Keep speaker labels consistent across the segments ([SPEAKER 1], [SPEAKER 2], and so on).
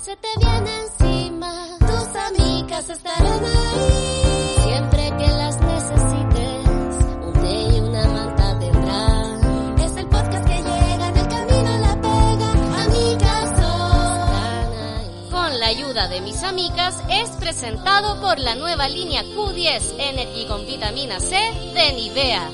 [SPEAKER 1] se te viene encima. Tus amigas estarán ahí siempre que las necesites. Un té y una manta tendrás. Es el podcast que llega del camino a la pega. Amigas todas están ahí.
[SPEAKER 2] Con la ayuda de mis amigas es presentado por la nueva línea Q10 Energy con vitamina C de Nivea.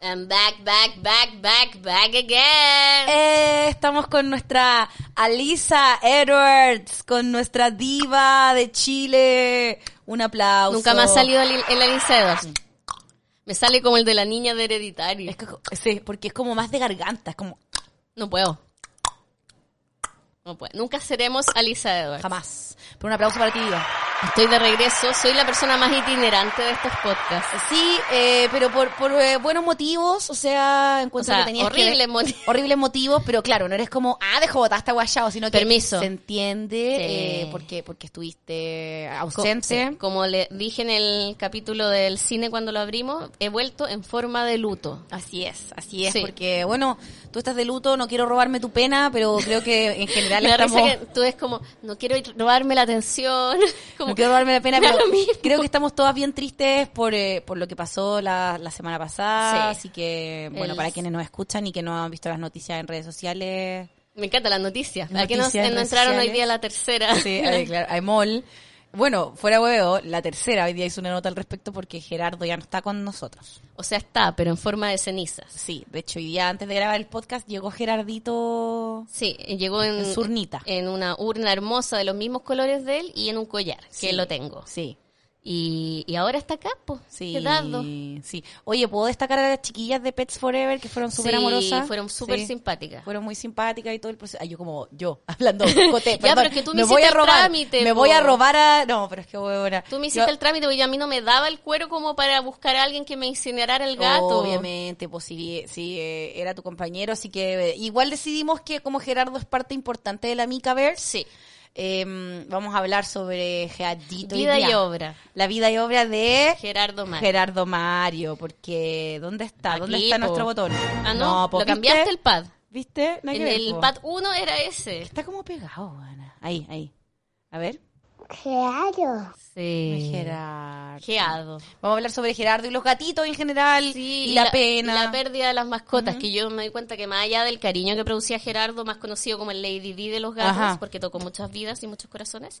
[SPEAKER 2] And back, back, back, back, back again.
[SPEAKER 3] Eh, estamos con nuestra Alisa Edwards, con nuestra diva de Chile. Un aplauso.
[SPEAKER 2] Nunca más ha salido el, el Alice Edwards. Me sale como el de la niña de Hereditario.
[SPEAKER 3] Es que- sí, porque es como más de garganta, es como
[SPEAKER 2] No puedo. No puedo. Nunca seremos Alisa Edwards.
[SPEAKER 3] jamás. Pero un aplauso para ti, diva.
[SPEAKER 2] Estoy de regreso. Soy la persona más itinerante de estos podcasts.
[SPEAKER 3] Sí, eh, pero por, por eh, buenos motivos, o sea,
[SPEAKER 2] O
[SPEAKER 3] encuentro
[SPEAKER 2] sea,
[SPEAKER 3] que tenías
[SPEAKER 2] horrible.
[SPEAKER 3] que...
[SPEAKER 2] moni-
[SPEAKER 3] Horribles motivos, pero claro, no eres como, ah, dejo botar esta guayao, sino que
[SPEAKER 2] Permiso.
[SPEAKER 3] se entiende
[SPEAKER 2] Sí.
[SPEAKER 3] eh, porque, porque estuviste
[SPEAKER 2] Co-
[SPEAKER 3] ausente.
[SPEAKER 2] sí, Como le dije en el capítulo del cine cuando lo abrimos, he vuelto en forma de luto.
[SPEAKER 3] Así es, así es,
[SPEAKER 2] Sí.
[SPEAKER 3] porque bueno, tú estás de luto, no quiero robarme tu pena, pero creo que en general
[SPEAKER 2] Me da risa
[SPEAKER 3] estamos...
[SPEAKER 2] que tú es como, no quiero ir- robarme la atención. Como,
[SPEAKER 3] No quiero robarme la pena,
[SPEAKER 2] me da
[SPEAKER 3] pero
[SPEAKER 2] lo mismo.
[SPEAKER 3] creo que estamos todas bien tristes por, eh, por lo que pasó la, la semana pasada,
[SPEAKER 2] Sí.
[SPEAKER 3] así que bueno,
[SPEAKER 2] El-
[SPEAKER 3] para quienes nos escuchan y que no han visto las noticias en redes sociales,
[SPEAKER 2] Me encanta las noticias.
[SPEAKER 3] Las
[SPEAKER 2] Aquí nos,
[SPEAKER 3] noticias,
[SPEAKER 2] no
[SPEAKER 3] redes
[SPEAKER 2] entraron hoy
[SPEAKER 3] sociales.
[SPEAKER 2] día la tercera.
[SPEAKER 3] sí, a ver, claro, a Emol. Bueno, fuera huevo, la tercera hoy día hizo una nota al respecto porque Gerardo ya no está con nosotros.
[SPEAKER 2] O sea, está, pero en forma de cenizas.
[SPEAKER 3] Sí, de hecho, hoy día antes de grabar el podcast llegó Gerardito
[SPEAKER 2] Sí, eh, llegó en,
[SPEAKER 3] en surnita.
[SPEAKER 2] en una urna hermosa de los mismos colores de él y en un collar, que
[SPEAKER 3] Sí.
[SPEAKER 2] lo tengo.
[SPEAKER 3] Sí,
[SPEAKER 2] Y, y ahora está acá, pues.
[SPEAKER 3] Sí,
[SPEAKER 2] Gerardo.
[SPEAKER 3] sí. Oye, ¿puedo destacar a las chiquillas de Pets Forever que fueron súper
[SPEAKER 2] Sí,
[SPEAKER 3] amorosas?
[SPEAKER 2] fueron súper
[SPEAKER 3] Sí.
[SPEAKER 2] simpáticas.
[SPEAKER 3] Fueron muy simpáticas y todo el proceso. Ah, yo como yo, hablando.
[SPEAKER 2] Ya,
[SPEAKER 3] Coté,
[SPEAKER 2] pero
[SPEAKER 3] perdón.
[SPEAKER 2] es que tú me
[SPEAKER 3] me
[SPEAKER 2] hiciste
[SPEAKER 3] voy a
[SPEAKER 2] el
[SPEAKER 3] robar,
[SPEAKER 2] trámite,
[SPEAKER 3] Me
[SPEAKER 2] po.
[SPEAKER 3] voy a robar a... No, pero es que huevona.
[SPEAKER 2] Tú me hiciste
[SPEAKER 3] Yo-
[SPEAKER 2] el trámite porque a mí no me daba el cuero como para buscar a alguien que me incinerara el gato.
[SPEAKER 3] Obviamente, pues sí, sí, eh, era tu compañero, así que eh, igual decidimos que como Gerardo es parte importante de la Micaverse,
[SPEAKER 2] Sí.
[SPEAKER 3] eh, vamos a hablar sobre Gerardito hoy
[SPEAKER 2] Vida y
[SPEAKER 3] día.
[SPEAKER 2] obra.
[SPEAKER 3] La vida y obra de
[SPEAKER 2] Gerardo Mar.
[SPEAKER 3] Gerardo Mario, porque ¿dónde está?
[SPEAKER 2] Aquí,
[SPEAKER 3] ¿Dónde está
[SPEAKER 2] po.
[SPEAKER 3] nuestro botón?
[SPEAKER 2] ah, no,
[SPEAKER 3] po,
[SPEAKER 2] lo cambiaste
[SPEAKER 3] ¿viste?
[SPEAKER 2] el pad.
[SPEAKER 3] ¿Viste? Nada
[SPEAKER 2] En
[SPEAKER 3] que ver,
[SPEAKER 2] el
[SPEAKER 3] po.
[SPEAKER 2] pad 1 era ese.
[SPEAKER 3] Está como pegado, Ana. Ahí, ahí. A ver.
[SPEAKER 1] Claro.
[SPEAKER 2] Sí.
[SPEAKER 3] Gerardo.
[SPEAKER 2] Geado.
[SPEAKER 3] Vamos a hablar sobre Gerardo y los gatitos en general. y, la, pena.
[SPEAKER 2] y la pérdida de las mascotas, que yo me di cuenta que más allá del cariño que producía Gerardo, más conocido como el Lady D de los gatos,
[SPEAKER 3] Ajá.
[SPEAKER 2] porque tocó muchas vidas y muchos corazones,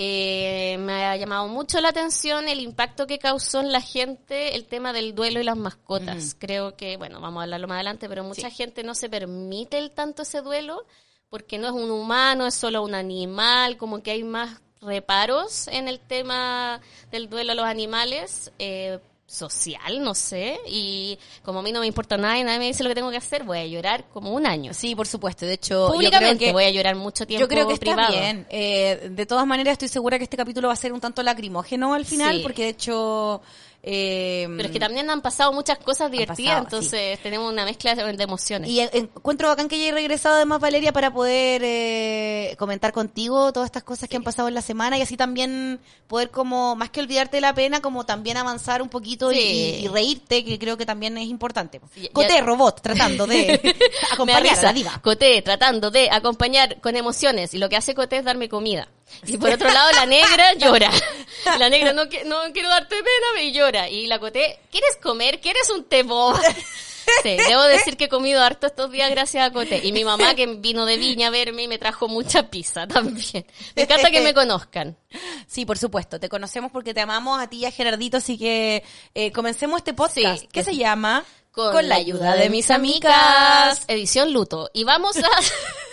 [SPEAKER 2] eh, me ha llamado mucho la atención el impacto que causó en la gente el tema del duelo y las mascotas. Creo que, bueno, vamos a hablarlo más adelante, pero mucha gente no se permite el tanto ese duelo porque no es un humano, es solo un animal, como que hay más reparos en el tema del duelo a los animales, eh, social, no sé, y como a mí no me importa nada y nadie me dice lo que tengo que hacer, voy a llorar como un año.
[SPEAKER 3] Sí, por supuesto. De hecho, yo creo
[SPEAKER 2] Públicamente
[SPEAKER 3] que,
[SPEAKER 2] voy a llorar mucho tiempo
[SPEAKER 3] yo creo que está
[SPEAKER 2] privado.
[SPEAKER 3] bien. Eh, de todas maneras, estoy segura que este capítulo va a ser un tanto lacrimógeno al final,
[SPEAKER 2] Sí.
[SPEAKER 3] porque de hecho. eh,
[SPEAKER 2] Pero es que también han pasado muchas cosas divertidas,
[SPEAKER 3] pasado, sí.
[SPEAKER 2] entonces tenemos una mezcla de de emociones.
[SPEAKER 3] Y en- encuentro bacán que hayas regresado además, Valeria, para poder eh, comentar contigo todas estas cosas que han pasado en la semana y así también poder como, más que olvidarte de la pena, como también avanzar un poquito y-
[SPEAKER 2] Sí.
[SPEAKER 3] y, y reírte, que creo que también es importante.
[SPEAKER 2] Sí, ya-
[SPEAKER 3] Coté,
[SPEAKER 2] ya-
[SPEAKER 3] robot, tratando de
[SPEAKER 2] Me da
[SPEAKER 3] acompañar a la
[SPEAKER 2] risa.
[SPEAKER 3] diva.
[SPEAKER 2] Coté tratando de acompañar con emociones y lo que hace Coté es darme comida. Y por otro lado la negra llora. La negra no, qui- no quiero darte pena y llora. Y la Coté, ¿quieres comer? ¿Quieres un té boba? Sí, debo decir que he comido harto estos días gracias a Coté. Y mi mamá que vino de Viña a verme y me trajo mucha pizza también. Me encanta que me conozcan.
[SPEAKER 3] Sí, por supuesto, te conocemos porque te amamos a ti y a Gerardito, así que eh, comencemos este podcast
[SPEAKER 2] Sí,
[SPEAKER 3] que
[SPEAKER 2] que-
[SPEAKER 3] se llama
[SPEAKER 2] con, la ayuda de mis amigas. Edición Luto. Y vamos a...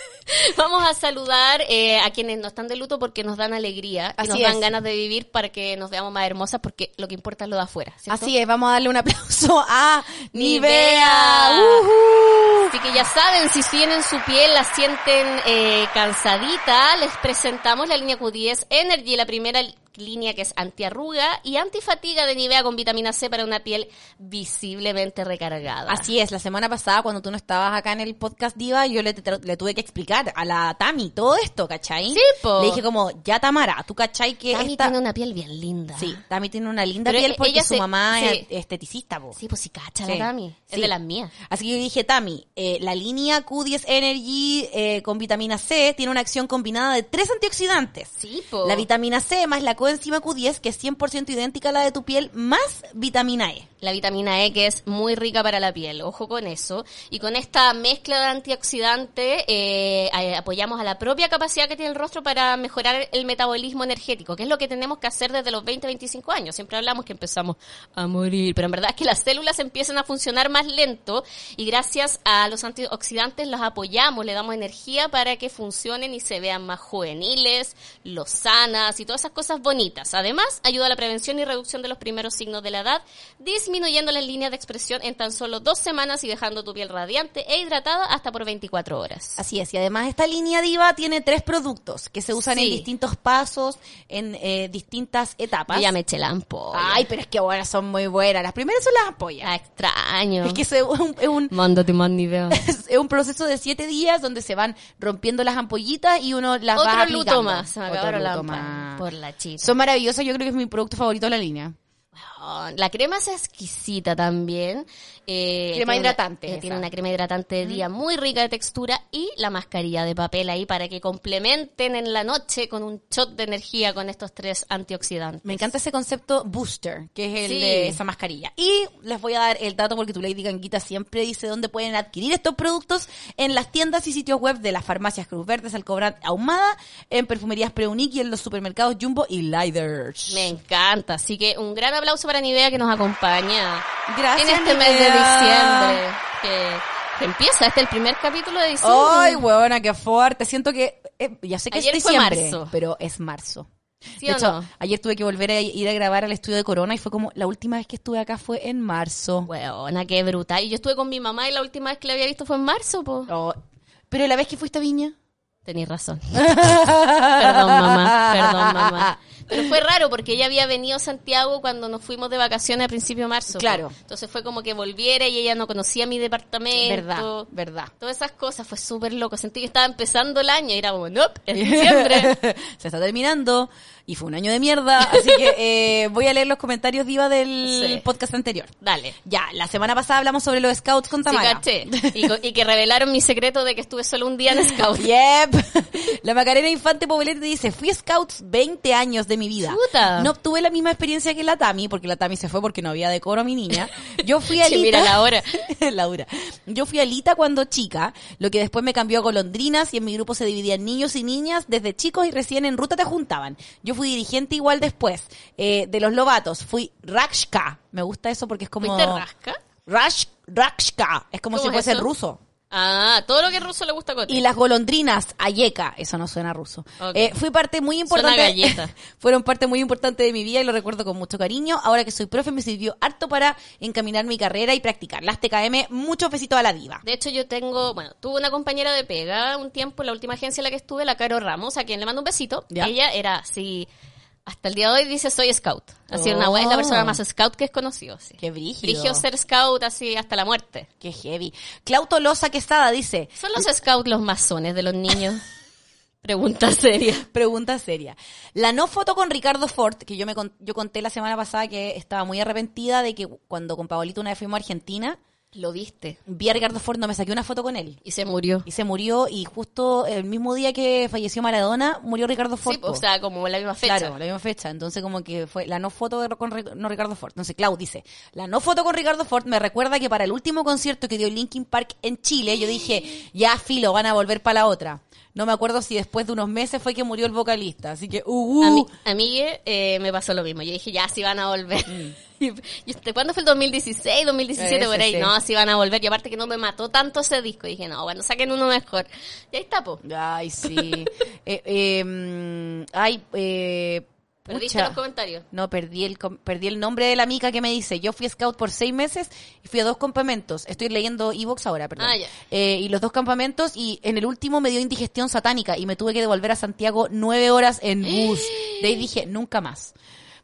[SPEAKER 2] Vamos a saludar eh, a quienes no están de luto porque nos dan alegría y
[SPEAKER 3] Así
[SPEAKER 2] nos dan
[SPEAKER 3] es.
[SPEAKER 2] ganas de vivir para que nos veamos más hermosas porque lo que importa es lo de afuera. ¿cierto?
[SPEAKER 3] Así es, vamos a darle un aplauso a
[SPEAKER 2] Nivea.
[SPEAKER 3] Nivea. ¡Uhú!
[SPEAKER 2] Así que ya saben, si tienen su piel, la sienten eh, cansadita, les presentamos la línea Q10 Energy, la primera línea que es antiarruga y antifatiga de Nivea con vitamina C para una piel visiblemente recargada.
[SPEAKER 3] Así es, la semana pasada cuando tú no estabas acá en el podcast Diva, yo le, tra- le tuve que explicar a la Tami todo esto, ¿cachai?
[SPEAKER 2] Sí, po.
[SPEAKER 3] Le dije como, ya Tamara, ¿tú cachai que
[SPEAKER 2] Tami
[SPEAKER 3] esta...
[SPEAKER 2] tiene una piel bien linda.
[SPEAKER 3] Sí, Tami tiene una linda
[SPEAKER 2] Pero
[SPEAKER 3] piel
[SPEAKER 2] e-
[SPEAKER 3] porque
[SPEAKER 2] ella
[SPEAKER 3] su
[SPEAKER 2] se-
[SPEAKER 3] mamá
[SPEAKER 2] sí.
[SPEAKER 3] es esteticista, po.
[SPEAKER 2] Sí, pues sí, cacha
[SPEAKER 3] Sí.
[SPEAKER 2] la Tami. Es
[SPEAKER 3] Sí.
[SPEAKER 2] de las mías.
[SPEAKER 3] Así que yo le dije, Tami, eh, la línea Q10 Energy eh, con vitamina C tiene una acción combinada de tres antioxidantes.
[SPEAKER 2] Sí, po.
[SPEAKER 3] La vitamina C más la coenzima Q10, que es 100% idéntica a la de tu piel, más vitamina E.
[SPEAKER 2] La vitamina E que es muy rica para la piel, ojo con eso. Y con esta mezcla de antioxidantes eh, eh, apoyamos a la propia capacidad que tiene el rostro para mejorar el metabolismo energético, que es lo que tenemos que hacer desde los 20, 25 años. Siempre hablamos que empezamos a morir, pero en verdad es que las células empiezan a funcionar más lento y gracias a los antioxidantes las apoyamos, le damos energía para que funcionen y se vean más juveniles, lozanas y todas esas cosas bonitas. Además, ayuda a la prevención y reducción de los primeros signos de la edad, disminuyendo las líneas de expresión en tan solo dos semanas y dejando tu piel radiante e hidratada hasta por 24 horas.
[SPEAKER 3] Así es, y además esta línea diva tiene tres productos que se usan en
[SPEAKER 2] Sí.
[SPEAKER 3] distintos pasos, en eh, distintas etapas.
[SPEAKER 2] Yo ya me eché la ampolla.
[SPEAKER 3] Ay, pero es que ahora son muy buenas. Las primeras son las ampollas.
[SPEAKER 2] Ah, extraño.
[SPEAKER 3] Es que es un, es un-
[SPEAKER 2] Mándate más nivel.
[SPEAKER 3] es un proceso de siete días donde se van rompiendo las ampollitas y uno las va
[SPEAKER 2] Otro luto
[SPEAKER 3] aplicando.
[SPEAKER 2] más. Se me
[SPEAKER 3] Otro
[SPEAKER 2] acabaron las
[SPEAKER 3] luto
[SPEAKER 2] ampollas.
[SPEAKER 3] más.
[SPEAKER 2] Por la chica.
[SPEAKER 3] Son maravillosas, yo creo que es mi producto favorito de la línea.
[SPEAKER 2] Oh, La crema es exquisita también. Eh,
[SPEAKER 3] Crema
[SPEAKER 2] tiene una-
[SPEAKER 3] hidratante,
[SPEAKER 2] eh,
[SPEAKER 3] esa.
[SPEAKER 2] tiene una crema hidratante de día muy rica de textura y la mascarilla de papel ahí para que complementen en la noche con un shot de energía con estos tres antioxidantes.
[SPEAKER 3] Me encanta ese concepto booster, que es el
[SPEAKER 2] Sí.
[SPEAKER 3] de esa mascarilla. Y les voy a dar el dato porque tu Lady Ganguita siempre dice dónde pueden adquirir estos productos en las tiendas y sitios web de las farmacias Cruz Verdes, Alcobrat, Ahumada, en perfumerías Preunic y en los supermercados Jumbo y Liders.
[SPEAKER 2] Me encanta. Así que un gran aplauso para Nivea que nos acompaña
[SPEAKER 3] Gracias,
[SPEAKER 2] en este mes de
[SPEAKER 3] Nivea.
[SPEAKER 2] diciembre. Que, que empieza, este es el primer capítulo de diciembre.
[SPEAKER 3] ¡Ay, huevona, qué fuerte! Siento que... eh, ya sé que
[SPEAKER 2] Ayer
[SPEAKER 3] es
[SPEAKER 2] fue
[SPEAKER 3] diciembre,
[SPEAKER 2] marzo.
[SPEAKER 3] pero es marzo.
[SPEAKER 2] ¿Sí
[SPEAKER 3] de
[SPEAKER 2] o
[SPEAKER 3] hecho,
[SPEAKER 2] no?
[SPEAKER 3] ayer tuve que volver a ir a grabar al estudio de Corona y fue como, la última vez que estuve acá fue en marzo.
[SPEAKER 2] Weona, qué brutal. Y yo estuve con mi mamá y la última vez que la había visto fue en marzo, po.
[SPEAKER 3] Oh, Pero la vez que fuiste a Viña...
[SPEAKER 2] Tenéis razón. perdón, mamá. Perdón, mamá. Pero fue raro porque ella había venido a Santiago cuando nos fuimos de vacaciones a principio de marzo.
[SPEAKER 3] Claro.
[SPEAKER 2] pues. Entonces fue como que volviera y ella no conocía mi departamento.
[SPEAKER 3] Verdad, verdad.
[SPEAKER 2] Todas esas cosas fue súper loco. Sentí que estaba empezando el año y era como, nope, es diciembre.
[SPEAKER 3] Se está terminando y fue un año de mierda, así que eh, voy a leer los comentarios diva del
[SPEAKER 2] Sí.
[SPEAKER 3] podcast anterior.
[SPEAKER 2] Dale.
[SPEAKER 3] Ya, la semana pasada hablamos sobre los scouts con
[SPEAKER 2] Sí,
[SPEAKER 3] Tamara.
[SPEAKER 2] caché. Y, co- y que revelaron mi secreto de que estuve solo un día en Scout.
[SPEAKER 3] Yep. La Macarena Infante Poblete dice, fui Scouts 20 años de mi vida.
[SPEAKER 2] Chuta.
[SPEAKER 3] No obtuve la misma experiencia que la Tami, porque la Tami se fue porque no había decoro a mi niña. Yo fui a
[SPEAKER 2] Che, mira la hora.
[SPEAKER 3] Laura. Yo fui alita cuando chica, lo que después me cambió a golondrinas y en mi grupo se dividían niños y niñas desde chicos y recién en ruta te juntaban. Yo fui dirigente igual después. Eh, de los lobatos fui Rakshka. Me gusta eso porque es como...
[SPEAKER 2] ¿Fuiste rasca?
[SPEAKER 3] Rash, Rakshka. Es como
[SPEAKER 2] ¿Cómo
[SPEAKER 3] si
[SPEAKER 2] es
[SPEAKER 3] fuese
[SPEAKER 2] eso?
[SPEAKER 3] ruso.
[SPEAKER 2] Ah, todo lo que es ruso le gusta a Cote.
[SPEAKER 3] Y las golondrinas, Ayeka, eso no suena ruso.
[SPEAKER 2] Ok.
[SPEAKER 3] Eh, fui parte muy importante.
[SPEAKER 2] Suena galleta.
[SPEAKER 3] fueron parte muy importante de mi vida y lo recuerdo con mucho cariño. Ahora que soy profe me sirvió harto para encaminar mi carrera y practicar las TKM. Muchos besitos a la diva.
[SPEAKER 2] De hecho, yo tengo, bueno, tuve una compañera de pega un tiempo, en la última agencia en la que estuve, la Caro Ramos, a quien le mando un besito.
[SPEAKER 3] Ya.
[SPEAKER 2] Ella era así, hasta el día de hoy dice soy scout. Así,
[SPEAKER 3] Oh.
[SPEAKER 2] una wea es la persona más scout que es conocido. Sí.
[SPEAKER 3] Qué brígido.
[SPEAKER 2] Eligió ser scout así hasta la muerte.
[SPEAKER 3] Qué heavy. Clauto Loza Quesada dice,
[SPEAKER 2] ¿Son los scouts los masones de los niños? Pregunta seria.
[SPEAKER 3] Pregunta seria. La no foto con Ricardo Ford, que yo me con- yo conté la semana pasada que estaba muy arrepentida de que cuando con Paolito una vez fuimos a Argentina,
[SPEAKER 2] Lo viste.
[SPEAKER 3] vi a Ricardo Ford, no me saqué una foto con él.
[SPEAKER 2] Y se murió.
[SPEAKER 3] y se murió y justo el mismo día que falleció Maradona murió Ricardo Ford.
[SPEAKER 2] Sí, pues, o sea, como la misma fecha.
[SPEAKER 3] Claro, la misma fecha. Entonces como que fue la no foto de- con Ri- no Ricardo Ford. Entonces Clau dice, la no foto con Ricardo Ford me recuerda que para el último concierto que dio Linkin Park en Chile, yo dije, ya filo, van a volver para la otra. No me acuerdo si después de unos meses fue que murió el vocalista, así que uh, uh.
[SPEAKER 2] A mí, a mí, eh, me pasó lo mismo. Yo dije, ya, sí van a volver. Y- y este, ¿Cuándo fue el 2016, 2017,
[SPEAKER 3] Mm. Ese,
[SPEAKER 2] por ahí?
[SPEAKER 3] sí.
[SPEAKER 2] No, sí van a volver. Y aparte que no me mató tanto ese disco. Dije, no, bueno, saquen uno mejor. Y ahí está, po.
[SPEAKER 3] Ay, sí. em, Eh, eh, mm, ay, eh,
[SPEAKER 2] Perdiste
[SPEAKER 3] Pucha.
[SPEAKER 2] los comentarios.
[SPEAKER 3] No, perdí el, com- perdí el nombre de la mica que me dice. Yo fui scout por seis meses y fui a dos campamentos. Estoy leyendo Evox ahora, perdón.
[SPEAKER 2] Ah, ya.
[SPEAKER 3] Eh, y los dos campamentos y en el último me dio indigestión satánica y me tuve que devolver a Santiago nueve horas en bus. De ahí dije, nunca más.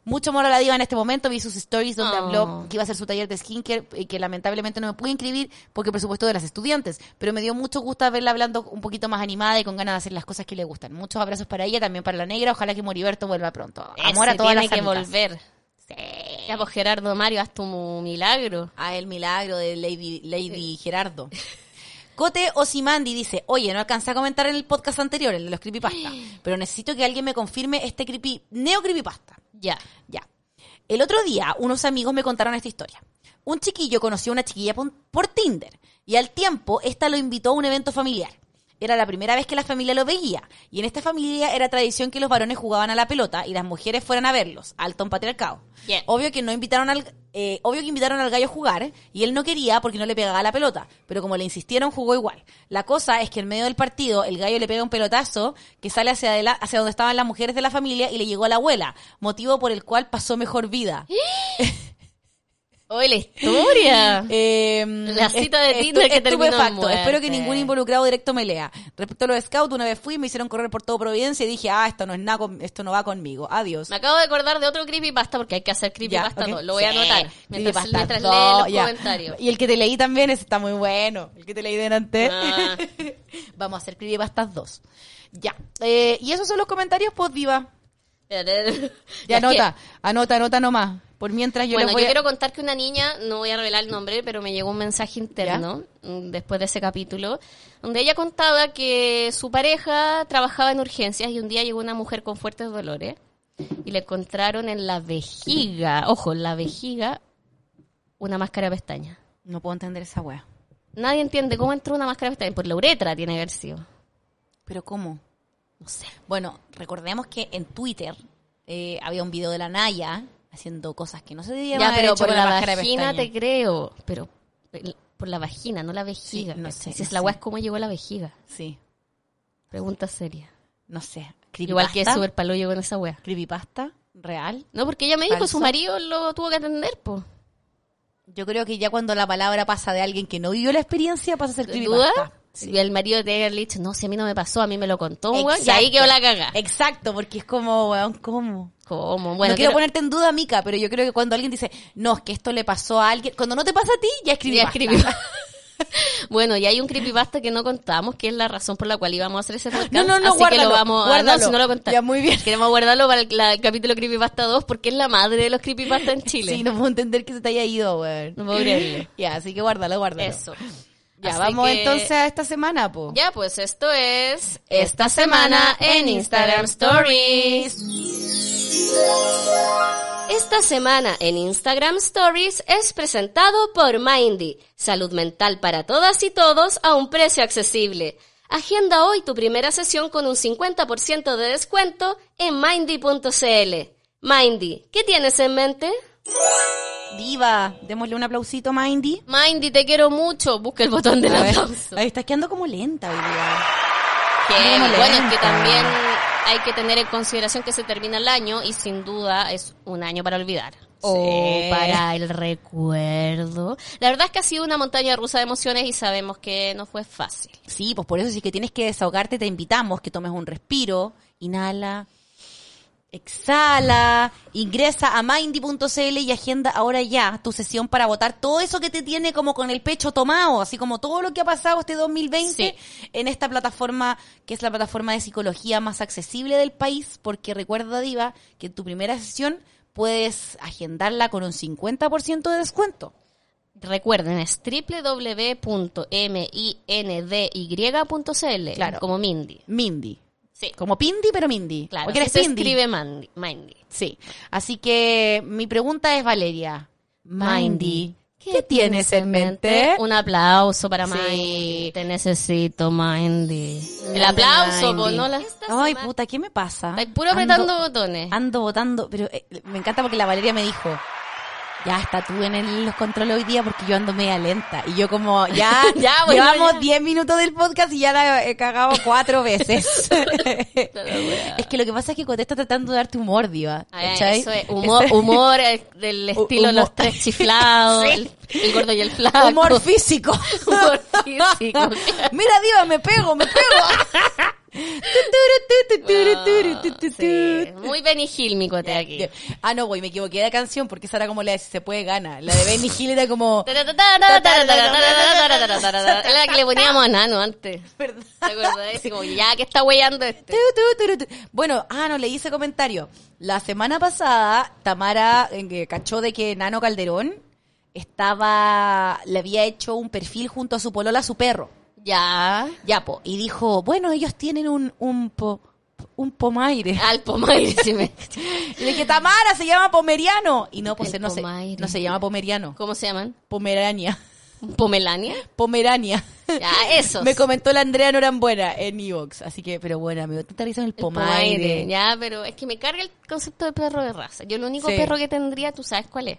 [SPEAKER 3] Mucho amor a la diva en este momento. Vi sus stories donde
[SPEAKER 2] Oh.
[SPEAKER 3] habló que iba a hacer su taller de skincare y que lamentablemente no me pude inscribir porque presupuesto de las estudiantes. Pero me dio mucho gusto verla hablando un poquito más animada y con ganas de hacer las cosas que le gustan. Muchos abrazos para ella, también para la negra. Ojalá que Moriberto vuelva pronto. Amor
[SPEAKER 2] Ese
[SPEAKER 3] a todas
[SPEAKER 2] tiene
[SPEAKER 3] las
[SPEAKER 2] que
[SPEAKER 3] amigas.
[SPEAKER 2] volver. Ya, pues Gerardo Mario, haz tu mu- milagro.
[SPEAKER 3] Ah, el milagro de Lady, Lady Gerardo. Cote Osimandi dice, oye, no alcancé a comentar en el podcast anterior, el de los creepypasta, pero necesito que alguien me confirme este creepy, neo creepypasta.
[SPEAKER 2] Ya.
[SPEAKER 3] Ya. El otro día, unos amigos me contaron esta historia. Un chiquillo conoció a una chiquilla pon- por Tinder y al tiempo esta lo invitó a un evento familiar. Era la primera vez que la familia lo veía y en esta familia era tradición que los varones jugaban a la pelota y las mujeres fueran a verlos, alto en patriarcado.
[SPEAKER 2] Yeah.
[SPEAKER 3] Obvio que no invitaron al eh, obvio que invitaron al gallo a jugar y él no quería porque no le pegaba la pelota, pero como le insistieron jugó igual. La cosa es que en medio del partido el gallo le pega un pelotazo que sale hacia adela- hacia donde estaban las mujeres de la familia y le llegó a la abuela, motivo por el cual pasó mejor vida.
[SPEAKER 2] Hoy la historia.
[SPEAKER 3] Eh,
[SPEAKER 2] La cita de
[SPEAKER 3] est-
[SPEAKER 2] Tinder
[SPEAKER 3] estu-
[SPEAKER 2] que terminó en
[SPEAKER 3] estupefacto.
[SPEAKER 2] muerte.
[SPEAKER 3] Espero que ningún involucrado directo me lea. Respecto a los scouts, una vez fui, me hicieron correr por todo Providencia y dije, ah, esto no es nada, con- esto no va conmigo. Adiós.
[SPEAKER 2] Me acabo de acordar de otro creepypasta porque hay que hacer creepypasta.
[SPEAKER 3] Ya, ok.
[SPEAKER 2] dos. Lo voy a
[SPEAKER 3] Sí,
[SPEAKER 2] anotar mientras,
[SPEAKER 3] creepypasta
[SPEAKER 2] mientras lee
[SPEAKER 3] dos,
[SPEAKER 2] los
[SPEAKER 3] ya.
[SPEAKER 2] comentarios.
[SPEAKER 3] Y el que te leí también, ese está muy bueno. El que te leí delante.
[SPEAKER 2] Ah.
[SPEAKER 3] Vamos a hacer creepypastas dos. Ya. Eh, y esos son los comentarios, post viva. Ya
[SPEAKER 2] Es que-
[SPEAKER 3] anota, anota, anota nomás. Por mientras yo
[SPEAKER 2] bueno,
[SPEAKER 3] les
[SPEAKER 2] yo
[SPEAKER 3] voy a-
[SPEAKER 2] quiero contar que una niña, no voy a revelar el nombre, pero me llegó un mensaje interno mm, después de ese capítulo, donde ella contaba que su pareja trabajaba en urgencias y un día llegó una mujer con fuertes dolores y le encontraron en la vejiga, ojo, en la vejiga, una máscara de pestaña.
[SPEAKER 3] No puedo entender esa wea.
[SPEAKER 2] Nadie entiende cómo entró una máscara de pestaña, por la uretra tiene que haber sido.
[SPEAKER 3] Pero ¿cómo?
[SPEAKER 2] No sé.
[SPEAKER 3] Bueno, recordemos que en Twitter eh, había un video de la Naya haciendo cosas que no se debían
[SPEAKER 2] Ya,
[SPEAKER 3] haber
[SPEAKER 2] pero
[SPEAKER 3] hecho
[SPEAKER 2] por
[SPEAKER 3] con
[SPEAKER 2] la,
[SPEAKER 3] máscara de
[SPEAKER 2] vagina te
[SPEAKER 3] pestaña.
[SPEAKER 2] creo, pero el- por la vagina, no la vejiga.
[SPEAKER 3] Sí, no
[SPEAKER 2] ¿cachai?
[SPEAKER 3] sé,
[SPEAKER 2] Si
[SPEAKER 3] no
[SPEAKER 2] es la
[SPEAKER 3] sé.
[SPEAKER 2] weá es cómo llegó la vejiga.
[SPEAKER 3] Sí,
[SPEAKER 2] Pregunta seria.
[SPEAKER 3] no sé.
[SPEAKER 2] Igual que
[SPEAKER 3] Creepypasta,
[SPEAKER 2] Super Palo llegó en esa wea.
[SPEAKER 3] Creepypasta, real.
[SPEAKER 2] No, porque ella me dijo,
[SPEAKER 3] Falso.
[SPEAKER 2] su marido lo tuvo que atender, po.
[SPEAKER 3] Yo creo que ya cuando la palabra pasa de alguien que no vivió la experiencia, pasa a ser
[SPEAKER 2] ¿Duda?
[SPEAKER 3] creepypasta.
[SPEAKER 2] Y el marido te haber dicho, no, si a mí no me pasó, a mí me lo contó un weón. Y ahí quedó la cagada.
[SPEAKER 3] Exacto, porque es como, weón, ¿cómo?
[SPEAKER 2] ¿Cómo? Bueno,
[SPEAKER 3] no quiero
[SPEAKER 2] creo-
[SPEAKER 3] ponerte en duda, Mica, pero yo creo que cuando alguien dice, no, es que esto le pasó a alguien, cuando no te pasa a ti, ya escribí.
[SPEAKER 2] Ya escribí. bueno, y hay un creepypasta que no contamos, que es la razón por la cual íbamos a hacer ese podcast.
[SPEAKER 3] No, no, no,
[SPEAKER 2] así que
[SPEAKER 3] guárdalo,
[SPEAKER 2] lo vamos a...
[SPEAKER 3] guárdalo.
[SPEAKER 2] No, si no lo contamos.
[SPEAKER 3] Ya, muy bien.
[SPEAKER 2] Queremos guardarlo para el, la- el capítulo Creepypasta 2, porque es la madre de los creepypasta en Chile.
[SPEAKER 3] Sí, no puedo entender que se te haya ido, weón.
[SPEAKER 2] No puedo creerlo.
[SPEAKER 3] Ya, así que guárdalo, guárdalo.
[SPEAKER 2] Eso.
[SPEAKER 3] Ya,
[SPEAKER 2] Así
[SPEAKER 3] vamos
[SPEAKER 2] que-
[SPEAKER 3] entonces a esta semana, po.
[SPEAKER 2] Ya, pues esto es...
[SPEAKER 3] Esta semana en Instagram Stories.
[SPEAKER 2] Esta semana en Instagram Stories es presentado por Mindy, salud mental para todas y todos a un precio accesible. Agenda hoy tu primera sesión con un 50% de descuento en mindy.cl. Mindy, ¿qué tienes en mente?
[SPEAKER 3] Diva, démosle un aplausito a Mindy.
[SPEAKER 2] Mindy, te quiero mucho. Busca el botón del
[SPEAKER 3] A ver,
[SPEAKER 2] aplauso.
[SPEAKER 3] Ay, estás quedando como lenta hoy día.
[SPEAKER 2] Que,
[SPEAKER 3] Muy
[SPEAKER 2] bueno, es que
[SPEAKER 3] lenta.
[SPEAKER 2] también hay que tener en consideración que se termina el año y sin duda es un año para olvidar. O
[SPEAKER 3] Sí.
[SPEAKER 2] Oh, para el recuerdo. La verdad es que ha sido una montaña rusa de emociones y sabemos que no fue fácil.
[SPEAKER 3] Sí, pues por eso si es que tienes que desahogarte, te invitamos que tomes un respiro, inhala, exhala, ingresa a mindy.cl y agenda ahora ya tu sesión para votar todo eso que te tiene como con el pecho tomado, así como todo lo que ha pasado este 2020 en esta plataforma que es la plataforma de psicología más accesible del país, porque recuerda Diva que en tu primera sesión puedes agendarla con un 50% de descuento.
[SPEAKER 2] Recuerden, es www.mindy.cl
[SPEAKER 3] Claro.
[SPEAKER 2] como Mindy.
[SPEAKER 3] Mindy,
[SPEAKER 2] Sí,
[SPEAKER 3] como Pindi pero Mindy.
[SPEAKER 2] claro.
[SPEAKER 3] Porque
[SPEAKER 2] Así
[SPEAKER 3] eres
[SPEAKER 2] se
[SPEAKER 3] Pindi.
[SPEAKER 2] escribe Mandy- Mindy.
[SPEAKER 3] Sí. Así que mi pregunta es, Valeria. Mindy, ¿qué tienes en mente?
[SPEAKER 2] Un aplauso para
[SPEAKER 3] Sí.
[SPEAKER 2] Mindy. Te necesito, Mindy. El
[SPEAKER 3] Grande
[SPEAKER 2] aplauso,
[SPEAKER 3] Mindy.
[SPEAKER 2] po, ¿no? La-
[SPEAKER 3] Ay, puta, ¿qué me pasa?
[SPEAKER 2] Ay, puro
[SPEAKER 3] Ando-
[SPEAKER 2] apretando botones.
[SPEAKER 3] Ando votando, pero eh, me encanta porque la Valeria me dijo, ya está tú en el- los controles hoy día porque yo ando media lenta. Y yo como, ya,
[SPEAKER 2] Ya, bueno,
[SPEAKER 3] llevamos
[SPEAKER 2] ya.
[SPEAKER 3] 10 minutos del podcast y ya la he cagado cuatro veces.
[SPEAKER 2] Toda la wea.
[SPEAKER 3] es que lo que pasa es que Coté está tratando de darte humor, diva.
[SPEAKER 2] Ay,
[SPEAKER 3] ¿cachai? Este-
[SPEAKER 2] eso es humor, humor eh, del estilo
[SPEAKER 3] humor.
[SPEAKER 2] los tres chiflados, el, el gordo y el flaco.
[SPEAKER 3] Humor físico.
[SPEAKER 2] Humor físico.
[SPEAKER 3] Mira, diva, me pego, me pego. Tu, tu, ru, tu, tu, ru, tu, ru, tu, tu,
[SPEAKER 2] Sí,
[SPEAKER 3] tu.
[SPEAKER 2] muy Benny Hill mi cote aquí.
[SPEAKER 3] Ah, no, güey, me equivoqué de canción porque esa era como la de si se puede gana. La de Benny Hill era como...
[SPEAKER 2] Era la que le poníamos a Nano antes.
[SPEAKER 3] ¿Verdad?
[SPEAKER 2] ¿Te acordás? Así como, ya que está weyando
[SPEAKER 3] Tu,
[SPEAKER 2] este.
[SPEAKER 3] tu, tu, tu, tu. Bueno, ah, no, leí ese comentario. La semana pasada, Tamara eh, cachó de que Nano Calderón estaba, le había hecho un perfil junto a su polola, a su perro.
[SPEAKER 2] Ya.
[SPEAKER 3] Ya, po. Y dijo, bueno, ellos tienen un, un, po- un pomaire.
[SPEAKER 2] Al Pomaire, sí me-
[SPEAKER 3] Y le dije, Tamara, se llama pomeriano. Y no, pues
[SPEAKER 2] El
[SPEAKER 3] no se,
[SPEAKER 2] pomaire.
[SPEAKER 3] no se llama pomeriano.
[SPEAKER 2] ¿Cómo se llaman?
[SPEAKER 3] Pomerania.
[SPEAKER 2] ¿Pomelania?
[SPEAKER 3] Pomerania.
[SPEAKER 2] Ya, esos.
[SPEAKER 3] Me comentó la Andrea Norambuena en Evox. Así que, pero bueno, amigo, tú te en el
[SPEAKER 2] El pomaire,
[SPEAKER 3] pomaire.
[SPEAKER 2] Ya, pero es que me carga el concepto de perro de raza. Yo el único
[SPEAKER 3] Sí.
[SPEAKER 2] perro que tendría, ¿tú sabes cuál es?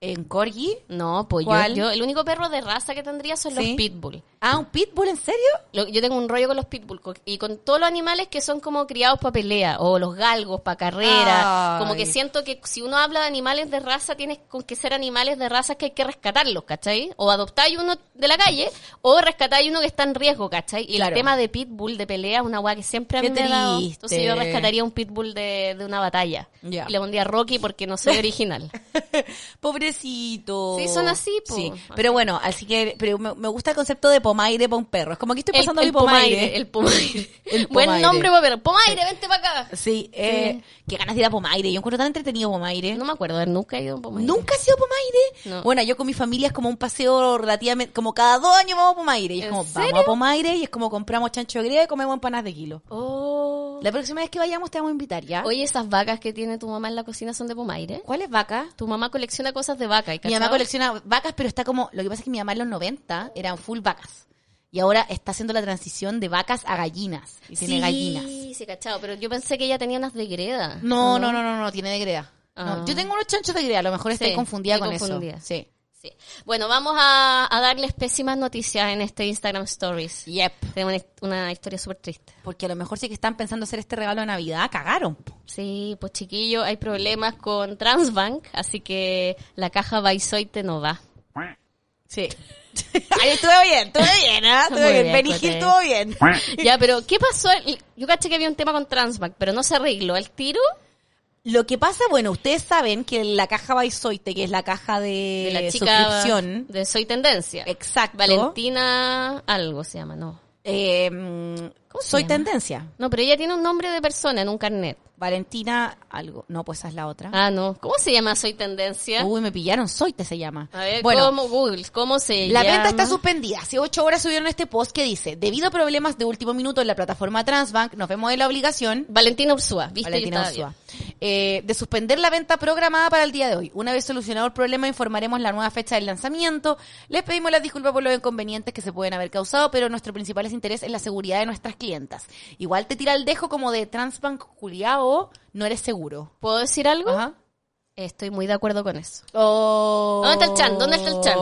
[SPEAKER 3] ¿En corgi?
[SPEAKER 2] No, pues yo,
[SPEAKER 3] ¿Cuál?
[SPEAKER 2] yo- el único perro de raza que tendría son
[SPEAKER 3] Sí.
[SPEAKER 2] los pitbull.
[SPEAKER 3] Ah, ¿un pitbull? ¿En serio?
[SPEAKER 2] Lo- yo tengo un rollo con los pitbull co- y con todos los animales que son como criados para pelea o los galgos para carrera.
[SPEAKER 3] Ay.
[SPEAKER 2] Como que siento que si uno habla de animales de raza, tienes con que ser animales de raza que hay que rescatarlos, ¿cachai? O adoptáis uno de la calle o rescatáis uno que está en riesgo, ¿cachai? Y el
[SPEAKER 3] Claro.
[SPEAKER 2] tema de pitbull de pelea es una weá que siempre a mí
[SPEAKER 3] Qué
[SPEAKER 2] me ha dado.
[SPEAKER 3] triste.
[SPEAKER 2] Entonces yo rescataría un pitbull de, de una batalla.
[SPEAKER 3] Ya.
[SPEAKER 2] Y le pondría Rocky porque no soy original.
[SPEAKER 3] Pobrecito.
[SPEAKER 2] Sí, son así, po.
[SPEAKER 3] Sí, pero bueno, así que pero me, me gusta el concepto de pomaire para un perro. Es como que estoy
[SPEAKER 2] El-
[SPEAKER 3] pasando
[SPEAKER 2] el
[SPEAKER 3] mi pomaire.
[SPEAKER 2] El pomaire.
[SPEAKER 3] El
[SPEAKER 2] Buen
[SPEAKER 3] pomaire.
[SPEAKER 2] nombre, pero pomaire, vente para acá.
[SPEAKER 3] Sí, eh, qué ganas de ir a pomaire. Yo encuentro tan entretenido pomaire.
[SPEAKER 2] No me acuerdo, de haber nunca he ido a un pomaire.
[SPEAKER 3] ¿Nunca has sido Pomaire?
[SPEAKER 2] No.
[SPEAKER 3] Bueno, yo con mi familia es como un paseo relativamente, como cada dos años vamos a Pomaire. Y es
[SPEAKER 2] ¿En
[SPEAKER 3] como, vamos
[SPEAKER 2] serio?
[SPEAKER 3] a Pomaire y es como compramos chancho de griego y comemos empanadas de kilo.
[SPEAKER 2] Oh.
[SPEAKER 3] La próxima vez que vayamos te vamos a invitar, ¿ya?
[SPEAKER 2] Oye, esas vacas que tiene tu mamá en la cocina son de pomaire.
[SPEAKER 3] ¿Cuál es vaca?
[SPEAKER 2] Tu mamá colecciona cosas de vaca. ¿y
[SPEAKER 3] Mi mamá
[SPEAKER 2] cachao?
[SPEAKER 3] colecciona vacas, pero está como, lo que pasa es que mi mamá en los 90 eran full vacas. Y ahora está haciendo la transición de vacas a gallinas. Y tiene
[SPEAKER 2] sí,
[SPEAKER 3] gallinas.
[SPEAKER 2] Sí, cachado. Pero yo pensé que ella tenía unas de greda.
[SPEAKER 3] No, no, no, no, no, tiene de greda. No,
[SPEAKER 2] Ah.
[SPEAKER 3] Yo tengo unos chanchos de greda, a lo mejor estoy confundida
[SPEAKER 2] estoy
[SPEAKER 3] con
[SPEAKER 2] confundida.
[SPEAKER 3] eso. Sí.
[SPEAKER 2] Sí. Bueno, vamos a, a darles pésimas noticias en este Instagram Stories.
[SPEAKER 3] Yep.
[SPEAKER 2] Tenemos una hist- una historia súper triste.
[SPEAKER 3] Porque a lo mejor sí que están pensando hacer este regalo de Navidad, cagaron. po.
[SPEAKER 2] Sí, pues chiquillo, hay problemas con Transbank, así que la caja Baisoite no va.
[SPEAKER 3] Sí. Ahí estuve bien, estuve bien, ¿ah? Estuve
[SPEAKER 2] Muy
[SPEAKER 3] bien.
[SPEAKER 2] bien,
[SPEAKER 3] Benny
[SPEAKER 2] Cote.
[SPEAKER 3] Hill estuvo bien.
[SPEAKER 2] Ya, pero ¿qué pasó? El- Yo caché que había un tema con Transbank, pero no se arregló. ¿El tiro?
[SPEAKER 3] Lo que pasa, bueno, ustedes saben que la caja Baisoite, que es la caja de,
[SPEAKER 2] de la chica
[SPEAKER 3] suscripción,
[SPEAKER 2] de Soy Tendencia.
[SPEAKER 3] Exacto.
[SPEAKER 2] Valentina algo se llama, no.
[SPEAKER 3] eh, mm,
[SPEAKER 2] ¿Cómo se
[SPEAKER 3] soy
[SPEAKER 2] llama?
[SPEAKER 3] tendencia.
[SPEAKER 2] No, pero ella tiene un nombre de persona en un carnet.
[SPEAKER 3] Valentina algo. No, pues esa es la otra.
[SPEAKER 2] Ah, no. ¿Cómo se llama Soy Tendencia?
[SPEAKER 3] Uy, me pillaron. Soite se llama.
[SPEAKER 2] A ver,
[SPEAKER 3] bueno,
[SPEAKER 2] ¿cómo Google? ¿Cómo se
[SPEAKER 3] La
[SPEAKER 2] llama?
[SPEAKER 3] venta está suspendida. Hace ocho horas subieron este post que dice, debido a problemas de último minuto en la plataforma Transbank, nos vemos en la obligación
[SPEAKER 2] Valentina Ursúa, ¿viste?
[SPEAKER 3] Valentina
[SPEAKER 2] Yo estaba
[SPEAKER 3] Ursúa. Eh, de suspender la venta programada para el día de hoy. Una vez solucionado el problema, informaremos la nueva fecha del lanzamiento. Les pedimos las disculpas por los inconvenientes que se pueden haber causado, pero nuestro principal interés es la seguridad de nuestras clientas. Igual te tira el dejo como de Transbank culiao, no eres seguro.
[SPEAKER 2] bien. ¿Puedo decir algo?
[SPEAKER 3] Ajá.
[SPEAKER 2] Estoy muy de acuerdo con eso.
[SPEAKER 3] Oh.
[SPEAKER 2] ¿Dónde está el chan? ¿Dónde está el chan?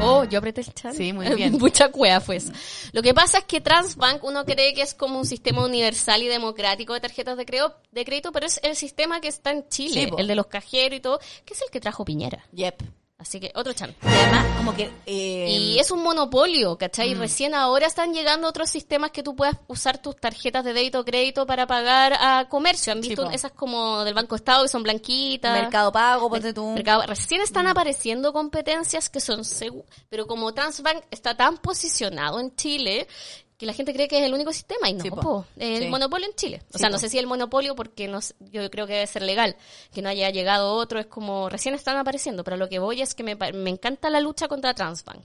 [SPEAKER 2] Oh, yo apreté el chat.
[SPEAKER 3] Sí, muy bien.
[SPEAKER 2] Mucha cueva fue eso. Lo que pasa es que Transbank uno cree que es como un sistema universal y democrático de tarjetas de, creo- de crédito, pero es el sistema que está en Chile,
[SPEAKER 3] Sí, po.
[SPEAKER 2] el de los cajeros y todo, que es el que trajo Piñera.
[SPEAKER 3] Yep.
[SPEAKER 2] Así que otro chan.
[SPEAKER 3] Y además, como que... eh,
[SPEAKER 2] Y es un monopolio, ¿cachai?
[SPEAKER 3] mm.
[SPEAKER 2] Y Recién ahora están llegando otros sistemas que tú puedas usar tus tarjetas de débito o crédito para pagar a comercio. ¿Han
[SPEAKER 3] Sí,
[SPEAKER 2] visto
[SPEAKER 3] po.
[SPEAKER 2] esas como del Banco Estado que son blanquitas?
[SPEAKER 3] Mercado Mm. Pago, ponte tú.
[SPEAKER 2] Mercado- Recién están apareciendo competencias que son seguras, pero como Transbank está tan posicionado en Chile que la gente cree que es el único sistema y no,
[SPEAKER 3] Sí, po.
[SPEAKER 2] po. el
[SPEAKER 3] Sí.
[SPEAKER 2] monopolio en Chile. O
[SPEAKER 3] Sí,
[SPEAKER 2] sea,
[SPEAKER 3] po.
[SPEAKER 2] no sé si el monopolio porque no s- yo creo que debe ser legal, que no haya llegado otro, es como recién están apareciendo, pero lo que voy es que me, pa- me encanta la lucha contra Transbank.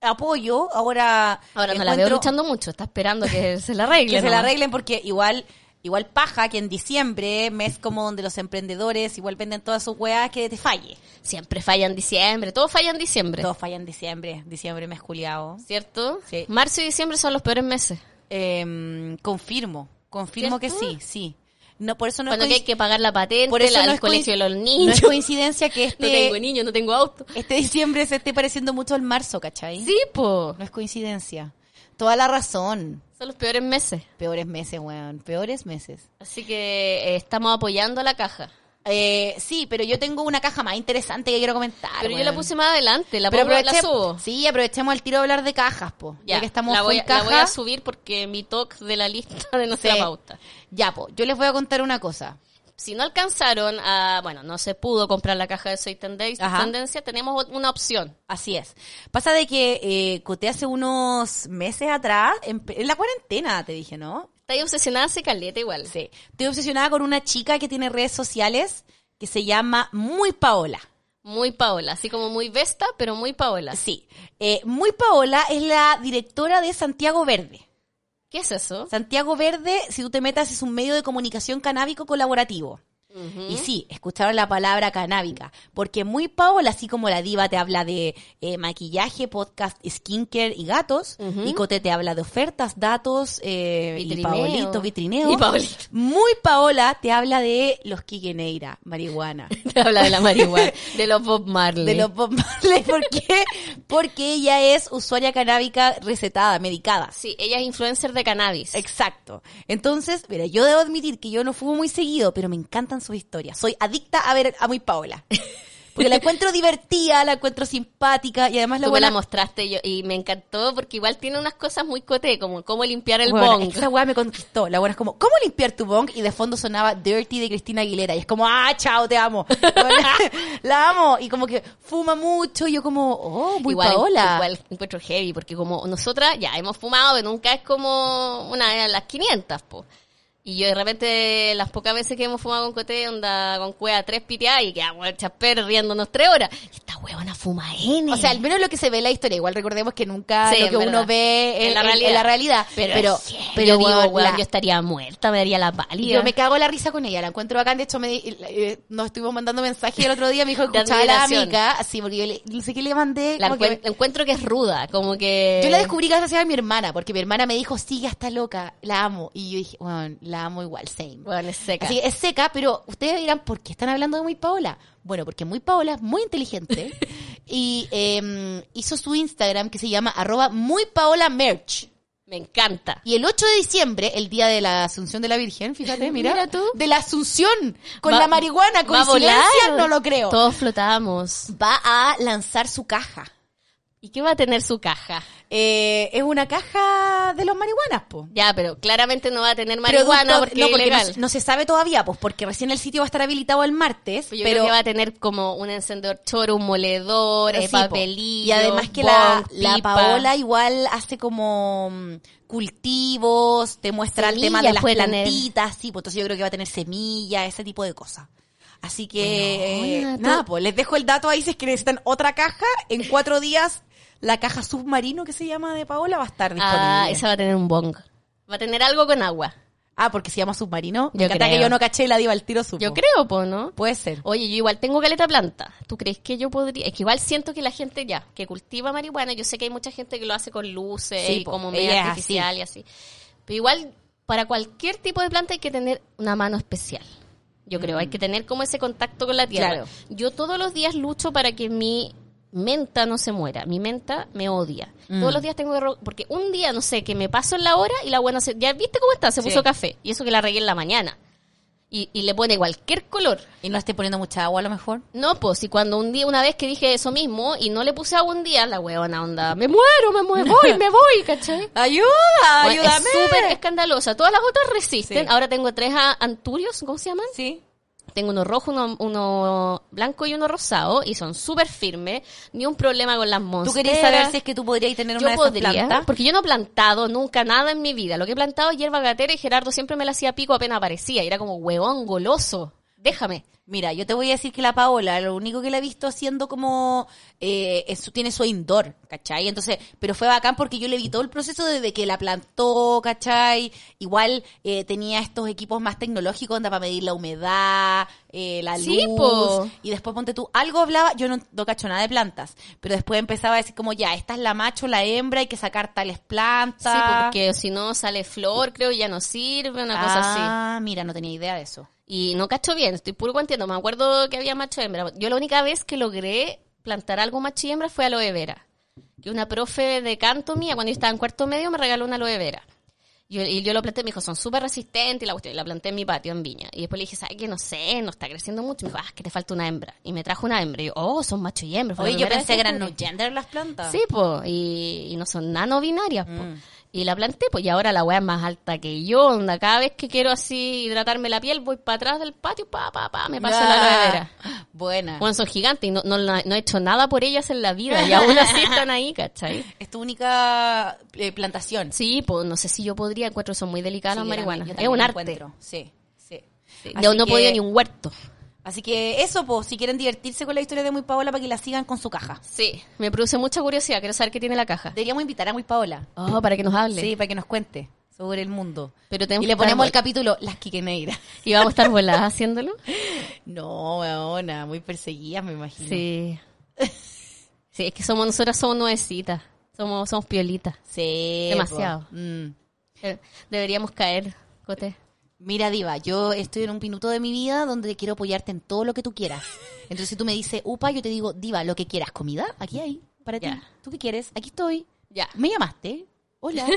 [SPEAKER 3] Apoyo, ahora...
[SPEAKER 2] Ahora no la
[SPEAKER 3] encuentro-
[SPEAKER 2] veo luchando mucho, está esperando que se la arregle.
[SPEAKER 3] Que se
[SPEAKER 2] ¿no?
[SPEAKER 3] la arreglen porque igual igual paja que en diciembre, mes como donde los emprendedores igual venden todas sus weas, que te falle.
[SPEAKER 2] Siempre falla en diciembre, todo falla en diciembre,
[SPEAKER 3] Todo falla en diciembre. Diciembre me esculiado.
[SPEAKER 2] ¿cierto?
[SPEAKER 3] Sí.
[SPEAKER 2] Marzo y diciembre son los peores meses.
[SPEAKER 3] Eh, Em, confirmo, confirmo que
[SPEAKER 2] ¿Cierto?
[SPEAKER 3] sí, sí. No, por eso no es
[SPEAKER 2] Cuando que hay
[SPEAKER 3] coinc-
[SPEAKER 2] que pagar la patente,
[SPEAKER 3] por eso
[SPEAKER 2] la-
[SPEAKER 3] no
[SPEAKER 2] el
[SPEAKER 3] es
[SPEAKER 2] colegio de
[SPEAKER 3] coinc-
[SPEAKER 2] los
[SPEAKER 3] No
[SPEAKER 2] niños.
[SPEAKER 3] es coincidencia que este,
[SPEAKER 2] No tengo niños, no tengo auto.
[SPEAKER 3] este diciembre se esté pareciendo mucho al marzo, ¿cachai?
[SPEAKER 2] Sí, po.
[SPEAKER 3] No es coincidencia.
[SPEAKER 4] Toda la razón.
[SPEAKER 2] Son los peores meses.
[SPEAKER 3] Peores meses, weón. Peores meses.
[SPEAKER 2] Así que eh, estamos apoyando a la caja.
[SPEAKER 3] Eh, sí, pero yo tengo una caja más interesante que quiero comentar.
[SPEAKER 2] Pero yo
[SPEAKER 3] weón.
[SPEAKER 2] la puse más adelante, la,
[SPEAKER 3] Pero
[SPEAKER 2] pongo- la
[SPEAKER 3] aproveche-
[SPEAKER 2] subo.
[SPEAKER 3] Sí, aprovechemos el tiro de hablar de cajas, po. Ya,
[SPEAKER 2] Ya,
[SPEAKER 3] que estamos
[SPEAKER 2] la, voy,
[SPEAKER 3] full
[SPEAKER 2] la
[SPEAKER 3] caja.
[SPEAKER 2] voy a subir porque mi talk de la lista de nuestra
[SPEAKER 3] Sí.
[SPEAKER 2] pauta.
[SPEAKER 3] Ya, po. Yo les voy a contar una cosa.
[SPEAKER 2] Si no alcanzaron a, bueno, no se pudo comprar la caja de Soy Tendencia,
[SPEAKER 3] Ajá.
[SPEAKER 2] tendencia tenemos una opción.
[SPEAKER 3] Así es. Pasa de que eh, Coté hace unos meses atrás, en, en la cuarentena, te dije, ¿no?
[SPEAKER 2] Está ahí obsesionada, se caleta igual.
[SPEAKER 3] Sí. Estoy obsesionada con una chica que tiene redes sociales que se llama Muy Paola.
[SPEAKER 2] Muy Paola, así como muy Vesta, pero muy Paola.
[SPEAKER 3] Sí. Eh, Muy Paola es la directora de Santiago Verde.
[SPEAKER 2] ¿Qué es eso?
[SPEAKER 3] Santiago Verde, si tú te metas, es un medio de comunicación canábico colaborativo.
[SPEAKER 2] Ujú.
[SPEAKER 3] Y sí, escucharon la palabra canábica, porque muy Paola, así como la diva te habla de eh, maquillaje, podcast, skincare y gatos,
[SPEAKER 2] Ujú.
[SPEAKER 3] y Cote te habla de ofertas, datos, eh, y
[SPEAKER 2] Vitrineo.
[SPEAKER 3] Paolito, vitrineo.
[SPEAKER 2] Y Paolito.
[SPEAKER 3] Muy Paola te habla de los Quiqueneira, marihuana.
[SPEAKER 2] Te habla de la marihuana, de los Bob Marley.
[SPEAKER 3] De los Bob Marley, ¿por qué? Porque ella es usuaria canábica recetada, medicada.
[SPEAKER 2] Sí, ella es influencer de cannabis.
[SPEAKER 3] Exacto. Entonces, mira, yo debo admitir que yo no fumo muy seguido, pero me encantan sus historias. Soy adicta a ver a muy Paola. Porque la encuentro divertida, la encuentro simpática y además la
[SPEAKER 2] Tú me la
[SPEAKER 3] buena...
[SPEAKER 2] mostraste yo, y me encantó porque igual tiene unas cosas muy coté, como cómo limpiar el
[SPEAKER 3] Weona,
[SPEAKER 2] bong.
[SPEAKER 3] Esa weá me conquistó. La buena es como, ¿cómo limpiar tu bong? Y de fondo sonaba Dirty de Cristina Aguilera. Y es como, ah, chao, te amo. Weona, la amo. Y como que fuma mucho. Y yo como, oh, muy
[SPEAKER 2] igual,
[SPEAKER 3] Paola.
[SPEAKER 2] igual encuentro heavy porque como nosotras ya hemos fumado, pero nunca es como una de las 500, po. Y yo de repente, las pocas veces que hemos fumado con coté, onda con cueva tres piteadas y quedamos el chasper riéndonos tres horas. Y esta huevona fuma N.
[SPEAKER 3] O sea, al menos lo que se ve en la historia. Igual recordemos que nunca
[SPEAKER 2] Sí,
[SPEAKER 3] lo
[SPEAKER 2] es
[SPEAKER 3] que uno
[SPEAKER 2] verdad.
[SPEAKER 3] ve en, en- en la, realidad. Pero, pero,
[SPEAKER 2] es heavy. yo digo,
[SPEAKER 3] weón,
[SPEAKER 2] weón,
[SPEAKER 3] la-
[SPEAKER 2] yo estaría muerta, me daría la
[SPEAKER 3] Y
[SPEAKER 2] pálida.
[SPEAKER 3] yo me cago en la risa con ella, la encuentro bacán. De hecho, me, di- eh, nos estuvimos mandando mensajes el otro día, me dijo,
[SPEAKER 2] De
[SPEAKER 3] escuchaba a la
[SPEAKER 2] admiración.
[SPEAKER 3] amiga. Así, porque yo le, no sé qué le mandé.
[SPEAKER 2] La
[SPEAKER 3] como que
[SPEAKER 2] encuen- encuentro que es ruda, como que...
[SPEAKER 3] me- yo la descubrí gracias a mi hermana, porque mi hermana me dijo, sigue hasta loca, la amo. Y yo dije, bueno, la amo igual, same.
[SPEAKER 2] Weón, es seca.
[SPEAKER 3] Así eh, que es seca, pero ustedes dirán, ¿por qué están hablando de Muy Paola? Bueno, porque Muy Paola es muy inteligente y eh, hizo su Instagram que se llama arroba Muy Paola Merch.
[SPEAKER 2] Me encanta.
[SPEAKER 3] Y el 8 de diciembre, el día de la Asunción de la Virgen, fíjate, mira,
[SPEAKER 2] Mira tú.
[SPEAKER 3] de la Asunción con
[SPEAKER 2] Va-
[SPEAKER 3] la marihuana,
[SPEAKER 2] va a
[SPEAKER 3] coincidencia,
[SPEAKER 2] volar.
[SPEAKER 3] no lo creo.
[SPEAKER 2] Todos flotamos.
[SPEAKER 3] Va a lanzar su caja.
[SPEAKER 2] ¿Y qué va a tener su caja?
[SPEAKER 3] Eh, es una caja de los marihuanas, po.
[SPEAKER 2] Ya, pero claramente no va a tener marihuana
[SPEAKER 3] Producto-
[SPEAKER 2] porque
[SPEAKER 3] no,
[SPEAKER 2] es
[SPEAKER 3] porque no,
[SPEAKER 2] ilegal.
[SPEAKER 3] se- no se sabe todavía, pues, porque recién el sitio va a estar habilitado el martes,
[SPEAKER 2] Pero yo
[SPEAKER 3] pero
[SPEAKER 2] creo que va a tener como un encendedor choro, un moledor,
[SPEAKER 3] pero
[SPEAKER 2] eh,
[SPEAKER 3] sí, po.
[SPEAKER 2] papelillo.
[SPEAKER 3] Y además que la,
[SPEAKER 2] bong,
[SPEAKER 3] la
[SPEAKER 2] pipa.
[SPEAKER 3] Paola igual hace como mm, cultivos, te muestra el tema de
[SPEAKER 2] Semillas
[SPEAKER 3] las
[SPEAKER 2] puede tener.
[SPEAKER 3] plantitas, sí, pues entonces yo creo que va a tener semillas, ese tipo de cosas. Así que,
[SPEAKER 2] Bueno,
[SPEAKER 3] eh,
[SPEAKER 2] tú-
[SPEAKER 3] nada, pues les dejo el dato ahí si es que necesitan otra caja. En cuatro días, la caja submarino que se llama de Paola va a estar disponible.
[SPEAKER 2] Ah,
[SPEAKER 3] Ah,
[SPEAKER 2] esa va a tener un bong. Va a tener algo con agua.
[SPEAKER 3] porque se llama submarino.
[SPEAKER 2] Yo
[SPEAKER 3] Me encanta que
[SPEAKER 2] creo.
[SPEAKER 3] yo no caché la diva al tiro supo.
[SPEAKER 2] Yo creo, po, ¿no?
[SPEAKER 3] Puede ser.
[SPEAKER 2] Oye, yo igual tengo caleta planta. ¿Tú crees que yo podría? Es que igual siento que la gente ya, que cultiva marihuana, yo sé que hay mucha gente que lo hace con luces
[SPEAKER 3] Sí,
[SPEAKER 2] y
[SPEAKER 3] po,
[SPEAKER 2] como
[SPEAKER 3] ella
[SPEAKER 2] medio
[SPEAKER 3] es
[SPEAKER 2] artificial y así. Pero igual, para cualquier tipo de planta hay que tener una mano especial. Yo creo, hay que tener como ese contacto con la tierra.
[SPEAKER 3] Mm. Claro.
[SPEAKER 2] Yo todos los días lucho para que mi menta no se muera. Mi menta me odia.
[SPEAKER 3] Mm.
[SPEAKER 2] Todos los días tengo que... ro- Porque un día, no sé, que me paso en la hora y la buena se... ¿Ya viste cómo está? Se
[SPEAKER 3] Sí.
[SPEAKER 2] puso café. Y eso que la regué en la mañana. Y, y le pone cualquier color.
[SPEAKER 3] Y no esté poniendo mucha agua a lo mejor.
[SPEAKER 2] No, pues, y cuando un día, una vez que dije eso mismo y no le puse agua un día, la huevona onda, me muero, me muero, voy, me voy, ¿cachai?
[SPEAKER 3] ¡Ayuda!
[SPEAKER 2] Bueno,
[SPEAKER 3] ¡Ayúdame!
[SPEAKER 2] Es súper escandalosa. Todas las otras resisten.
[SPEAKER 3] Sí.
[SPEAKER 2] Ahora tengo tres a- anturios, ¿cómo se llaman?
[SPEAKER 3] Sí.
[SPEAKER 2] Tengo uno rojo, uno, uno blanco y uno rosado y son súper firmes. Ni un problema con las
[SPEAKER 3] ¿Tú
[SPEAKER 2] monsteras.
[SPEAKER 3] querías saber si es que tú podrías tener una
[SPEAKER 2] yo
[SPEAKER 3] de
[SPEAKER 2] podría,
[SPEAKER 3] esas plantas?
[SPEAKER 2] porque yo no he plantado nunca nada en mi vida. Lo que he plantado es hierba gatera y Gerardo siempre me la hacía pico apenas aparecía. Y era como, huevón, goloso, déjame.
[SPEAKER 3] Mira, yo te voy a decir que la Paola, lo único que la he visto haciendo como, eh, es- tiene su indoor, ¿cachai? Entonces, pero fue bacán porque yo le vi todo el proceso desde que la plantó, ¿cachai? Igual eh, tenía estos equipos más tecnológicos, onda para medir la humedad, eh, la
[SPEAKER 2] Sí,
[SPEAKER 3] luz.
[SPEAKER 2] po.
[SPEAKER 3] Y después ponte tú, algo hablaba, yo no, no cacho nada de plantas, pero después empezaba a decir como, ya, esta es la macho, la hembra, hay que sacar tales plantas.
[SPEAKER 2] Sí, pues, porque si no sale flor, creo, y ya no sirve, una cosa así.
[SPEAKER 3] Ah, mira, no tenía idea de eso.
[SPEAKER 2] Y no cacho bien, estoy puro entiendo. Me acuerdo que había macho y hembra. Yo la única vez que logré plantar algo macho y hembra fue aloe vera. Y una profe de canto mía, cuando yo estaba en cuarto medio, me regaló una aloe vera. Yo- y yo lo planté, me dijo, son súper resistentes, y la, cuestión, y la planté en mi patio, en Viña. Y después le dije, ¿sabes qué? No sé, no está creciendo mucho. Y me dijo, ah, es que te falta una hembra. Y me trajo una hembra. Y yo, oh, son macho y hembra. Fue la
[SPEAKER 3] Oye, yo
[SPEAKER 2] primera
[SPEAKER 3] pensé
[SPEAKER 2] vez
[SPEAKER 3] que eran
[SPEAKER 2] descubrí.
[SPEAKER 3] no gender las plantas.
[SPEAKER 2] Sí, po, y, y no son nano binarias, po.
[SPEAKER 3] Mm.
[SPEAKER 2] Y la planté, pues, y ahora la weá es más alta que yo, onda. Cada vez que quiero así hidratarme la piel, voy para atrás del patio, pa, pa, pa, me paso la aloe vera.
[SPEAKER 3] vera. Ah, Buena.
[SPEAKER 2] Bueno, son gigantes y no, no, la- no he hecho nada por ellas en la vida, y aún así están ahí, ¿cachai?
[SPEAKER 3] Es tu única eh, plantación.
[SPEAKER 2] Sí, pues, no sé si yo podría, encuentro, son muy delicadas
[SPEAKER 3] Sí,
[SPEAKER 2] las
[SPEAKER 3] yo también-
[SPEAKER 2] marihuanas.
[SPEAKER 3] yo
[SPEAKER 2] Es
[SPEAKER 3] también
[SPEAKER 2] un arte.
[SPEAKER 3] encuentro. Sí, sí. Así
[SPEAKER 2] Yo no he
[SPEAKER 3] que-
[SPEAKER 2] podido ni un huerto.
[SPEAKER 3] Así que eso, pues, si quieren divertirse con la historia de Muy Paola para que la sigan con su caja.
[SPEAKER 2] Sí, me produce mucha curiosidad, quiero saber qué tiene la caja.
[SPEAKER 3] Deberíamos invitar a Muy Paola.
[SPEAKER 2] Oh, para que nos hable.
[SPEAKER 3] Sí, para que nos cuente sobre el mundo.
[SPEAKER 2] Pero tenemos
[SPEAKER 3] y le
[SPEAKER 2] que estar
[SPEAKER 3] ponemos el
[SPEAKER 2] vol-
[SPEAKER 3] capítulo Las Quiqueneiras.
[SPEAKER 2] Y vamos a estar voladas haciéndolo.
[SPEAKER 3] No, weona, muy perseguidas, me imagino.
[SPEAKER 2] Sí. Sí, es que somos, nosotras somos nuevecitas. Somos, somos piolitas.
[SPEAKER 3] Sí,
[SPEAKER 2] Demasiado.
[SPEAKER 3] po. Mm.
[SPEAKER 2] Eh, Deberíamos caer, Cote.
[SPEAKER 3] Mira, Diva, yo estoy en un minuto de mi vida donde quiero apoyarte en todo lo que tú quieras. Entonces, si tú me dices, upa, yo te digo, Diva, lo que quieras, comida, aquí hay, para ti.
[SPEAKER 2] Ya.
[SPEAKER 3] ¿Tú qué quieres? Aquí estoy.
[SPEAKER 2] Ya,
[SPEAKER 3] ¿Me llamaste? Hola.
[SPEAKER 2] me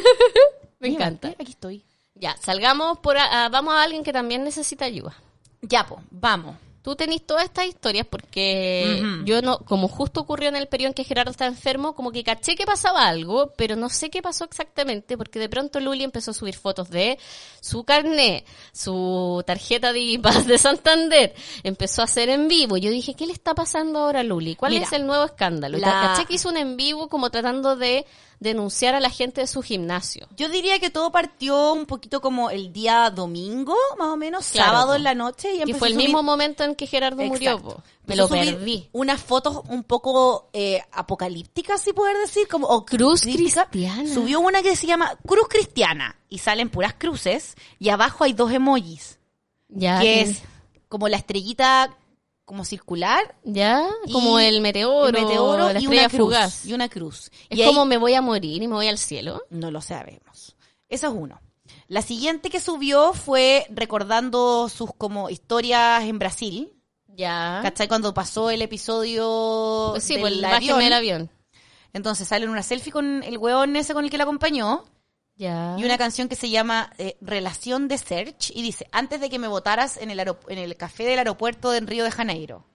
[SPEAKER 3] ¿Me
[SPEAKER 2] encanta.
[SPEAKER 3] llamaste? Aquí estoy.
[SPEAKER 2] Ya, salgamos por... a- a- vamos a alguien que también necesita ayuda.
[SPEAKER 3] Ya, po, vamos.
[SPEAKER 2] Tú tenés todas estas historias porque
[SPEAKER 3] Ujú.
[SPEAKER 2] yo no... Como justo ocurrió en el periodo en que Gerardo estaba enfermo, como que caché que pasaba algo, pero no sé qué pasó exactamente porque de pronto Luli empezó a subir fotos de su carnet, su tarjeta de Paz de Santander. Empezó a hacer en vivo. Yo dije, ¿qué le está pasando ahora a Luli? ¿Cuál
[SPEAKER 3] Mira,
[SPEAKER 2] es el nuevo escándalo? Y
[SPEAKER 3] la-
[SPEAKER 2] caché que hizo un en vivo como tratando de denunciar a la gente de su gimnasio.
[SPEAKER 3] Yo diría que todo partió un poquito como el día domingo, más o menos,
[SPEAKER 2] Claro,
[SPEAKER 3] sábado
[SPEAKER 2] po.
[SPEAKER 3] en la noche. Y
[SPEAKER 2] Que
[SPEAKER 3] empezó
[SPEAKER 2] fue el
[SPEAKER 3] a subir-
[SPEAKER 2] mismo momento en que Gerardo murió.
[SPEAKER 3] Exacto.
[SPEAKER 2] po. Me
[SPEAKER 3] Empezó
[SPEAKER 2] lo
[SPEAKER 3] a subir
[SPEAKER 2] perdí.
[SPEAKER 3] Unas fotos un poco eh, apocalípticas, si poder decir, como o
[SPEAKER 2] Cruz
[SPEAKER 3] crítica.
[SPEAKER 2] cristiana.
[SPEAKER 3] Subió una que se llama Cruz Cristiana y salen puras cruces y abajo hay dos emojis,
[SPEAKER 2] Ya.
[SPEAKER 3] que es como la estrellita como circular,
[SPEAKER 2] Ya.
[SPEAKER 3] y-
[SPEAKER 2] Como el meteoro.
[SPEAKER 3] el meteoro
[SPEAKER 2] la
[SPEAKER 3] y
[SPEAKER 2] estrella
[SPEAKER 3] una cruz,
[SPEAKER 2] fugaz.
[SPEAKER 3] y una cruz.
[SPEAKER 2] Es
[SPEAKER 3] Y ahí-
[SPEAKER 2] como me voy a morir y me voy al cielo.
[SPEAKER 3] no lo sabemos. Eso es uno. La siguiente que subió fue recordando sus como historias en Brasil,
[SPEAKER 2] Ya.
[SPEAKER 3] ¿cachai? Cuando pasó el episodio
[SPEAKER 2] Pues Ah. sí,
[SPEAKER 3] del
[SPEAKER 2] pues el
[SPEAKER 3] avión.
[SPEAKER 2] bájeme del avión.
[SPEAKER 3] Entonces sale en una selfie con el weón ese con el que la acompañó
[SPEAKER 2] Ya.
[SPEAKER 3] y una canción que se llama eh, Relación de Search y dice, antes de que me votaras en el, aero- en el café del aeropuerto de Río de Janeiro.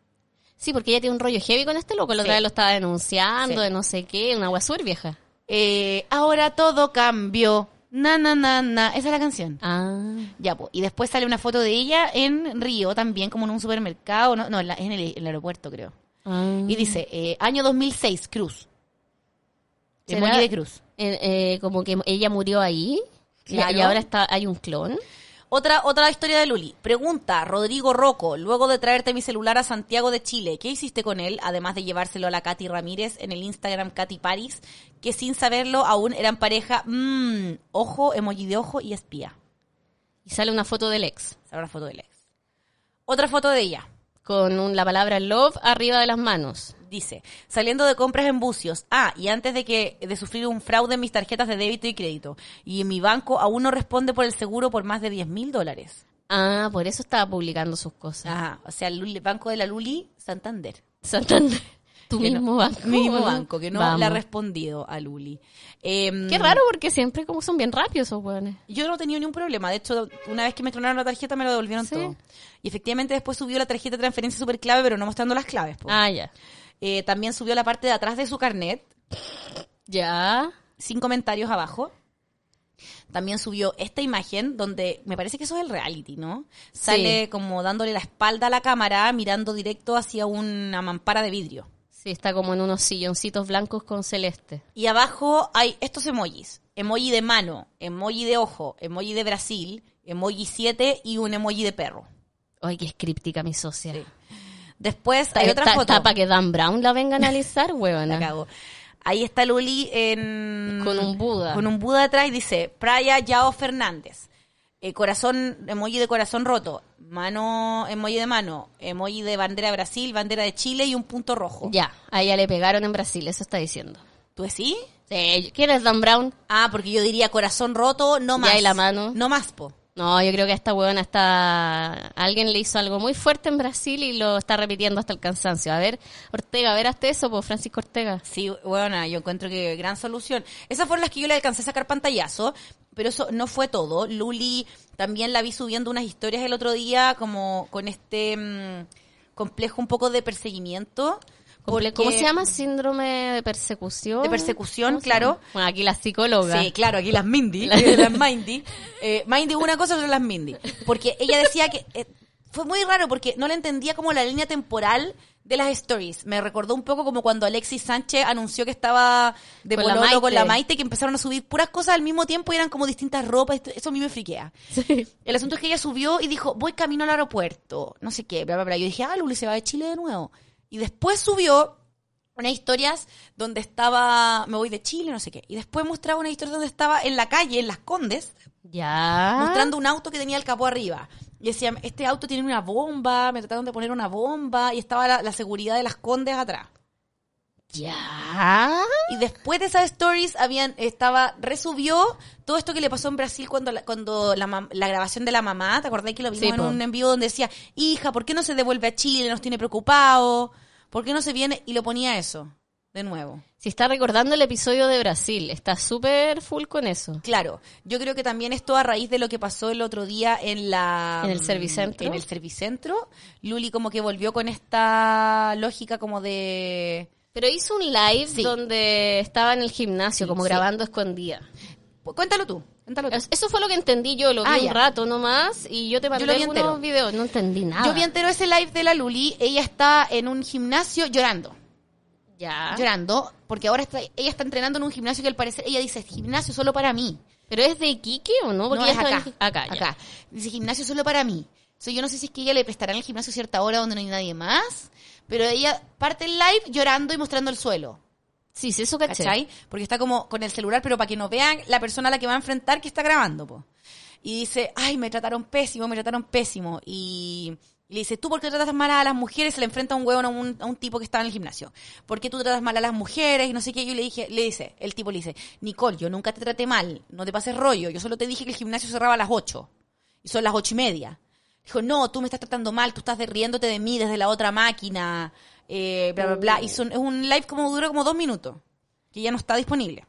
[SPEAKER 2] Sí, porque ella tiene un rollo heavy con este loco. La otra
[SPEAKER 3] Sí.
[SPEAKER 2] vez lo estaba denunciando
[SPEAKER 3] Sí.
[SPEAKER 2] de no sé qué. Una guasur vieja.
[SPEAKER 3] Eh, ahora todo cambió. Na, na, na, na. Esa es la canción.
[SPEAKER 2] Ah.
[SPEAKER 3] Ya, po. y después sale una foto de ella en Río también, como en un supermercado, no, no en, la- en el, en el aeropuerto creo.
[SPEAKER 2] ah.
[SPEAKER 3] Y dice, eh, año 2006, Cruz.
[SPEAKER 2] ¿Será-
[SPEAKER 3] Emoji de Cruz.
[SPEAKER 2] Eh, eh, como que ella murió ahí. Y-
[SPEAKER 3] Claro.
[SPEAKER 2] Y ahora está, hay un clon.
[SPEAKER 3] Otra, otra historia de Luli. Pregunta, Rodrigo Rocco, luego de traerte mi celular a Santiago de Chile, ¿qué hiciste con él? Además de llevárselo a la Katy Ramírez en el Instagram Katy Paris, que sin saberlo aún eran pareja. Mmm, ojo, emoji de ojo y espía.
[SPEAKER 2] Y sale una foto del ex.
[SPEAKER 3] Sale una foto del ex. Otra foto de ella.
[SPEAKER 2] Con un- la palabra love arriba de las manos.
[SPEAKER 3] Dice, saliendo de compras en bucios. Ah, y antes de que de sufrir un fraude en mis tarjetas de débito y crédito. Y mi banco aún no responde por el seguro por más de 10 mil dólares.
[SPEAKER 2] Ah, por eso estaba publicando sus cosas.
[SPEAKER 3] Ajá, o sea, el Luli- banco de la Luli, Santander.
[SPEAKER 2] Santander. Tu
[SPEAKER 3] Que no-
[SPEAKER 2] mismo banco.
[SPEAKER 3] Mismo
[SPEAKER 2] boludo.
[SPEAKER 3] banco, que no
[SPEAKER 2] Vamos.
[SPEAKER 3] le ha respondido a Luli. Em,
[SPEAKER 2] Qué raro porque siempre como son bien rápidos esos hueones.
[SPEAKER 3] Yo no he tenido ningún problema. De hecho, una vez que me clonaron la tarjeta, me lo devolvieron
[SPEAKER 2] Sí.
[SPEAKER 3] todo. Y efectivamente después subió la tarjeta de transferencia super clave, pero no mostrando las claves. po.
[SPEAKER 2] Ah, ya.
[SPEAKER 3] Eh, también subió la parte de atrás de su carnet,
[SPEAKER 2] Ya.
[SPEAKER 3] sin comentarios abajo. También subió esta imagen donde me parece que eso es el reality, ¿no? Sale como dándole la espalda a la cámara, mirando directo hacia una mampara de vidrio.
[SPEAKER 2] Sí, está como en unos silloncitos blancos con celeste.
[SPEAKER 3] Y abajo hay estos emojis. Emoji de mano, emoji de ojo, emoji de Brasil, emoji 7 y un emoji de perro.
[SPEAKER 2] Ay, que es críptica mi socia.
[SPEAKER 3] Después hay
[SPEAKER 2] Hay
[SPEAKER 3] otra foto.
[SPEAKER 2] para que Dan Brown la venga a analizar,
[SPEAKER 3] La
[SPEAKER 2] huevona.
[SPEAKER 3] cago. Ahí está Luli en...
[SPEAKER 2] Con un Buda.
[SPEAKER 3] Con un Buda atrás y dice, Praya Yao Fernández. Eh, corazón, emoji de corazón roto. Mano, emoji de mano. Emoji de bandera de Brasil, bandera de Chile y un punto rojo.
[SPEAKER 2] Ya, a ella le pegaron en Brasil, eso está diciendo.
[SPEAKER 3] ¿Tú sí?
[SPEAKER 2] Sí, ¿Quién es Dan Brown?
[SPEAKER 3] Ah, porque yo diría corazón roto, no
[SPEAKER 2] Y
[SPEAKER 3] más.
[SPEAKER 2] ahí la mano.
[SPEAKER 3] No más, po.
[SPEAKER 2] No, yo creo que a esta huevona está... Alguien le hizo algo muy fuerte en Brasil y lo está repitiendo hasta el cansancio. A ver, Ortega, a ver hasta eso, pues Francisco Ortega.
[SPEAKER 3] Sí, bueno, yo encuentro que gran solución. Esas fueron las que yo le alcancé a sacar pantallazo, pero eso no fue todo. Luli también la vi subiendo unas historias el otro día, como con este mm, complejo un poco de perseguimiento. porque- mm.
[SPEAKER 2] ¿Cómo se llama? Síndrome de persecución.
[SPEAKER 3] De persecución,
[SPEAKER 2] ¿Cómo se llama?
[SPEAKER 3] claro.
[SPEAKER 2] Bueno, aquí la psicóloga.
[SPEAKER 3] Sí, claro, aquí las Mindy, las Mindy. Eh, Mindy una cosa, son las Mindy. Porque ella decía que eh, fue muy raro porque no le entendía como la línea temporal de las stories. Me recordó un poco como cuando Alexis Sánchez anunció que estaba de
[SPEAKER 2] Con la
[SPEAKER 3] pololo con la
[SPEAKER 2] Maite.
[SPEAKER 3] Maite, que empezaron a subir puras cosas al mismo tiempo y eran como distintas ropas. Esto- Eso a mí me friquea. El asunto es que ella subió y dijo, voy camino al aeropuerto, no sé qué, bla, bla, bla. Yo dije, ah, Luli se va de Chile de nuevo. Y después subió unas historias donde estaba, me voy de Chile, no sé qué. Y después mostraba una historia donde estaba en la calle, en Las Condes,
[SPEAKER 2] Ya.
[SPEAKER 3] mostrando un auto que tenía el capó arriba. Y decía, este auto tiene una bomba, me trataron de poner una bomba, y estaba la, la seguridad de Las Condes atrás.
[SPEAKER 2] Ya.
[SPEAKER 3] Y después de esas stories habían estaba resubió todo esto que le pasó en Brasil cuando la, cuando la, mam- la grabación de la mamá, ¿te acordás que lo vimos
[SPEAKER 2] Sí,
[SPEAKER 3] en
[SPEAKER 2] po.
[SPEAKER 3] un envío donde decía, "Hija, ¿por qué no se devuelve a Chile? Nos tiene preocupado. ¿Por qué no se viene?" y lo ponía eso de nuevo.
[SPEAKER 2] Si está recordando el episodio de Brasil, está súper full con eso.
[SPEAKER 3] Claro, yo creo que también esto a raíz de lo que pasó el otro día en la
[SPEAKER 2] En el Servicentro.
[SPEAKER 3] En el servicentro, Luli como que volvió con esta lógica como de
[SPEAKER 2] Pero hizo un live
[SPEAKER 3] Sí.
[SPEAKER 2] donde estaba en el gimnasio, como
[SPEAKER 3] sí.
[SPEAKER 2] grabando escondida.
[SPEAKER 3] Cuéntalo tú, cuéntalo tú.
[SPEAKER 2] Es- Eso fue lo que entendí yo, lo vi
[SPEAKER 3] Ah,
[SPEAKER 2] un
[SPEAKER 3] ya.
[SPEAKER 2] rato nomás y yo te mandé
[SPEAKER 3] lo vi
[SPEAKER 2] algunos
[SPEAKER 3] entero.
[SPEAKER 2] videos, no entendí nada.
[SPEAKER 3] Yo vi entero ese live de la Luli, ella está en un gimnasio llorando,
[SPEAKER 2] Ya.
[SPEAKER 3] llorando, porque ahora está, ella está entrenando en un gimnasio que al parecer ella dice, gimnasio solo para mí.
[SPEAKER 2] ¿Pero es de Iquique o no?
[SPEAKER 3] no,
[SPEAKER 2] ya
[SPEAKER 3] es
[SPEAKER 2] estaba
[SPEAKER 3] acá,
[SPEAKER 2] en- Acá, ya.
[SPEAKER 3] acá. Dice, gimnasio solo para mí. So, yo no sé si es que ella le prestará en el gimnasio cierta hora donde no hay nadie más, pero ella parte el live llorando y mostrando el suelo.
[SPEAKER 2] Sí, sí, eso caché.
[SPEAKER 3] ¿cachai? Porque está como con el celular, pero para que no vean la persona a la que va a enfrentar que está grabando, po. Y dice, ay, me trataron pésimo, me trataron pésimo. Y le dice, ¿tú por qué tratas mal a las mujeres? Se le enfrenta un huevón a un, a un tipo que estaba en el gimnasio. ¿Por qué tú tratas mal a las mujeres? Y no sé qué. Yo le dije, le dice, el tipo le dice, Nicole, yo nunca te traté mal, no te pases rollo. Yo solo te dije que el gimnasio cerraba a las 8. Y son las ocho y media. Dijo, no, tú me estás tratando mal, tú estás de- riéndote de mí desde la otra máquina, eh, bla, bla, bla. Y son, es un live como dura como dos minutos, que ya no está disponible.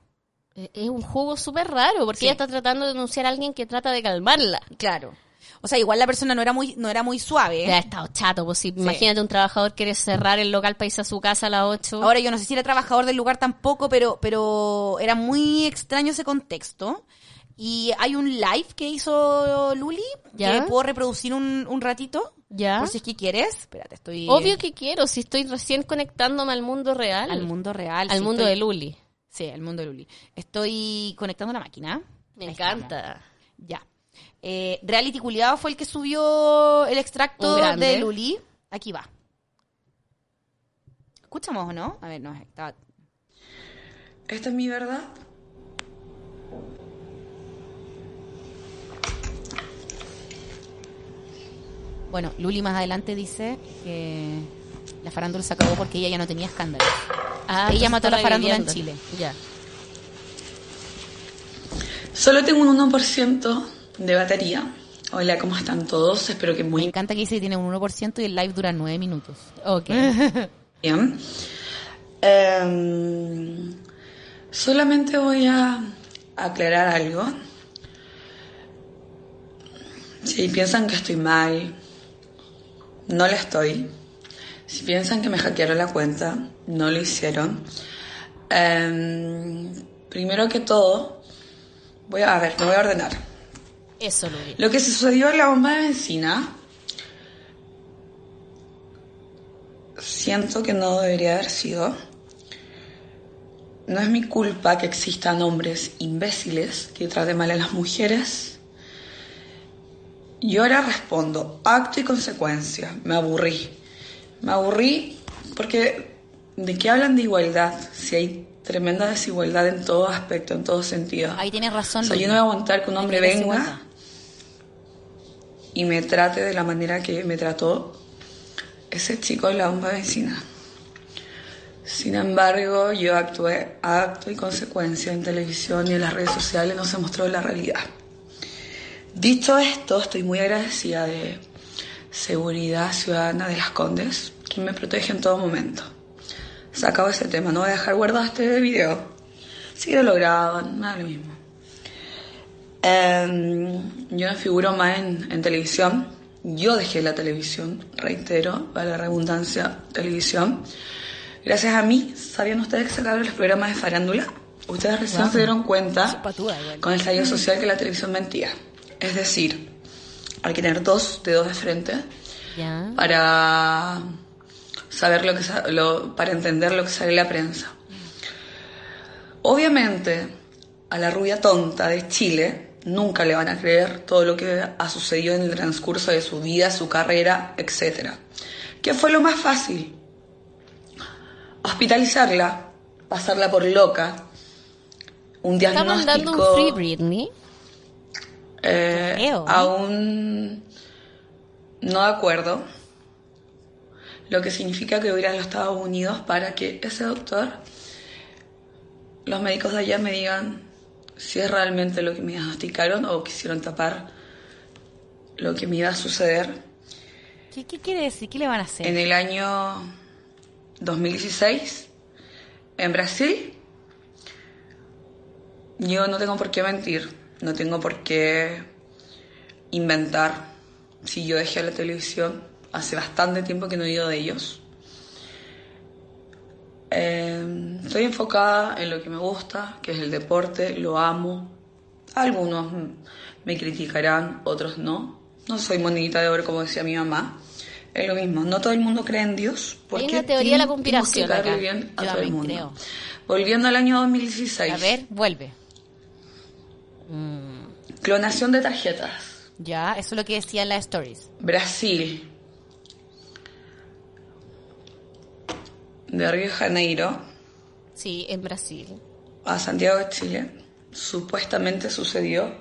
[SPEAKER 2] Eh, Es un juego súper raro porque
[SPEAKER 3] Sí.
[SPEAKER 2] ella está tratando de denunciar a alguien que trata de calmarla.
[SPEAKER 3] Claro. O sea, igual la persona no era muy, no era muy suave.
[SPEAKER 2] Ya ha estado chato, pues si imagínate un trabajador quiere cerrar el local para irse a su casa a las 8.
[SPEAKER 3] Ahora yo no sé si era trabajador del lugar tampoco, pero, pero era muy extraño ese contexto. Y hay un live que hizo Luli,
[SPEAKER 2] Ya.
[SPEAKER 3] que puedo reproducir un, un ratito.
[SPEAKER 2] Ya.
[SPEAKER 3] Por si es que quieres. Espérate, estoy
[SPEAKER 2] Obvio que quiero, si estoy recién conectándome al mundo real,
[SPEAKER 3] al mundo real.
[SPEAKER 2] al
[SPEAKER 3] sí,
[SPEAKER 2] mundo
[SPEAKER 3] estoy-
[SPEAKER 2] de Luli.
[SPEAKER 3] Sí, el mundo de Luli. Estoy conectando la máquina.
[SPEAKER 2] Me
[SPEAKER 3] Ahí
[SPEAKER 2] encanta.
[SPEAKER 3] estamos. Ya. Eh, Reality Culiado fue el que subió el extracto
[SPEAKER 2] Un grande.
[SPEAKER 3] de Luli. Aquí va. ¿Escuchamos o no? A ver, no, estaba...
[SPEAKER 5] ¿Esta es mi verdad?
[SPEAKER 3] Bueno, Luli más adelante dice que la farándula se acabó porque ella ya no tenía escándalos.
[SPEAKER 2] Ah,
[SPEAKER 3] Ella
[SPEAKER 2] entonces
[SPEAKER 3] mató
[SPEAKER 2] está
[SPEAKER 3] la farándula en
[SPEAKER 2] reviviendo. Ya.
[SPEAKER 5] Solo tengo un 1% de batería. Hola, ¿cómo están todos? Espero que
[SPEAKER 3] Me
[SPEAKER 5] muy
[SPEAKER 3] encanta que dice que tiene un 1% y el live dura 9 minutos.
[SPEAKER 2] Ok.
[SPEAKER 5] bien. Em, solamente voy a aclarar algo. Si piensan que estoy mal, no la estoy. Si piensan que me hackearon la cuenta, no lo hicieron. Em, primero que todo, voy a, a ver, me voy a ordenar.
[SPEAKER 2] Eso, Luli.
[SPEAKER 5] Lo que sucedió en la bomba de benzina, siento que no debería haber sido. No es mi culpa que existan hombres imbéciles que traten mal a las mujeres. Y ahora respondo, acto y consecuencia. Me aburrí. Me aburrí porque ¿de qué hablan de igualdad? Si hay tremenda desigualdad en todo aspecto, en todo sentido.
[SPEAKER 3] Ahí tienes razón.
[SPEAKER 5] O sea,
[SPEAKER 3] Luli.
[SPEAKER 5] yo no voy a aguantar que un hombre
[SPEAKER 3] Hay que darse
[SPEAKER 5] venga
[SPEAKER 3] cuenta.
[SPEAKER 5] y me trate de la manera que me trató ese chico de la bomba vecina. Sin embargo, yo actué acto y consecuencia en televisión y en las redes sociales no se mostró la realidad. Dicho esto, estoy muy agradecida de Seguridad Ciudadana de las Condes, quien me protege en todo momento. Se acabó ese tema, no voy a dejar guardado este video. Si quiero lo graban, nada lo mismo. Em, yo no figuro más en, en televisión. Yo dejé la televisión, reitero, para la redundancia, televisión. Gracias a mí, ¿sabían ustedes que se acabaron los programas de farándula? Ustedes recién se dieron cuenta
[SPEAKER 3] patúa igual.
[SPEAKER 5] con el estallido social que la televisión mentía. Es decir, hay que tener dos dedos de frente
[SPEAKER 2] Ya.
[SPEAKER 5] para saber lo que sa- lo- para entender lo que sale en la prensa. Obviamente, a la rubia tonta de Chile nunca le van a creer todo lo que ha sucedido en el transcurso de su vida, su carrera, etc. ¿Qué fue lo más fácil? Hospitalizarla, pasarla por loca, un
[SPEAKER 2] Está
[SPEAKER 5] diagnóstico
[SPEAKER 2] mandando un Free Britney.
[SPEAKER 5] eh,
[SPEAKER 2] Creo, ¿eh?
[SPEAKER 5] Aún no de acuerdo. Lo que significa que voy a ir a los Estados Unidos para que ese doctor, los médicos de allá me digan si es realmente lo que me diagnosticaron o quisieron tapar lo que me iba a suceder.
[SPEAKER 3] ¿Qué, ¿Qué quiere decir? ¿Qué le van a hacer?
[SPEAKER 5] En el año 2016, en Brasil, yo no tengo por qué mentir, no tengo por qué inventar. Si yo dejé la televisión, hace bastante tiempo que no he ido de ellos. Eh, estoy enfocada en lo que me gusta, que es el deporte, lo amo. Algunos mm, me criticarán, otros no. No soy monedita de oro como decía mi mamá. Es lo mismo, no todo el mundo cree en Dios. ¿Por
[SPEAKER 2] Hay
[SPEAKER 5] qué
[SPEAKER 2] una teoría de la
[SPEAKER 5] tenemos que
[SPEAKER 2] conspiración
[SPEAKER 5] caerle
[SPEAKER 2] acá?
[SPEAKER 5] bien a
[SPEAKER 3] Yo
[SPEAKER 5] todo el
[SPEAKER 3] también
[SPEAKER 5] mundo?
[SPEAKER 3] creo.
[SPEAKER 5] Volviendo al año 2016.
[SPEAKER 3] A ver, vuelve.
[SPEAKER 5] Clonación de tarjetas.
[SPEAKER 3] Ya, eso es lo que decía en las stories.
[SPEAKER 5] Brasil, de Río de Janeiro
[SPEAKER 2] Sí, en Brasil.
[SPEAKER 5] a Santiago de Chile, supuestamente sucedió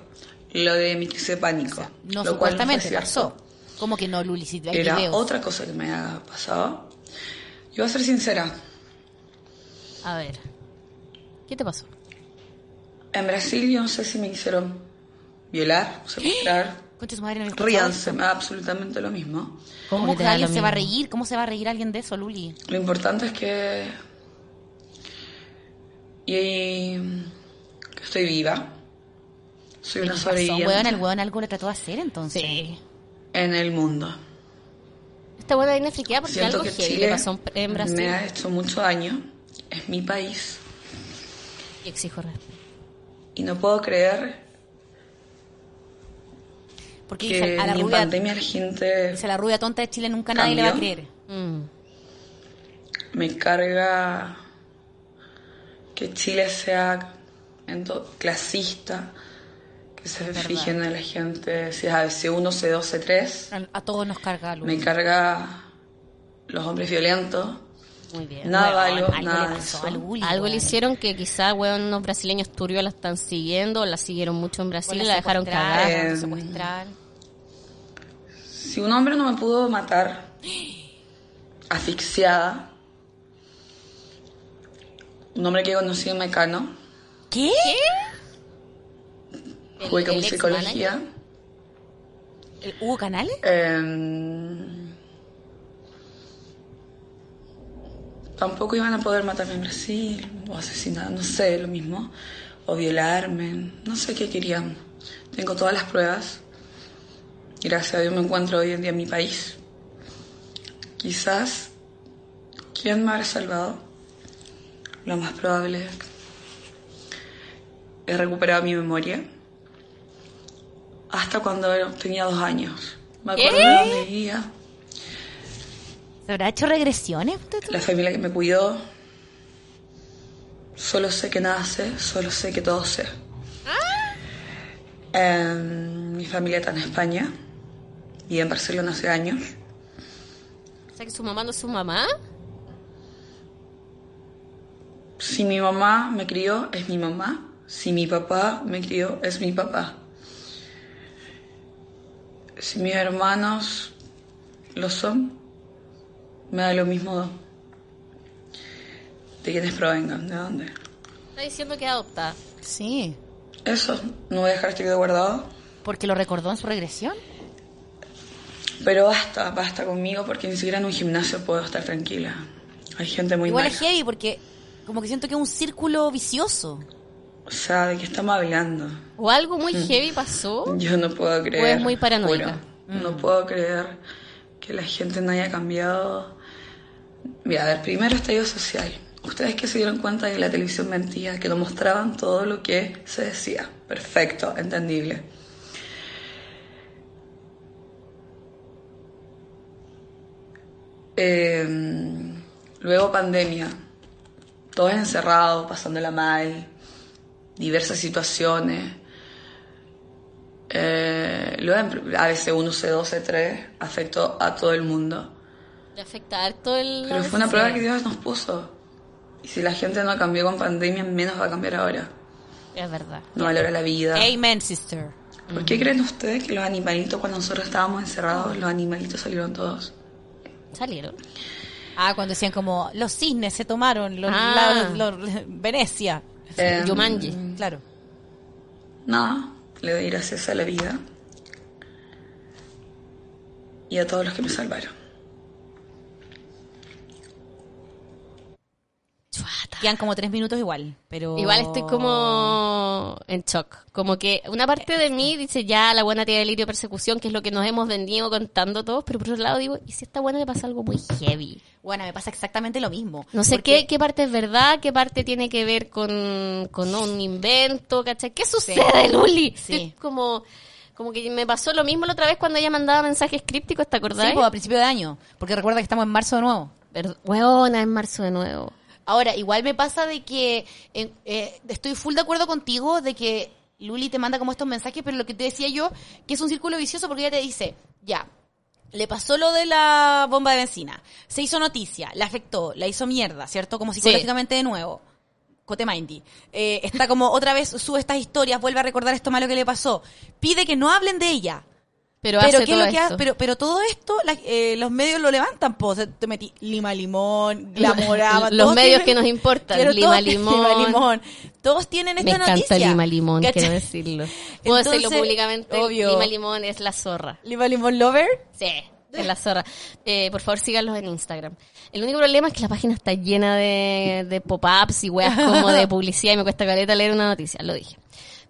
[SPEAKER 5] lo de mi crisis de pánico.
[SPEAKER 3] No,
[SPEAKER 5] lo cual fue
[SPEAKER 3] supuestamente
[SPEAKER 5] cierto.
[SPEAKER 3] pasó. ¿Cómo que no, Luli? Si hay
[SPEAKER 5] Era
[SPEAKER 3] videos.
[SPEAKER 5] otra cosa que me ha pasado. Yo voy a ser sincera,
[SPEAKER 3] A ver. ¿Qué te pasó?
[SPEAKER 5] en Brasil yo no sé si me quisieron violar, secuestrar,
[SPEAKER 3] Concha su madre, no lo he escuchado.
[SPEAKER 5] ríanse, me da absolutamente lo mismo.
[SPEAKER 3] ¿Cómo,
[SPEAKER 2] ¿Cómo
[SPEAKER 3] que
[SPEAKER 2] te da
[SPEAKER 3] alguien
[SPEAKER 2] lo
[SPEAKER 3] se va a
[SPEAKER 2] mismo?
[SPEAKER 3] reír? ¿Cómo se va a reír alguien de eso, Luli?
[SPEAKER 5] Lo importante es que. Y. que estoy viva. Soy una
[SPEAKER 3] Razón, weón, el
[SPEAKER 5] sobreviviente
[SPEAKER 3] weón algo le trató de hacer entonces.
[SPEAKER 2] Sí.
[SPEAKER 5] en el mundo.
[SPEAKER 2] Esta buena viene friqueada porque
[SPEAKER 5] Siento
[SPEAKER 2] algo
[SPEAKER 5] que
[SPEAKER 2] heavy le
[SPEAKER 5] Chile
[SPEAKER 2] pasó en- en Brasil.
[SPEAKER 5] me ha hecho mucho daño. Es mi país.
[SPEAKER 2] Y exijo respeto.
[SPEAKER 5] Y no puedo creer
[SPEAKER 3] Porque
[SPEAKER 5] que
[SPEAKER 3] dice, a la
[SPEAKER 5] ni en
[SPEAKER 3] rubia,
[SPEAKER 5] pandemia la gente
[SPEAKER 3] dice, a la rubia tonta de Chile nunca nadie le va a
[SPEAKER 5] Cambió.
[SPEAKER 3] creer.
[SPEAKER 2] Mm.
[SPEAKER 5] me carga que Chile sea en to- clasista, que se fijen en la gente, si es ABC1, C2, C3.
[SPEAKER 3] A, a todos nos carga
[SPEAKER 5] Me
[SPEAKER 3] Luli.
[SPEAKER 5] carga los hombres violentos.
[SPEAKER 3] Muy bien.
[SPEAKER 5] Nada,
[SPEAKER 3] Weón,
[SPEAKER 5] algo-
[SPEAKER 3] algo
[SPEAKER 5] nada
[SPEAKER 3] le
[SPEAKER 5] de
[SPEAKER 3] pasó
[SPEAKER 5] eso.
[SPEAKER 3] a Luli.
[SPEAKER 2] Algo le
[SPEAKER 3] weón.
[SPEAKER 2] hicieron que quizá, weón, unos brasileños turbios la están siguiendo, la siguieron mucho en
[SPEAKER 3] O
[SPEAKER 2] Brasil y la dejaron
[SPEAKER 3] secuestraron,
[SPEAKER 2] cagar.
[SPEAKER 5] Eh,
[SPEAKER 3] la secuestraron.
[SPEAKER 5] Si un hombre no me pudo matar asfixiada, un hombre que conocí en Mecano,
[SPEAKER 3] ¿Qué?
[SPEAKER 5] jugué con
[SPEAKER 2] el
[SPEAKER 5] psicología,
[SPEAKER 3] ¿El- ¿Hubo canales?
[SPEAKER 5] eh, tampoco iban a poder matarme en Brasil, o asesinar, no sé, lo mismo, o violarme, no sé qué querían. Tengo todas las pruebas. Gracias a Dios me encuentro hoy en día en mi país. Quizás, ¿quién me habrá salvado? Lo más probable es he recuperado mi memoria hasta cuando tenía dos años. Me acuerdo de dónde vivía,
[SPEAKER 3] ¿Se habrá hecho regresiones?
[SPEAKER 5] la familia que me cuidó. Solo sé que nada sé, solo sé que todo sé. Em, mi familia está en España. Vive en Barcelona hace años.
[SPEAKER 2] O sea, que su mamá no es su mamá.
[SPEAKER 5] Si mi mamá me crió, es mi mamá. Si mi papá me crió, es mi papá. Si mis hermanos lo son, me da lo mismo de quiénes provengan, de dónde.
[SPEAKER 2] Está diciendo que es adoptada.
[SPEAKER 3] Sí.
[SPEAKER 5] Eso, no voy a dejar este video guardado.
[SPEAKER 3] Porque lo recordó en su regresión.
[SPEAKER 5] Pero basta, basta conmigo porque ni siquiera en un gimnasio puedo estar tranquila. Hay gente muy
[SPEAKER 3] Igual
[SPEAKER 5] mala.
[SPEAKER 3] es heavy porque como que siento que es un círculo vicioso.
[SPEAKER 5] O sea, ¿de qué estamos hablando?
[SPEAKER 2] O algo muy
[SPEAKER 5] Mm.
[SPEAKER 2] heavy pasó.
[SPEAKER 5] Yo no puedo creer.
[SPEAKER 2] es muy paranoica. Mm.
[SPEAKER 5] juro, No puedo creer que la gente no haya cambiado. Mira, a ver, primero estallido social. Ustedes que se dieron cuenta que la televisión mentía, que no mostraban todo lo que se decía. Perfecto, entendible. Eh, luego pandemia. Todos encerrados, pasándola mal. Diversas situaciones. Eh, luego en ABC1, C2, C3 afectó a todo el mundo.
[SPEAKER 2] Le afecta harto el...
[SPEAKER 5] Pero fue una prueba que Dios nos puso. Y si la gente no cambió con pandemia, menos va a cambiar ahora.
[SPEAKER 2] Es verdad.
[SPEAKER 5] No valora la vida.
[SPEAKER 3] Amen, sister.
[SPEAKER 5] ¿Por qué creen ustedes que los animalitos, cuando nosotros estábamos encerrados, los animalitos salieron todos?
[SPEAKER 2] Salieron.
[SPEAKER 3] Ah, cuando decían como los cisnes se tomaron los,
[SPEAKER 2] Ah.
[SPEAKER 3] la- los- Venecia.
[SPEAKER 5] Eh,
[SPEAKER 2] Yumanji.
[SPEAKER 3] Claro.
[SPEAKER 5] Nada, le doy gracias a la vida. Y a todos los que me salvaron.
[SPEAKER 2] Chuata.
[SPEAKER 3] Quedan como tres minutos igual, pero...
[SPEAKER 2] Igual estoy como en shock. Como que una parte de mí dice ya la buena tía delirio persecución, que es lo que nos hemos venido contando todos, pero por otro lado digo, ¿y si a esta buena le pasa algo muy heavy?
[SPEAKER 3] Bueno, me pasa exactamente lo mismo.
[SPEAKER 2] No sé
[SPEAKER 3] Porque-
[SPEAKER 2] qué, qué parte es verdad, qué parte tiene que ver con, con un invento, ¿cachai? ¿Qué sucede, Luli?
[SPEAKER 3] Sí.
[SPEAKER 2] Estoy como, como que me pasó lo mismo la otra vez cuando ella mandaba mensajes crípticos, ¿te acordás?
[SPEAKER 3] Sí, pues, a principio de año, porque recuerda que estamos en marzo de nuevo.
[SPEAKER 2] Ver- Hueona, en marzo de nuevo.
[SPEAKER 3] Ahora, igual me pasa de que eh, eh, estoy full de acuerdo contigo de que Luli te manda como estos mensajes, pero lo que te decía yo, que es un círculo vicioso porque ella te dice, ya, le pasó lo de la bomba de benzina, se hizo noticia, la afectó, la hizo mierda, ¿cierto? Como psicológicamente de nuevo. Cote Mindy. Eh, está como otra vez sube estas historias, vuelve a recordar esto malo que le pasó. Pide que no hablen de ella.
[SPEAKER 2] Pero,
[SPEAKER 3] Pero,
[SPEAKER 2] hace
[SPEAKER 3] ¿qué
[SPEAKER 2] todo
[SPEAKER 3] es lo que ha-
[SPEAKER 2] esto.
[SPEAKER 3] pero, pero todo esto, la- eh, los medios lo levantan, po. O sea, te metí Lima Limón, Glamorama.
[SPEAKER 2] Los
[SPEAKER 3] todos
[SPEAKER 2] medios que nos importan, Lima
[SPEAKER 3] todos-
[SPEAKER 2] Limón.
[SPEAKER 3] Lima Limón. Todos tienen esta
[SPEAKER 2] me encanta
[SPEAKER 3] noticia.
[SPEAKER 2] Lima Limón,
[SPEAKER 3] ¿cachai?
[SPEAKER 2] quiero decirlo. Puedo
[SPEAKER 3] Entonces,
[SPEAKER 2] decirlo públicamente.
[SPEAKER 3] obvio.
[SPEAKER 2] Lima Limón es la zorra.
[SPEAKER 3] Lima Limón Lover.
[SPEAKER 2] Sí, es la zorra. Eh, por favor, síganlos en Instagram. El único problema es que la página está llena de, de pop-ups y weas como de publicidad y me cuesta caleta leer una noticia, lo dije.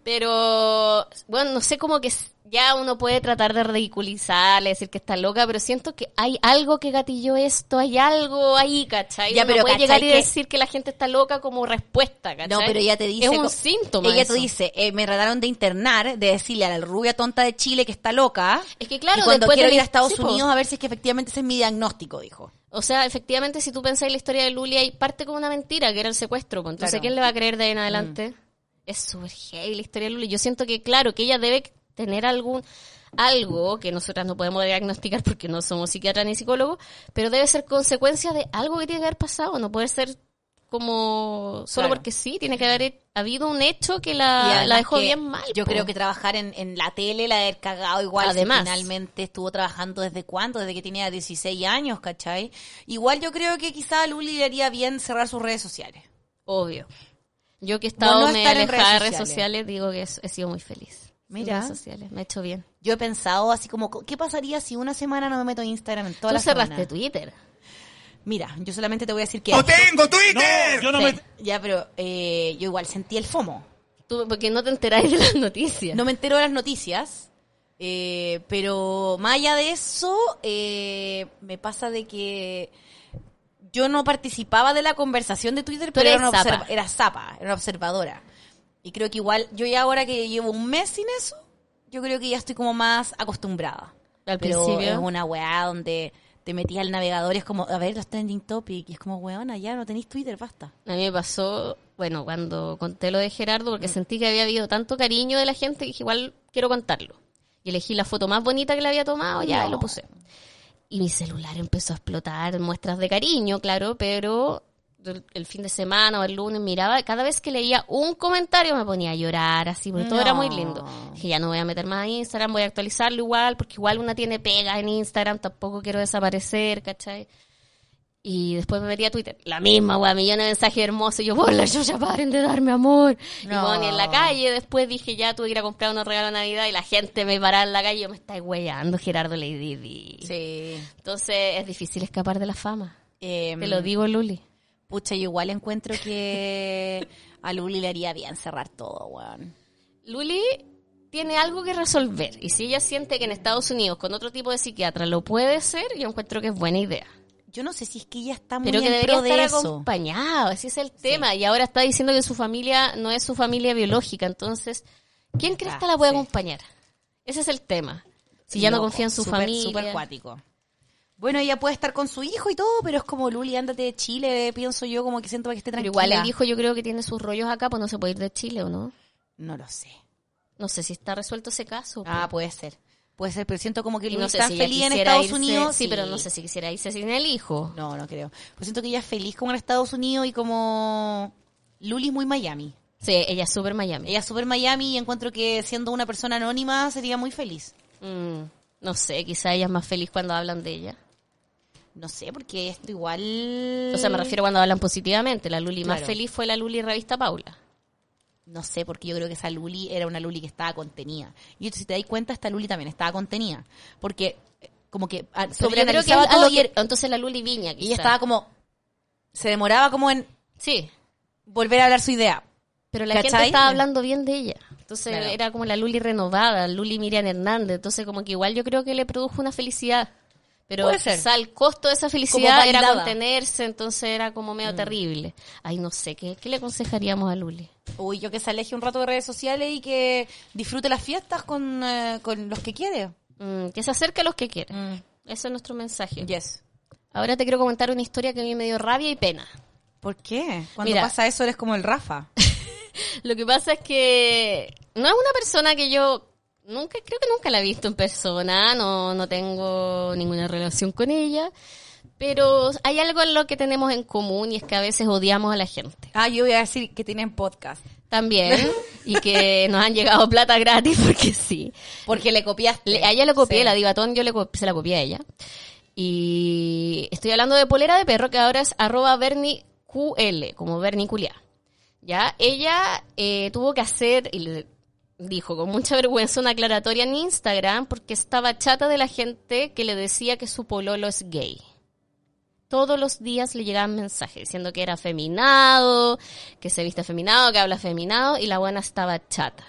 [SPEAKER 2] Pero, bueno, no sé cómo que s- ya uno puede tratar de ridiculizarle, decir que está loca, pero siento que hay algo que gatilló esto, hay algo ahí, ¿cachai?
[SPEAKER 3] Ya,
[SPEAKER 2] uno
[SPEAKER 3] pero
[SPEAKER 2] puede
[SPEAKER 3] ¿cachai
[SPEAKER 2] llegar y
[SPEAKER 3] que-
[SPEAKER 2] decir que la gente está loca como respuesta, ¿cachai?
[SPEAKER 3] No, pero ella te dice.
[SPEAKER 2] Es un
[SPEAKER 3] co-
[SPEAKER 2] síntoma.
[SPEAKER 3] Ella
[SPEAKER 2] eso.
[SPEAKER 3] te dice, eh, me trataron de internar, de decirle a la rubia tonta de Chile que está loca.
[SPEAKER 2] Es que claro,
[SPEAKER 3] y cuando
[SPEAKER 2] después
[SPEAKER 3] quiero
[SPEAKER 2] del-
[SPEAKER 3] ir a Estados
[SPEAKER 2] sí, po.
[SPEAKER 3] Unidos a ver si es que efectivamente ese es mi diagnóstico, dijo.
[SPEAKER 2] O sea, efectivamente, si tú pensás en la historia de Luli, hay parte como una mentira, que era el secuestro. pues, Entonces,
[SPEAKER 3] Claro. Mm.
[SPEAKER 2] ¿quién le va a creer de ahí en adelante? Es súper heavy la historia de Luli. Yo siento que, claro, que ella debe tener algún algo que nosotras no podemos diagnosticar porque no somos psiquiatras ni psicólogos, pero debe ser consecuencia de algo que tiene que haber pasado. No puede ser como solo
[SPEAKER 3] Claro.
[SPEAKER 2] porque sí, tiene que haber he- habido un hecho que
[SPEAKER 3] Y
[SPEAKER 2] la,
[SPEAKER 3] además
[SPEAKER 2] Ah, la dejó
[SPEAKER 3] que
[SPEAKER 2] bien mal.
[SPEAKER 3] Yo
[SPEAKER 2] po.
[SPEAKER 3] creo que trabajar en, en la tele la de haber cagado igual. si
[SPEAKER 2] Además.
[SPEAKER 3] finalmente estuvo trabajando desde cuándo, desde que tenía 16 años, ¿cachai? Igual yo creo que quizá a Luli le haría bien cerrar sus redes sociales.
[SPEAKER 2] Obvio. Yo que he estado
[SPEAKER 3] no
[SPEAKER 2] me
[SPEAKER 3] estar en
[SPEAKER 2] alejada de
[SPEAKER 3] redes
[SPEAKER 2] redes
[SPEAKER 3] sociales.
[SPEAKER 2] sociales, digo que he sido muy feliz. en
[SPEAKER 3] Mira.
[SPEAKER 2] Redes sociales, me ha hecho bien.
[SPEAKER 3] Yo he pensado así como, ¿qué pasaría si una semana no me meto en Instagram en toda
[SPEAKER 2] Tú
[SPEAKER 3] la semana?
[SPEAKER 2] cerraste Twitter.
[SPEAKER 3] Mira, yo solamente te voy a decir que...
[SPEAKER 6] ¡No tengo Twitter!
[SPEAKER 1] Yo no
[SPEAKER 2] Sí.
[SPEAKER 1] me...
[SPEAKER 3] Ya, pero eh, yo igual sentí el FOMO.
[SPEAKER 2] Tú, porque no te enteráis de las noticias.
[SPEAKER 3] No me entero de las noticias. eh, pero más allá de eso, eh, me pasa de que yo no participaba de la conversación de Twitter,
[SPEAKER 2] Tú
[SPEAKER 3] pero
[SPEAKER 2] eres
[SPEAKER 3] era una,
[SPEAKER 2] zapa.
[SPEAKER 3] observa- era zapa, era una observadora. Y creo que igual, yo ya ahora que llevo un mes sin eso, yo creo que ya estoy como más acostumbrada.
[SPEAKER 2] Al
[SPEAKER 3] pero
[SPEAKER 2] principio.
[SPEAKER 3] es una weá donde te metías al navegador y es como, a ver los trending topics, y es como, weona, ya no tenéis Twitter, basta.
[SPEAKER 2] A mí me pasó, bueno, cuando conté lo de Gerardo, porque sentí que había habido tanto cariño de la gente, dije, igual quiero contarlo. Y elegí la foto más bonita que le había tomado, ya, y lo puse. Y mi celular empezó a explotar, muestras de cariño, claro, pero el, el fin de semana o el lunes miraba, cada vez que leía un comentario me ponía a llorar, así, porque todo era muy lindo. Dije, ya no voy a meter más a Instagram, voy a actualizarlo igual, porque igual una tiene pega en Instagram, tampoco quiero desaparecer, ¿cachai? Y después me metí a Twitter. La misma, weá, millones de mensajes hermosos. Y yo, por la ya paren de darme amor. Y
[SPEAKER 3] No.
[SPEAKER 2] bueno, y en la calle. Después dije, ya tuve que ir a comprar unos regalos de Navidad. Y la gente me paraba en la calle. y Yo me estáis weyando, Gerardo Lady Di.
[SPEAKER 3] Sí.
[SPEAKER 2] Entonces, es difícil escapar de la fama.
[SPEAKER 3] Eh,
[SPEAKER 2] Te lo digo, Luli.
[SPEAKER 3] Pucha, yo igual encuentro que a Luli le haría bien cerrar todo, weón.
[SPEAKER 2] Luli tiene algo que resolver. Y si ella siente que en Estados Unidos, con otro tipo de psiquiatra, lo puede ser, yo encuentro que es buena idea.
[SPEAKER 3] Yo no sé si es que ella está muy
[SPEAKER 2] Pero que
[SPEAKER 3] en
[SPEAKER 2] debería
[SPEAKER 3] pro de
[SPEAKER 2] estar
[SPEAKER 3] eso.
[SPEAKER 2] acompañado, ese es el tema. Y ahora está diciendo que su familia no es su familia biológica. Entonces, ¿quién crees que la puede
[SPEAKER 3] Ah, sí.
[SPEAKER 2] acompañar? Ese es el tema. Si ya no
[SPEAKER 3] Loco,
[SPEAKER 2] confía en su
[SPEAKER 3] súper-
[SPEAKER 2] familia.
[SPEAKER 3] Súper cuático. Bueno, ella puede estar con su hijo y todo, pero es como Luli, ándate de Chile, pienso yo, como que siento que esté
[SPEAKER 2] Pero
[SPEAKER 3] tranquila.
[SPEAKER 2] igual el hijo yo creo que tiene sus rollos acá, pues no se puede ir de Chile o no.
[SPEAKER 3] No lo sé.
[SPEAKER 2] No sé si está resuelto ese caso.
[SPEAKER 3] Ah,
[SPEAKER 2] pues.
[SPEAKER 3] puede ser. Puede ser, pero siento como que
[SPEAKER 2] Y
[SPEAKER 3] Luli
[SPEAKER 2] no sé
[SPEAKER 3] está
[SPEAKER 2] si ella
[SPEAKER 3] feliz en
[SPEAKER 2] quisiera
[SPEAKER 3] Estados
[SPEAKER 2] irse-
[SPEAKER 3] Unidos.
[SPEAKER 2] Sí, pero no sé si quisiera irse sin el hijo.
[SPEAKER 3] No, no creo. Pues siento que ella es feliz como en Estados Unidos y como... Luli es muy Miami.
[SPEAKER 2] Sí, ella es súper Miami.
[SPEAKER 3] Ella es súper Miami y encuentro que siendo una persona anónima sería muy feliz.
[SPEAKER 2] Mm, no sé, quizá ella es más feliz cuando hablan de ella.
[SPEAKER 3] No sé, porque esto igual...
[SPEAKER 2] O sea, me refiero cuando hablan positivamente. La Luli más
[SPEAKER 3] Mm. Claro.
[SPEAKER 2] feliz fue la Luli Revista Paula.
[SPEAKER 3] No sé, porque yo creo que esa Luli era una Luli que estaba contenida. Y si te das cuenta, esta Luli también estaba contenida. Porque eh, como que ah,
[SPEAKER 2] Pero yo creo que
[SPEAKER 3] sobreanalizaba
[SPEAKER 2] a
[SPEAKER 3] todo
[SPEAKER 2] lo
[SPEAKER 3] y
[SPEAKER 2] que-
[SPEAKER 3] er-
[SPEAKER 2] entonces la Luli Viña,
[SPEAKER 3] y
[SPEAKER 2] quizá.
[SPEAKER 3] ella estaba como... Se demoraba como en
[SPEAKER 2] Sí,
[SPEAKER 3] volver a hablar su idea.
[SPEAKER 2] pero la gente
[SPEAKER 3] ¿Cachai?
[SPEAKER 2] estaba hablando bien de ella. Entonces
[SPEAKER 3] Claro.
[SPEAKER 2] era como la Luli renovada, Luli Miriam Hernández. Entonces como que igual yo creo que le produjo una felicidad. Pero
[SPEAKER 3] Puede ser.
[SPEAKER 2] quizá el costo de esa felicidad era
[SPEAKER 3] validada.
[SPEAKER 2] contenerse, entonces era como medio terrible. Ay, no sé, ¿qué, ¿qué le aconsejaríamos a Luli?
[SPEAKER 3] Uy, yo que se aleje un rato de redes sociales y que disfrute las fiestas con, eh, con los que quiere.
[SPEAKER 2] Mm, que se acerque a los que quieren. Ese es nuestro mensaje.
[SPEAKER 3] Yes.
[SPEAKER 2] Ahora te quiero comentar una historia que a mí me dio rabia y pena.
[SPEAKER 3] ¿Por qué? Cuando
[SPEAKER 2] Mira.
[SPEAKER 3] pasa eso eres como el Rafa.
[SPEAKER 2] Lo que pasa es que no es una persona que yo nunca, creo que nunca la he visto en persona, no, no tengo ninguna relación con ella, pero hay algo en lo que tenemos en común y es que a veces odiamos a la gente
[SPEAKER 3] Ah, yo voy a decir que tienen podcast.
[SPEAKER 2] también y que nos han llegado plata gratis porque sí.
[SPEAKER 3] Porque le copiaste.
[SPEAKER 2] Le- a ella le copié,
[SPEAKER 3] Sí.
[SPEAKER 2] la divatón yo le co- se la copié a ella. Y estoy hablando de polera de perro, que ahora es arroba verniql, como verniculia. Ya, ella eh, tuvo que hacer, y le dijo con mucha vergüenza, una aclaratoria en Instagram porque estaba chata de la gente que le decía que su pololo es gay. Todos los días le llegaban mensajes diciendo que era afeminado, que se viste afeminado, que habla afeminado, y la buena estaba chata.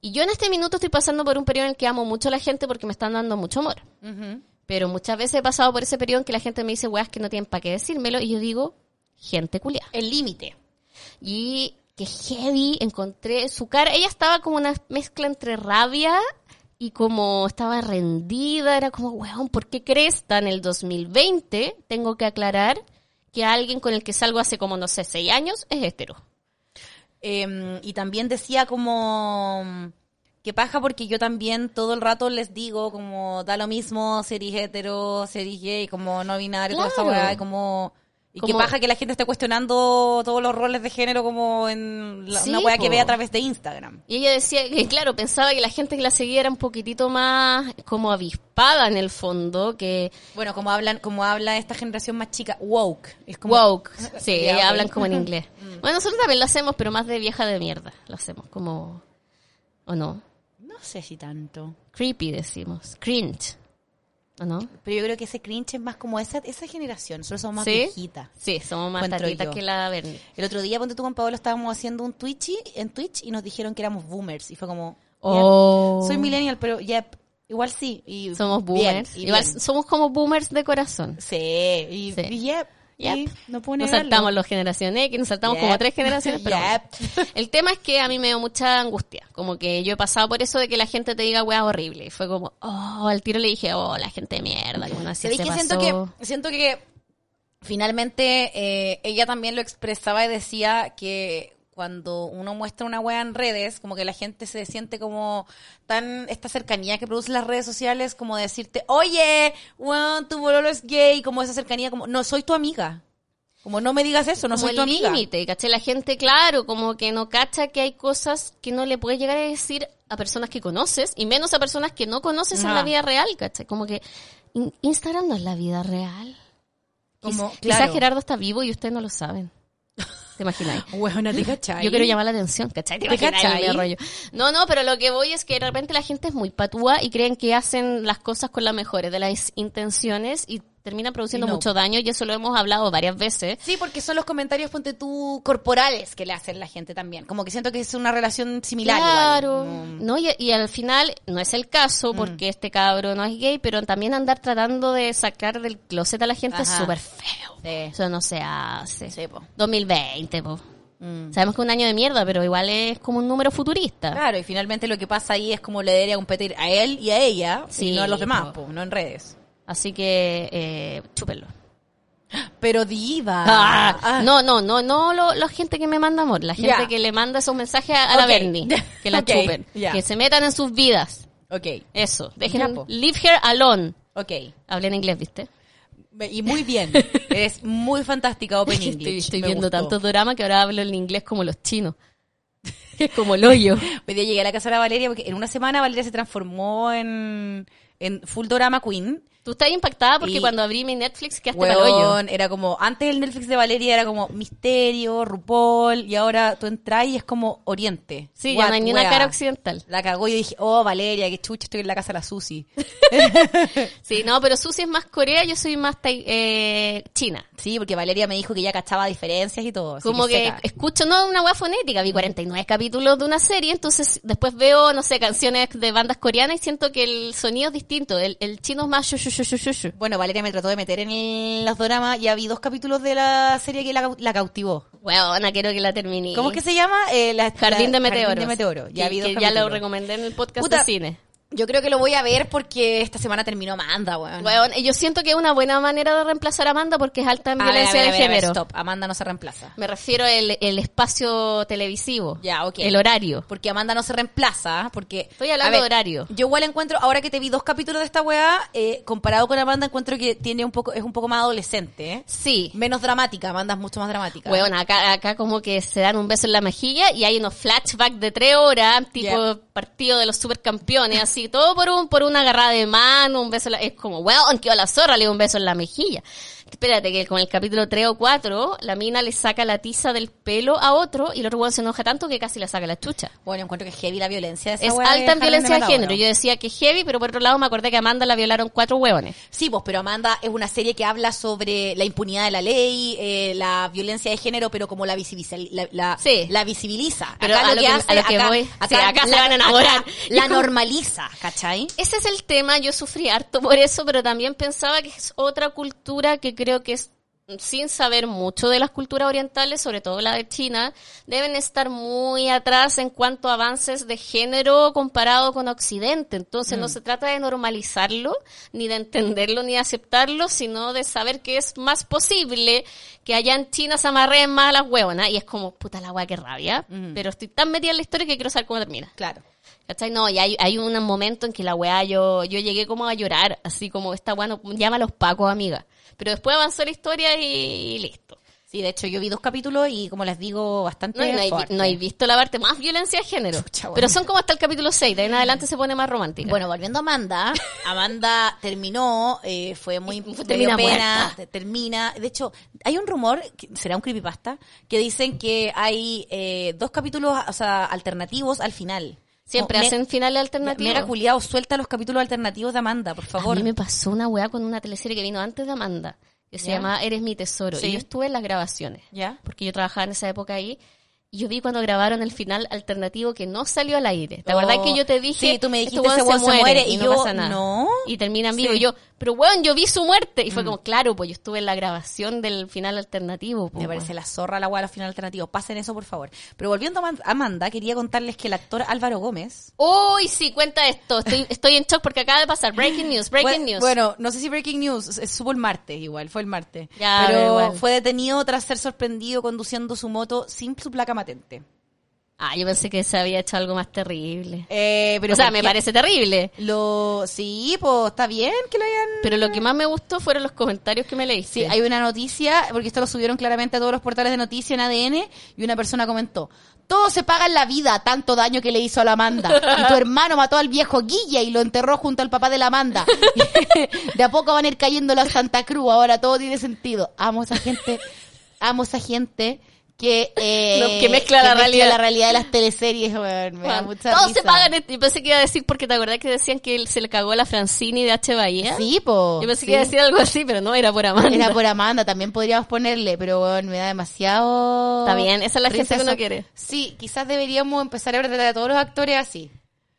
[SPEAKER 2] Y yo en este minuto estoy pasando por un periodo en el que amo mucho a la gente porque me están dando mucho amor.
[SPEAKER 3] Ujú.
[SPEAKER 2] Pero muchas veces he pasado por ese periodo en que la gente me dice weas que no tienen para qué decírmelo y yo digo, gente culia.
[SPEAKER 3] El límite.
[SPEAKER 2] Y que heavy encontré su cara. Ella estaba como una mezcla entre rabia y como estaba rendida. Era como, weón, ¿por qué cresta en el 2020? Tengo que aclarar que alguien con el que salgo hace como, no sé, seis años es hetero.
[SPEAKER 3] Eh, y también decía como que paja porque yo también todo el rato les digo como da lo mismo ser hetero, ser gay, como no binario, toda esa
[SPEAKER 2] Claro.
[SPEAKER 3] weá, y como y que
[SPEAKER 2] Como-
[SPEAKER 3] paja que la gente esté cuestionando todos los roles de género como en la-
[SPEAKER 2] Sí,
[SPEAKER 3] una weá que
[SPEAKER 2] po.
[SPEAKER 3] ve a través de Instagram.
[SPEAKER 2] Y ella decía que, claro, pensaba que la gente que la seguía era un poquitito más como avispada en el fondo, que
[SPEAKER 3] Bueno, como hablan, como habla esta generación más chica, woke. Es como Mm.
[SPEAKER 2] woke. Sí,
[SPEAKER 3] Ya,
[SPEAKER 2] ellas
[SPEAKER 3] ok.
[SPEAKER 2] hablan como en inglés. Bueno, nosotros también lo hacemos, pero más de vieja de mierda. Lo hacemos como... ¿O no?
[SPEAKER 3] No sé si tanto.
[SPEAKER 2] Creepy decimos. Cringe. ¿O no?
[SPEAKER 3] Pero yo creo que ese cringe es más como esa, esa generación, nosotros somos más
[SPEAKER 2] ¿Sí?
[SPEAKER 3] viejitas.
[SPEAKER 2] Sí, somos más
[SPEAKER 3] Encuentro
[SPEAKER 2] tatitas
[SPEAKER 3] yo.
[SPEAKER 2] que la Bernie.
[SPEAKER 3] El otro día, ponte tú con Paolo, estábamos haciendo un Twitch y- en Twitch y nos dijeron que éramos boomers. Y fue como,
[SPEAKER 2] Oh.
[SPEAKER 3] soy millennial, pero ya, igual sí. Y
[SPEAKER 2] Somos
[SPEAKER 3] bien,
[SPEAKER 2] boomers.
[SPEAKER 3] y
[SPEAKER 2] Igual
[SPEAKER 3] bien.
[SPEAKER 2] somos como boomers de corazón.
[SPEAKER 3] Sí, y,
[SPEAKER 2] Sí.
[SPEAKER 3] y yep, y
[SPEAKER 2] Yep.
[SPEAKER 3] no puedo
[SPEAKER 2] Nos
[SPEAKER 3] negarlo.
[SPEAKER 2] saltamos los generación X, nos saltamos como
[SPEAKER 3] Yep.
[SPEAKER 2] tres generaciones, pero bueno.
[SPEAKER 3] Yep.
[SPEAKER 2] el tema es que a mí me dio mucha angustia, como que yo he pasado por eso de que la gente te diga weas horrible, y fue como, oh, al tiro le dije, oh, la gente de mierda, que no así
[SPEAKER 3] ¿Sabéis
[SPEAKER 2] se
[SPEAKER 3] que
[SPEAKER 2] pasó.
[SPEAKER 3] siento que siento que finalmente eh, ella también lo expresaba y decía que cuando uno muestra una wea en redes, como que la gente se siente como tan esta cercanía que producen las redes sociales, como decirte, oye, weón, tu bololo es gay, como esa cercanía, como, no, soy tu amiga. Como no me digas eso, no
[SPEAKER 2] como
[SPEAKER 3] soy tu
[SPEAKER 2] el
[SPEAKER 3] amiga.
[SPEAKER 2] límite, ¿cachai? La gente, claro, como que no cacha que hay cosas que no le puedes llegar a decir a personas que conoces y menos a personas que no conoces en
[SPEAKER 3] No.
[SPEAKER 2] la vida real, ¿cachai? Como que in- Instagram no es la vida real.
[SPEAKER 3] Como,
[SPEAKER 2] Quiz-
[SPEAKER 3] claro.
[SPEAKER 2] Quizás Gerardo está vivo y ustedes no lo saben. ¿Te imagináis?
[SPEAKER 3] Weona, te cachai.
[SPEAKER 2] Yo quiero llamar la atención, ¿cachai? ¿Te
[SPEAKER 3] ¿Te
[SPEAKER 2] imaginas?
[SPEAKER 3] cachai?
[SPEAKER 2] Y me rollo. No, no, pero lo que voy es que de repente la gente es muy patúa y creen que hacen las cosas con las mejores de las intenciones y terminan produciendo
[SPEAKER 3] No.
[SPEAKER 2] mucho daño y eso lo hemos hablado varias veces.
[SPEAKER 3] Sí, porque son los comentarios, ponte tú, corporales que le hacen la gente también. Como que siento que es una relación similar.
[SPEAKER 2] Claro.
[SPEAKER 3] igual. No. Mm.
[SPEAKER 2] No, y, y al final no es el caso porque este cabro no es gay, pero también andar tratando de sacar del closet a la gente es
[SPEAKER 3] Ajá.
[SPEAKER 2] súper feo.
[SPEAKER 3] Sí.
[SPEAKER 2] Eso no se hace.
[SPEAKER 3] Sí, po.
[SPEAKER 2] 2020, po.
[SPEAKER 3] Mm.
[SPEAKER 2] Sabemos que es un año de mierda, pero igual es como un número futurista.
[SPEAKER 3] Claro, y finalmente lo que pasa ahí es como le debería competir a él y a ella,
[SPEAKER 2] Sí,
[SPEAKER 3] y no a los demás,
[SPEAKER 2] po.
[SPEAKER 3] po, no en redes.
[SPEAKER 2] Así que, eh, chúpenlo.
[SPEAKER 3] Pero diva.
[SPEAKER 2] Ah,
[SPEAKER 3] Ah.
[SPEAKER 2] No, no, no, no lo- la gente que me manda amor, la gente
[SPEAKER 3] Ya.
[SPEAKER 2] que le manda esos mensajes a, a la
[SPEAKER 3] Ok.
[SPEAKER 2] Bernie, que la
[SPEAKER 3] Ok,
[SPEAKER 2] chupen,
[SPEAKER 3] ya.
[SPEAKER 2] que se metan en sus vidas.
[SPEAKER 3] Ok,
[SPEAKER 2] Eso,
[SPEAKER 3] Ya,
[SPEAKER 2] dejen,
[SPEAKER 3] po.
[SPEAKER 2] leave her alone.
[SPEAKER 3] ok.
[SPEAKER 2] Hablé en inglés, ¿viste?
[SPEAKER 3] Me- Y muy bien. Eres muy fantástica Open English.
[SPEAKER 2] Estoy, estoy
[SPEAKER 3] Me
[SPEAKER 2] viendo
[SPEAKER 3] gustó.
[SPEAKER 2] tantos dramas que ahora hablo en inglés como los chinos. Que es como el hoyo.
[SPEAKER 3] Hoy día llegué a la casa de la Valeria porque en una semana Valeria se transformó en, en full drama queen.
[SPEAKER 2] Tú estás impactada porque
[SPEAKER 3] Y-
[SPEAKER 2] cuando abrí mi Netflix quedaste para el hoyo.
[SPEAKER 3] Weón, era como, antes el Netflix de Valeria era como Misterio, RuPaul, y ahora tú entras y es como Oriente.
[SPEAKER 2] Sí,
[SPEAKER 3] What,
[SPEAKER 2] ya no hay ni una
[SPEAKER 3] wea.
[SPEAKER 2] cara occidental.
[SPEAKER 3] La cagó y dije, oh, Valeria, qué chucha, estoy en la casa de la Susi.
[SPEAKER 2] Sí, no, pero Susi es más Corea, yo soy más tai- eh, China.
[SPEAKER 3] Sí, porque Valeria me dijo que ya cachaba diferencias y todo. así
[SPEAKER 2] Como que
[SPEAKER 3] seca.
[SPEAKER 2] escucho, no, una hueá fonética, vi 49 capítulos de una serie, entonces después veo, no sé, canciones de bandas coreanas y siento que el sonido es distinto, el, el chino es más shu, shu, shu, shu, shu, shu.
[SPEAKER 3] Bueno, Valeria me trató de meter en el- los dramas y había dos capítulos de la serie que la, cau- la cautivó.
[SPEAKER 2] Weona, quiero que la termine.
[SPEAKER 3] ¿Cómo es que se llama? Eh, la-
[SPEAKER 2] Jardín
[SPEAKER 3] la-
[SPEAKER 2] de Meteoros.
[SPEAKER 3] Jardín de Meteoro. Ya,
[SPEAKER 2] Que-
[SPEAKER 3] vi dos
[SPEAKER 2] que ya lo
[SPEAKER 3] capítulos.
[SPEAKER 2] recomendé en el podcast
[SPEAKER 3] Puta,
[SPEAKER 2] de cine.
[SPEAKER 3] Yo creo que lo voy a ver porque esta semana terminó Amanda, weón.
[SPEAKER 2] Weón, yo siento que es una buena manera de reemplazar a Amanda porque es alta en
[SPEAKER 3] A ver,
[SPEAKER 2] violencia
[SPEAKER 3] a ver, a ver, a
[SPEAKER 2] de
[SPEAKER 3] ver,
[SPEAKER 2] género.
[SPEAKER 3] stop, Amanda no se reemplaza.
[SPEAKER 2] Me refiero al el espacio televisivo.
[SPEAKER 3] Ya, ok.
[SPEAKER 2] El horario.
[SPEAKER 3] Porque Amanda no se reemplaza, ¿ah? porque...
[SPEAKER 2] Estoy hablando
[SPEAKER 3] a ver,
[SPEAKER 2] de horario.
[SPEAKER 3] Yo igual encuentro, ahora que te vi dos capítulos de esta weá, eh, comparado con Amanda, encuentro que tiene un poco es un poco más adolescente, ¿eh?
[SPEAKER 2] Sí.
[SPEAKER 3] Menos dramática, Amanda es mucho más dramática.
[SPEAKER 2] Weón, acá, acá como que se dan un beso en la mejilla y hay unos flashbacks de tres horas, tipo
[SPEAKER 3] Ya.
[SPEAKER 2] partido de los supercampeones, así, todo por un por una agarrada de mano, un beso en la, es como, weón, quedó la zorra, le dio un beso en la mejilla. Espérate que con el capítulo 3 o 4, la mina le saca la tiza del pelo a otro y el otro weón se enoja tanto que casi la saca la chucha.
[SPEAKER 3] Bueno, encuentro que es heavy la violencia de esa
[SPEAKER 2] es
[SPEAKER 3] weá de
[SPEAKER 2] alta en
[SPEAKER 3] Jardín
[SPEAKER 2] violencia de
[SPEAKER 3] Mataoro.
[SPEAKER 2] género. Yo decía que heavy, pero por otro lado me acordé que a Amanda la violaron cuatro hueones.
[SPEAKER 3] Sí, pues, pero Amanda es una serie que habla sobre la impunidad de la ley, eh, la violencia de género, pero como la, visibiliza, la, la-
[SPEAKER 2] Sí.
[SPEAKER 3] la visibiliza.
[SPEAKER 2] Pero a lo que- a lo que voy, sí, acá se van a enamorar.
[SPEAKER 3] acá la
[SPEAKER 2] Y como-
[SPEAKER 3] normaliza, ¿cachai?
[SPEAKER 2] Ese es el tema, yo sufrí harto por eso, pero también pensaba que es otra cultura que creo que es sin saber mucho de las culturas orientales, sobre todo la de China, deben estar muy atrás en cuanto a avances de género comparado con Occidente. Entonces no se trata de normalizarlo, ni de entenderlo, ni de aceptarlo, sino de saber que es más posible que allá en China se amarren más a las huevonas. Y es como, puta la hueá, que rabia. Pero estoy tan metida en la historia que quiero saber cómo termina.
[SPEAKER 3] Claro.
[SPEAKER 2] ¿Cachai? No, y hay, hay un momento en que la weá yo, yo llegué como a llorar, así como esta weá no, llama a los pacos, amiga. Pero después avanzó la historia y, listo.
[SPEAKER 3] Sí, de hecho, yo vi dos capítulos y, como les digo, bastante
[SPEAKER 2] No, y no, hay,
[SPEAKER 3] fuerte.
[SPEAKER 2] no hay visto la parte más violencia de género.
[SPEAKER 3] Chucha, weón.
[SPEAKER 2] Pero son como hasta el capítulo 6, de ahí en adelante se pone más romántica.
[SPEAKER 3] Bueno, volviendo a Amanda, Amanda terminó, eh, fue muy
[SPEAKER 2] Fue-
[SPEAKER 3] me dio
[SPEAKER 2] termina
[SPEAKER 3] pena,
[SPEAKER 2] muerta.
[SPEAKER 3] te- termina. De hecho, hay un rumor, que- será un creepypasta, que dicen que hay eh, dos capítulos, o sea, alternativos al final.
[SPEAKER 2] siempre
[SPEAKER 3] Como me-
[SPEAKER 2] hacen finales alternativos.
[SPEAKER 3] Mega culiado, suelta los capítulos alternativos de Amanda, por
[SPEAKER 2] a
[SPEAKER 3] favor.
[SPEAKER 2] mí me pasó una weá con una teleserie que vino antes de Amanda, que se
[SPEAKER 3] ¿Ya?
[SPEAKER 2] llamaba Eres mi tesoro.
[SPEAKER 3] Sí.
[SPEAKER 2] Y yo estuve en las grabaciones.
[SPEAKER 3] ¿Ya?
[SPEAKER 2] porque yo trabajaba en esa época ahí. Y yo vi cuando grabaron el final alternativo que no salió al aire. ¿Te
[SPEAKER 3] Oh,
[SPEAKER 2] acordás que yo te dije?
[SPEAKER 3] sí, tú me dijiste,
[SPEAKER 2] "Este weón
[SPEAKER 3] ese weón se muere", y
[SPEAKER 2] no
[SPEAKER 3] yo,
[SPEAKER 2] pasa nada.
[SPEAKER 3] "No".
[SPEAKER 2] Y terminan vivo.
[SPEAKER 3] Sí. Mm.
[SPEAKER 2] Y yo, pero weón, yo vi su muerte. Y fue como, claro, pues yo estuve en la grabación del final alternativo. po,
[SPEAKER 3] Me
[SPEAKER 2] weón.
[SPEAKER 3] parece la zorra la guada de los finales alternativos. Pasen eso, por favor. Pero volviendo a Man- Amanda, quería contarles que el actor Álvaro Gómez.
[SPEAKER 2] Uy, sí, cuenta esto. Estoy, estoy en shock porque acaba de pasar. Breaking news, breaking
[SPEAKER 3] Bueno,
[SPEAKER 2] news.
[SPEAKER 3] Bueno, no sé si Breaking News, es- supo el martes igual, fue el martes.
[SPEAKER 2] Ya,
[SPEAKER 3] pero
[SPEAKER 2] pero igual.
[SPEAKER 3] fue detenido tras ser sorprendido conduciendo su moto sin su placa matente.
[SPEAKER 2] Ah, yo pensé que se había hecho algo más terrible.
[SPEAKER 3] Eh, pero
[SPEAKER 2] o sea,
[SPEAKER 3] ¿por
[SPEAKER 2] me
[SPEAKER 3] qué?
[SPEAKER 2] parece terrible.
[SPEAKER 3] Lo, sí, pues está bien que lo hayan
[SPEAKER 2] Pero lo que más me gustó fueron los comentarios que me leíste.
[SPEAKER 3] Sí, hay una noticia, porque esto lo subieron claramente a todos los portales de noticias en ADN, y una persona comentó, todo se paga en la vida, tanto daño que le hizo a la Amanda. Y tu hermano mató al viejo Guille y lo enterró junto al papá de la Amanda. De a poco van a ir cayendo la Santa Cruz, ahora todo tiene sentido. Amo esa gente, amo esa gente que, eh,
[SPEAKER 2] No, que mezcla la realidad.
[SPEAKER 3] la realidad de las teleseries, weón, me da
[SPEAKER 2] Juan,
[SPEAKER 3] mucha
[SPEAKER 2] Todos
[SPEAKER 3] risa.
[SPEAKER 2] se pagan. esto. Yo pensé que iba a decir, porque te acordás que decían que él se le cagó a la Francini de H. Bahía.
[SPEAKER 3] Sí, po.
[SPEAKER 2] Yo pensé
[SPEAKER 3] sí.
[SPEAKER 2] que iba a decir algo así, pero no, era por Amanda.
[SPEAKER 3] Era por Amanda, también podríamos ponerle, pero weón, me da demasiado.
[SPEAKER 2] Está bien, esa es la
[SPEAKER 3] risa
[SPEAKER 2] gente que
[SPEAKER 3] eso.
[SPEAKER 2] uno quiere.
[SPEAKER 3] Sí, quizás deberíamos empezar a tratar a todos los actores así.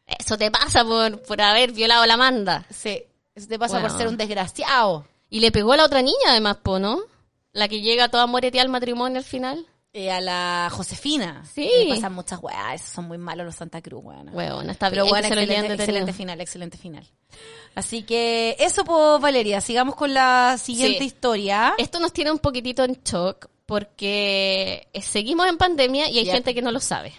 [SPEAKER 2] Eso te pasa por, por haber violado a la Amanda.
[SPEAKER 3] Sí, eso te pasa
[SPEAKER 2] Bueno.
[SPEAKER 3] por ser un desgraciado.
[SPEAKER 2] Y le pegó a la otra niña, además, po, ¿no? La que llega toda moreteada al matrimonio al final.
[SPEAKER 3] Eh, a la Josefina.
[SPEAKER 2] Sí.
[SPEAKER 3] Le pasan muchas weas, esos son muy malos los Santa Cruz, weón.
[SPEAKER 2] Huevona, está
[SPEAKER 3] Pero
[SPEAKER 2] bien
[SPEAKER 3] bueno,
[SPEAKER 2] que se lo lleven
[SPEAKER 3] excelente,
[SPEAKER 2] detenido.
[SPEAKER 3] excelente final, excelente final. Así que eso, pues, Valeria, sigamos con la siguiente
[SPEAKER 2] Sí.
[SPEAKER 3] historia.
[SPEAKER 2] Esto nos tiene un poquitito en shock porque eh, seguimos en pandemia y hay
[SPEAKER 3] Ya. Mm.
[SPEAKER 2] gente que no lo sabe.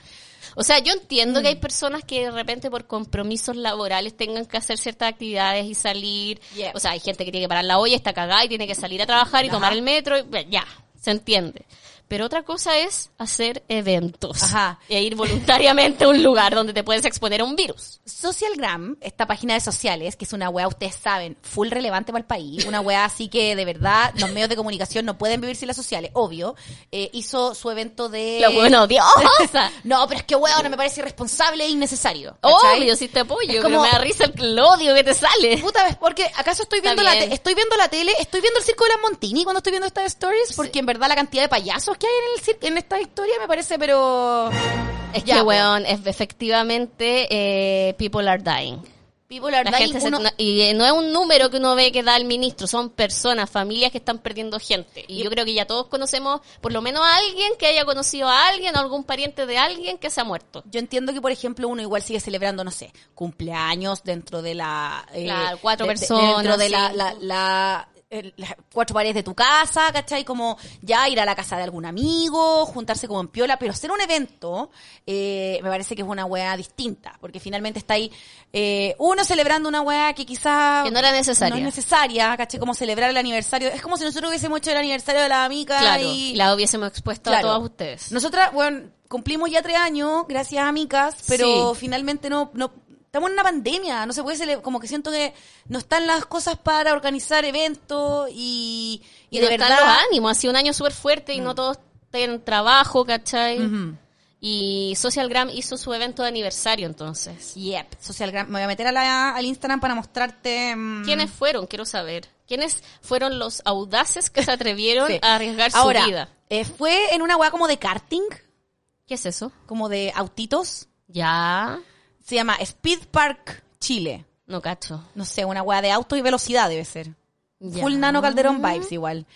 [SPEAKER 2] O sea, yo entiendo que hay personas que de repente por compromisos laborales tengan que hacer ciertas actividades y salir.
[SPEAKER 3] Yeah.
[SPEAKER 2] O sea, hay gente que tiene que parar la olla, está cagada y tiene que salir a trabajar y tomar el metro. Y, bueno, ya, se entiende. Pero otra cosa es hacer eventos.
[SPEAKER 3] Ajá.
[SPEAKER 2] E ir voluntariamente a un lugar donde te puedes exponer a un virus.
[SPEAKER 3] Socialgram, esta página de sociales, que es una wea, ustedes saben, full relevante para el país, una wea así que de verdad los medios de comunicación no pueden vivir sin las sociales, obvio, eh, hizo su evento de...
[SPEAKER 2] Lo bueno, odiosa.
[SPEAKER 3] No, pero es que weón, me parece irresponsable e innecesario. ¿cachai?
[SPEAKER 2] Obvio, si te apoyo,
[SPEAKER 3] como-
[SPEAKER 2] pero me da risa el, el odio que te sale.
[SPEAKER 3] Puta, ¿ves? porque acaso estoy
[SPEAKER 2] Está
[SPEAKER 3] viendo la
[SPEAKER 2] bien.
[SPEAKER 3] te- estoy viendo la tele, estoy viendo el circo de las Montini cuando estoy viendo estas stories, porque en verdad la cantidad de payasos que hay en el cir- en esta historia me parece pero
[SPEAKER 2] Es
[SPEAKER 3] Ya, pues.
[SPEAKER 2] que,
[SPEAKER 3] po.
[SPEAKER 2] weón, es- people eh, people are dying.
[SPEAKER 3] people are
[SPEAKER 2] La
[SPEAKER 3] dying,
[SPEAKER 2] gente se-
[SPEAKER 3] uno-
[SPEAKER 2] no- y eh, no es un número que uno ve que da el ministro, son personas, familias que están perdiendo gente. Y yo creo que ya todos conocemos por lo menos a alguien que haya conocido a alguien o algún pariente de alguien que se ha muerto.
[SPEAKER 3] Yo entiendo que, por ejemplo, uno igual sigue celebrando, no sé, cumpleaños dentro de la... eh,
[SPEAKER 2] Claro, cuatro
[SPEAKER 3] de- de-
[SPEAKER 2] personas,
[SPEAKER 3] Dentro de la...
[SPEAKER 2] cinco.
[SPEAKER 3] la- la- el- las cuatro paredes de tu casa, ¿cachai? Como ya ir a la casa de algún amigo, juntarse como en piola, pero hacer un evento eh, me parece que es una weá distinta, porque finalmente está ahí eh, uno celebrando una weá que quizás...
[SPEAKER 2] Que no era necesaria.
[SPEAKER 3] No es necesaria, ¿cachai? Como celebrar el aniversario. Es como si nosotros hubiésemos hecho el aniversario de la amiga
[SPEAKER 2] Claro,
[SPEAKER 3] y...
[SPEAKER 2] la hubiésemos expuesto
[SPEAKER 3] Claro.
[SPEAKER 2] a todas ustedes.
[SPEAKER 3] Nosotras, bueno, cumplimos ya tres años, gracias a Micas, pero finalmente no, no, estamos en una pandemia, no se puede, cele- como que siento que no están las cosas para organizar eventos y, y
[SPEAKER 2] y
[SPEAKER 3] de
[SPEAKER 2] no están
[SPEAKER 3] verdad. Mm.
[SPEAKER 2] los ánimos. Ha sido un año súper fuerte y no todos tienen trabajo, ¿cachai? Y Socialgram hizo su evento de aniversario entonces.
[SPEAKER 3] Yep, Socialgram. Me voy a meter a la- al Instagram para mostrarte. mm,
[SPEAKER 2] ¿Quiénes fueron? Quiero saber. ¿Quiénes fueron los audaces que se atrevieron
[SPEAKER 3] sí.
[SPEAKER 2] a arriesgar
[SPEAKER 3] Ahora,
[SPEAKER 2] su vida?
[SPEAKER 3] eh, fue en una weá como de karting,
[SPEAKER 2] ¿Qué es eso?
[SPEAKER 3] como de autitos.
[SPEAKER 2] Ya.
[SPEAKER 3] Se llama Speed Park Chile.
[SPEAKER 2] No cacho.
[SPEAKER 3] No sé, una weá de autos y velocidad debe ser.
[SPEAKER 2] Ya.
[SPEAKER 3] Full Nano Calderón Vibes igual.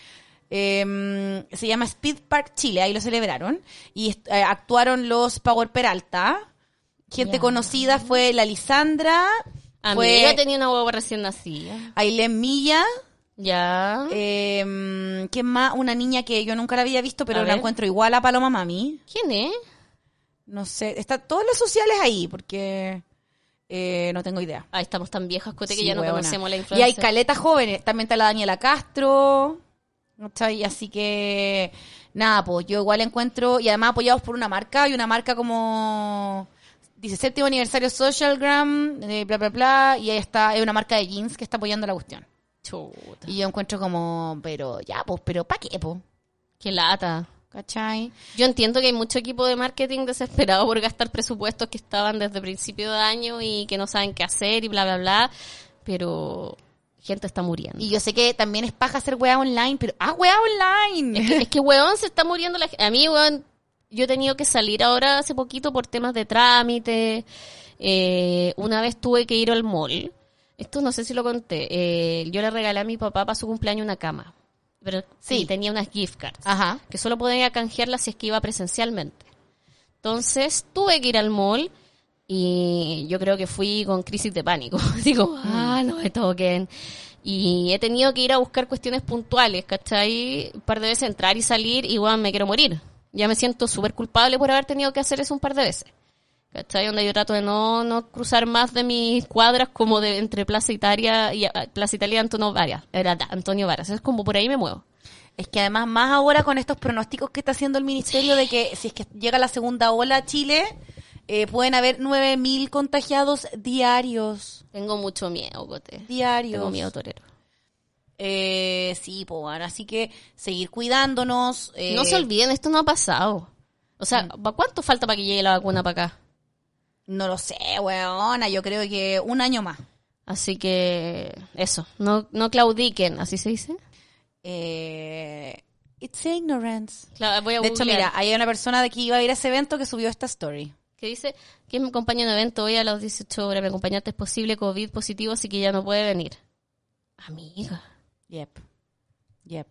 [SPEAKER 3] Eh, se llama Speed Park Chile, ahí lo celebraron. Y est- eh, actuaron los Power Peralta. Gente
[SPEAKER 2] Ya.
[SPEAKER 3] conocida fue la Lisandra,
[SPEAKER 2] A mí
[SPEAKER 3] fue
[SPEAKER 2] yo tenía una huevo recién nacida.
[SPEAKER 3] Ailén Milla,
[SPEAKER 2] Ya.
[SPEAKER 3] eh, ¿quién más? Una niña que yo nunca la había visto, pero
[SPEAKER 2] A
[SPEAKER 3] la
[SPEAKER 2] ver.
[SPEAKER 3] encuentro igual a Paloma Mami.
[SPEAKER 2] ¿Quién es?
[SPEAKER 3] No sé, están todos los sociales ahí, porque eh, no tengo idea.
[SPEAKER 2] Ahí estamos tan viejas, cote, que
[SPEAKER 3] Sí,
[SPEAKER 2] ya no
[SPEAKER 3] huevona.
[SPEAKER 2] conocemos la
[SPEAKER 3] Y
[SPEAKER 2] influencia.
[SPEAKER 3] hay caletas jóvenes. También está la Daniela Castro. ¿cachai? Así que, nada, pues yo igual encuentro, y además apoyados por una marca, y una marca como 17 aniversario Socialgram, eh, bla, bla, bla, y ahí está, es una marca de jeans que está apoyando la cuestión.
[SPEAKER 2] Chuta.
[SPEAKER 3] Y yo encuentro como, pero ya, pues, pero ¿pa' qué, pues?
[SPEAKER 2] Qué lata.
[SPEAKER 3] ¿Cachai?
[SPEAKER 2] Yo entiendo que hay mucho equipo de marketing desesperado por gastar presupuestos que estaban desde principio de año y que no saben qué hacer y bla, bla, bla. Pero gente está muriendo.
[SPEAKER 3] Y yo sé que también es paja hacer weá online, pero ¡ah, weá online!
[SPEAKER 2] Es que, es que, weón, se está muriendo la gente. A mí, weón, yo he tenido que salir ahora hace poquito por temas de trámite. Eh, una vez tuve que ir al mall Esto no sé si lo conté. Eh, yo le regalé a mi papá para su cumpleaños una cama. Pero sí.
[SPEAKER 4] Sí.
[SPEAKER 2] tenía unas gift cards.
[SPEAKER 4] Ajá.
[SPEAKER 2] Que solo podía canjearlas si es que iba presencialmente. Entonces tuve que ir al mall y yo creo que fui con crisis de pánico. Digo, ah, no me toquen. Y he tenido que ir a buscar cuestiones puntuales, ¿cachai? Un par de veces entrar y salir y, bueno, me quiero morir. Ya me siento súper culpable por haber tenido que hacer eso un par de veces. ¿Cachai? Donde yo trato de no, no cruzar más de mis cuadras como de entre Plaza Italia y ah, Plaza Italia y Antonio Varas. Era da- Antonio Varas. Es como por ahí me muevo.
[SPEAKER 3] Es que además, más ahora con estos pronósticos que está haciendo el ministerio de que si es que llega la segunda ola a Chile, eh, pueden haber 9.000 contagiados diarios.
[SPEAKER 2] Tengo mucho miedo, Gote.
[SPEAKER 3] Diarios.
[SPEAKER 2] Tengo miedo, torero.
[SPEAKER 3] Eh, sí, pues bueno, así que seguir cuidándonos. eh,
[SPEAKER 2] No se olviden, esto no ha pasado. O sea, ¿pa ¿cuánto falta para que llegue la vacuna para acá?
[SPEAKER 3] No lo sé, weona, yo creo que un año más.
[SPEAKER 2] Así que eso, no, no claudiquen, así se dice.
[SPEAKER 3] Eh, it's ignorance.
[SPEAKER 2] Cla- voy a
[SPEAKER 3] De hecho,
[SPEAKER 2] googlear.
[SPEAKER 3] mira, hay una persona de que iba a ir a ese evento que subió esta story.
[SPEAKER 2] que dice que me acompaña en un evento hoy a las 18 horas, mi acompañante es posible COVID positivo, así que ya no puede venir. Amiga,
[SPEAKER 3] Yep. Yep.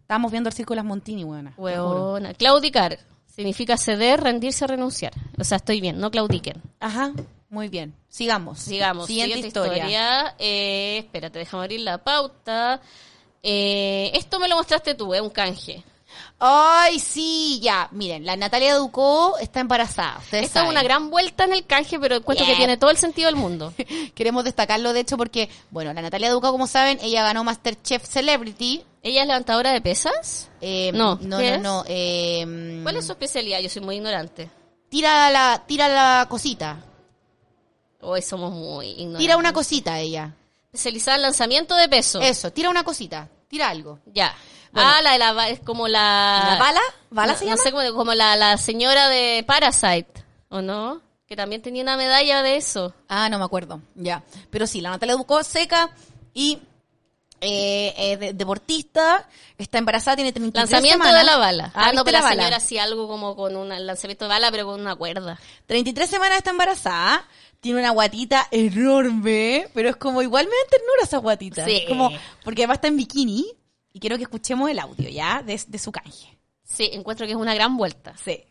[SPEAKER 3] Estábamos viendo el Círculo de las Montini, weona. te juro.
[SPEAKER 2] hueona. Claudicar significa ceder, rendirse, renunciar. O sea, estoy bien, no claudiquen.
[SPEAKER 3] Ajá, muy bien. Sigamos.
[SPEAKER 2] Sigamos.
[SPEAKER 3] Siguiente, historia.
[SPEAKER 2] eh, espérate, déjame abrir la pauta. Eh, esto me lo mostraste tú, es un canje.
[SPEAKER 4] Ay, sí, ya. Miren, la Natalia Ducó está embarazada. Ustedes
[SPEAKER 2] Esta es
[SPEAKER 4] saben.
[SPEAKER 2] una gran vuelta en el canje, pero encuentro que
[SPEAKER 4] Yeah.
[SPEAKER 2] tiene todo el sentido del mundo.
[SPEAKER 4] Queremos destacarlo, de hecho, porque, bueno, la Natalia Ducó, como saben, ella ganó Masterchef Celebrity.
[SPEAKER 2] ¿Ella es levantadora de pesas?
[SPEAKER 4] Eh,
[SPEAKER 2] No,
[SPEAKER 4] no,
[SPEAKER 2] ¿qué
[SPEAKER 4] no,
[SPEAKER 2] es?
[SPEAKER 4] no, eh,
[SPEAKER 2] ¿Cuál es su especialidad? Yo soy muy ignorante.
[SPEAKER 4] Tira la, tira la cosita.
[SPEAKER 2] Hoy somos muy ignorantes.
[SPEAKER 4] Tira una cosita ella.
[SPEAKER 2] Especializada en lanzamiento de peso.
[SPEAKER 4] Eso, tira una cosita. Tira algo.
[SPEAKER 2] Ya.
[SPEAKER 4] Bueno.
[SPEAKER 2] Ah, la de la... va- Es como la...
[SPEAKER 3] ¿La bala? ¿Bala
[SPEAKER 2] Ah, no,
[SPEAKER 3] se
[SPEAKER 2] no
[SPEAKER 3] llama?
[SPEAKER 2] sé, como, como la, la señora de Parasite, ¿o no? Que también tenía una medalla de eso.
[SPEAKER 3] Ah, no me acuerdo. Ya. Pero sí, la Natalia Ducó seca y eh, eh, de- deportista. Está embarazada, tiene 33
[SPEAKER 2] Lanzamiento
[SPEAKER 3] semanas.
[SPEAKER 2] de la bala. Ah, no,
[SPEAKER 3] ¿viste
[SPEAKER 2] pero la,
[SPEAKER 3] bala?
[SPEAKER 2] señora hacía algo como con un lanzamiento de bala, pero con una cuerda.
[SPEAKER 3] 33 semanas está embarazada. Tiene una guatita enorme, pero es como igual me dan ternura esa guatita.
[SPEAKER 2] Sí.
[SPEAKER 3] Es Como, porque además está en bikini. Y quiero que escuchemos el audio, ¿ya? De, de su canje.
[SPEAKER 2] Sí, encuentro que es una gran vuelta.
[SPEAKER 3] Sí.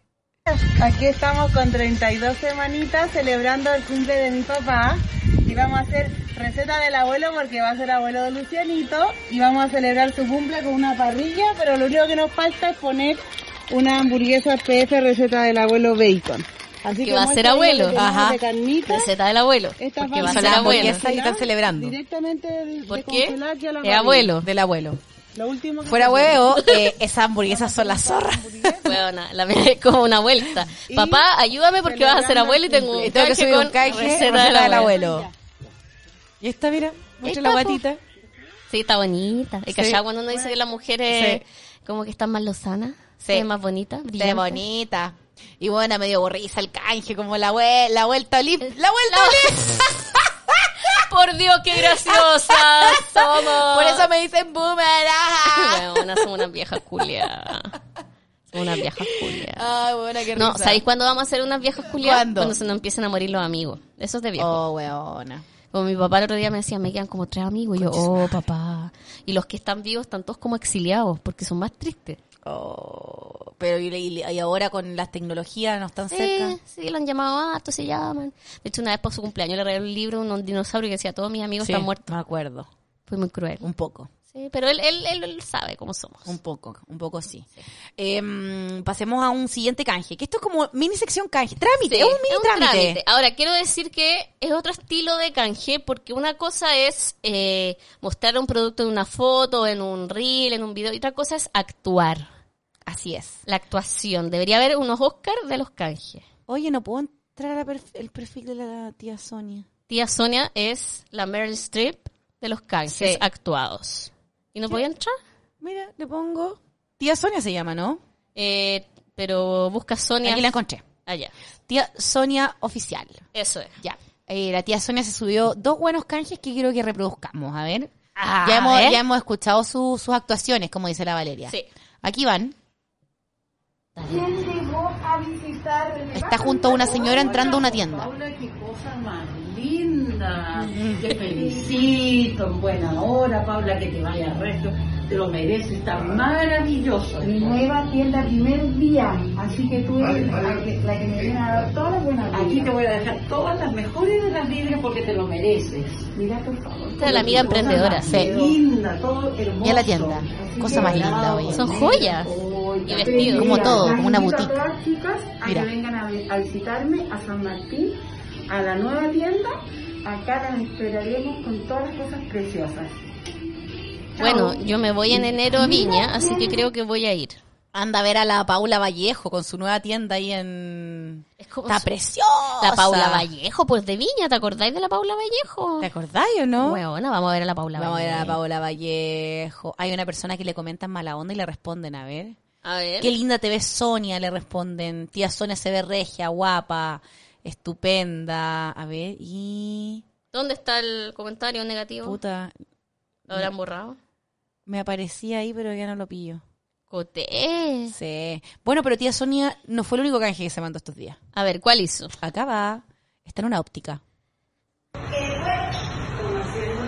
[SPEAKER 6] Aquí estamos con 32 semanitas celebrando el cumple de mi papá y vamos a hacer receta del abuelo porque va a ser abuelo de Lucianito y vamos a celebrar su cumple con una parrilla, pero lo único que nos falta es poner una hamburguesa PF receta del abuelo bacon. Así
[SPEAKER 2] Que va a
[SPEAKER 6] muestra
[SPEAKER 2] ser
[SPEAKER 6] ahí lo
[SPEAKER 2] abuelo.
[SPEAKER 6] que tenemos
[SPEAKER 3] Ajá.
[SPEAKER 6] De carnita.
[SPEAKER 2] Receta del abuelo.
[SPEAKER 6] Esta
[SPEAKER 2] porque va a
[SPEAKER 6] parte
[SPEAKER 2] ser
[SPEAKER 6] de
[SPEAKER 3] las
[SPEAKER 2] abuelo.
[SPEAKER 3] hamburguesas y están celebrando.
[SPEAKER 6] Directamente de,
[SPEAKER 2] ¿Por
[SPEAKER 6] de
[SPEAKER 2] qué?
[SPEAKER 6] congelar aquí a la
[SPEAKER 2] Es
[SPEAKER 6] parrilla.
[SPEAKER 2] abuelo.
[SPEAKER 3] Del abuelo.
[SPEAKER 6] Lo último que
[SPEAKER 3] Fuera
[SPEAKER 6] se-
[SPEAKER 3] huevo, eh, esas hamburguesas son las zorras.
[SPEAKER 2] Weona, la mía es como una vuelta.
[SPEAKER 6] Y
[SPEAKER 2] Papá, ayúdame porque vas a ser
[SPEAKER 6] celebrando
[SPEAKER 2] abuelo y tengo
[SPEAKER 3] Y
[SPEAKER 2] un
[SPEAKER 3] tengo que
[SPEAKER 2] canje
[SPEAKER 3] subir
[SPEAKER 2] con
[SPEAKER 3] un canje
[SPEAKER 2] receta del abuelo.
[SPEAKER 3] abuelo. Y esta, mira, muestra
[SPEAKER 2] Esta,
[SPEAKER 3] la
[SPEAKER 2] po.
[SPEAKER 3] guatita.
[SPEAKER 2] Sí, está bonita. Es que
[SPEAKER 3] Sí.
[SPEAKER 2] allá cuando uno dice que las mujeres como que están más lozanas, se ven más bonitas,
[SPEAKER 4] Qué
[SPEAKER 2] brillantes.
[SPEAKER 4] bonita. Y bueno, medio borriza el canje, como la, vue- la vuelta olímpica. ¡La vuelta
[SPEAKER 2] ¡Ah, Por Dios, qué graciosas somos.
[SPEAKER 4] olímpica! Por eso me dicen
[SPEAKER 3] ah.
[SPEAKER 4] boomerang.
[SPEAKER 2] Weona, somos unas viejas culiadas. Somos unas viejas culiadas.
[SPEAKER 4] Ay, bueno, Ah, qué risa.
[SPEAKER 2] No, ¿sabéis cuándo vamos a ser unas viejas culiadas?
[SPEAKER 4] ¿Cuándo?
[SPEAKER 2] Cuando se nos empiecen a morir los amigos. Eso es de viejo.
[SPEAKER 4] Oh, weona.
[SPEAKER 2] Como mi papá el otro día me decía, me quedan como tres amigos. Y yo, oh, papá. Y los que están vivos están todos como exiliados porque son más tristes.
[SPEAKER 3] Oh, pero y, y- y ahora con las tecnologías no están
[SPEAKER 2] Sí,
[SPEAKER 3] cerca.
[SPEAKER 2] sí, lo han llamado harto, se llaman. De hecho, una vez por su cumpleaños le regalé un libro, un dinosaurio que decía, todos mis amigos
[SPEAKER 3] Sí,
[SPEAKER 2] están muertos.
[SPEAKER 3] Me acuerdo.
[SPEAKER 2] Fue muy cruel.
[SPEAKER 3] Un poco.
[SPEAKER 2] Sí, pero él, él, él, él sabe cómo somos.
[SPEAKER 3] Un poco, un poco sí. Em, pasemos a un siguiente canje, que esto es como mini sección canje. Trámite,
[SPEAKER 2] Sí,
[SPEAKER 3] es un mini trámite.
[SPEAKER 2] Ahora, quiero decir que es otro estilo de canje, porque una cosa es eh, mostrar un producto en una foto, en un reel, en un video, y otra cosa es actuar.
[SPEAKER 3] Así es.
[SPEAKER 2] La actuación. Debería haber unos Oscar de los canjes.
[SPEAKER 3] Oye, no puedo entrar al el perfil de la tía Sonia.
[SPEAKER 2] Tía Sonia es la Meryl Streep de los canjes actuados. ¿Y no podía entrar?
[SPEAKER 3] Mira, le pongo. Tía Sonia se llama, ¿no?
[SPEAKER 2] Eh, pero busca Sonia.
[SPEAKER 3] Aquí la encontré.
[SPEAKER 2] Allá.
[SPEAKER 3] Tía Sonia oficial.
[SPEAKER 2] Eso es.
[SPEAKER 3] Ya. Eh, la tía Sonia se subió dos buenos canjes que quiero que reproduzcamos. A ver.
[SPEAKER 2] Ah,
[SPEAKER 4] ya, hemos,
[SPEAKER 2] ¿eh?
[SPEAKER 4] ya hemos escuchado su- sus actuaciones, como dice la Valeria.
[SPEAKER 2] Sí.
[SPEAKER 4] Aquí van.
[SPEAKER 6] ¿Quién llegó a visitar?
[SPEAKER 4] Está junto a una señora entrando a una tienda.
[SPEAKER 6] Paula, qué cosa más linda.
[SPEAKER 4] Mm.
[SPEAKER 6] Te felicito en buena hora, Paula, que te vaya resto. Te lo mereces, está maravilloso. Nueva tienda, primer día. Así que tú eres la, que, la que me viene a dar todas las buenas Aquí te voy a dejar todas las mejores de las vidrias porque te lo mereces. Mira, por favor.
[SPEAKER 2] Esta es la amiga emprendedora.
[SPEAKER 4] Sí.
[SPEAKER 6] Linda, todo hermoso.
[SPEAKER 4] Mira la tienda. Cosa más linda, oye.
[SPEAKER 2] Son joyas. Y vestidos.
[SPEAKER 4] Como todo, como una
[SPEAKER 6] Las invito
[SPEAKER 4] boutique.
[SPEAKER 6] A todas chicas a
[SPEAKER 4] Mira.
[SPEAKER 6] que vengan a, vi- a visitarme a San Martín, a la nueva tienda. Acá las esperaremos con todas las cosas preciosas.
[SPEAKER 2] Bueno, yo me voy en enero a Viña, así que creo que voy a ir.
[SPEAKER 3] Anda a ver a la Paula Vallejo con su nueva tienda ahí en...
[SPEAKER 2] Es como
[SPEAKER 3] Está
[SPEAKER 2] su-
[SPEAKER 3] preciosa.
[SPEAKER 2] La Paula Vallejo, pues de Viña, ¿te acordáis de la Paula Vallejo?
[SPEAKER 3] ¿Te acordáis o no?
[SPEAKER 2] Bueno, vamos a ver a la Paula
[SPEAKER 3] Vamos a ver a la
[SPEAKER 2] Vallejo.
[SPEAKER 3] Paola Vallejo. Hay una persona que le comentan mala onda y le responden, a ver.
[SPEAKER 2] A ver.
[SPEAKER 3] Qué linda te ves Sonia, le responden. Tía Sonia se ve regia, guapa, estupenda. A ver, y...
[SPEAKER 2] ¿Dónde está el comentario negativo?
[SPEAKER 3] Puta,
[SPEAKER 2] ¿Lo habrán borrado?
[SPEAKER 3] me aparecía ahí, pero ya no lo pillo.
[SPEAKER 2] Coté.
[SPEAKER 3] Sí. Bueno, pero tía Sonia no fue el único canje que se mandó estos días.
[SPEAKER 2] A ver, ¿cuál hizo?
[SPEAKER 3] Acá va. Está en una óptica.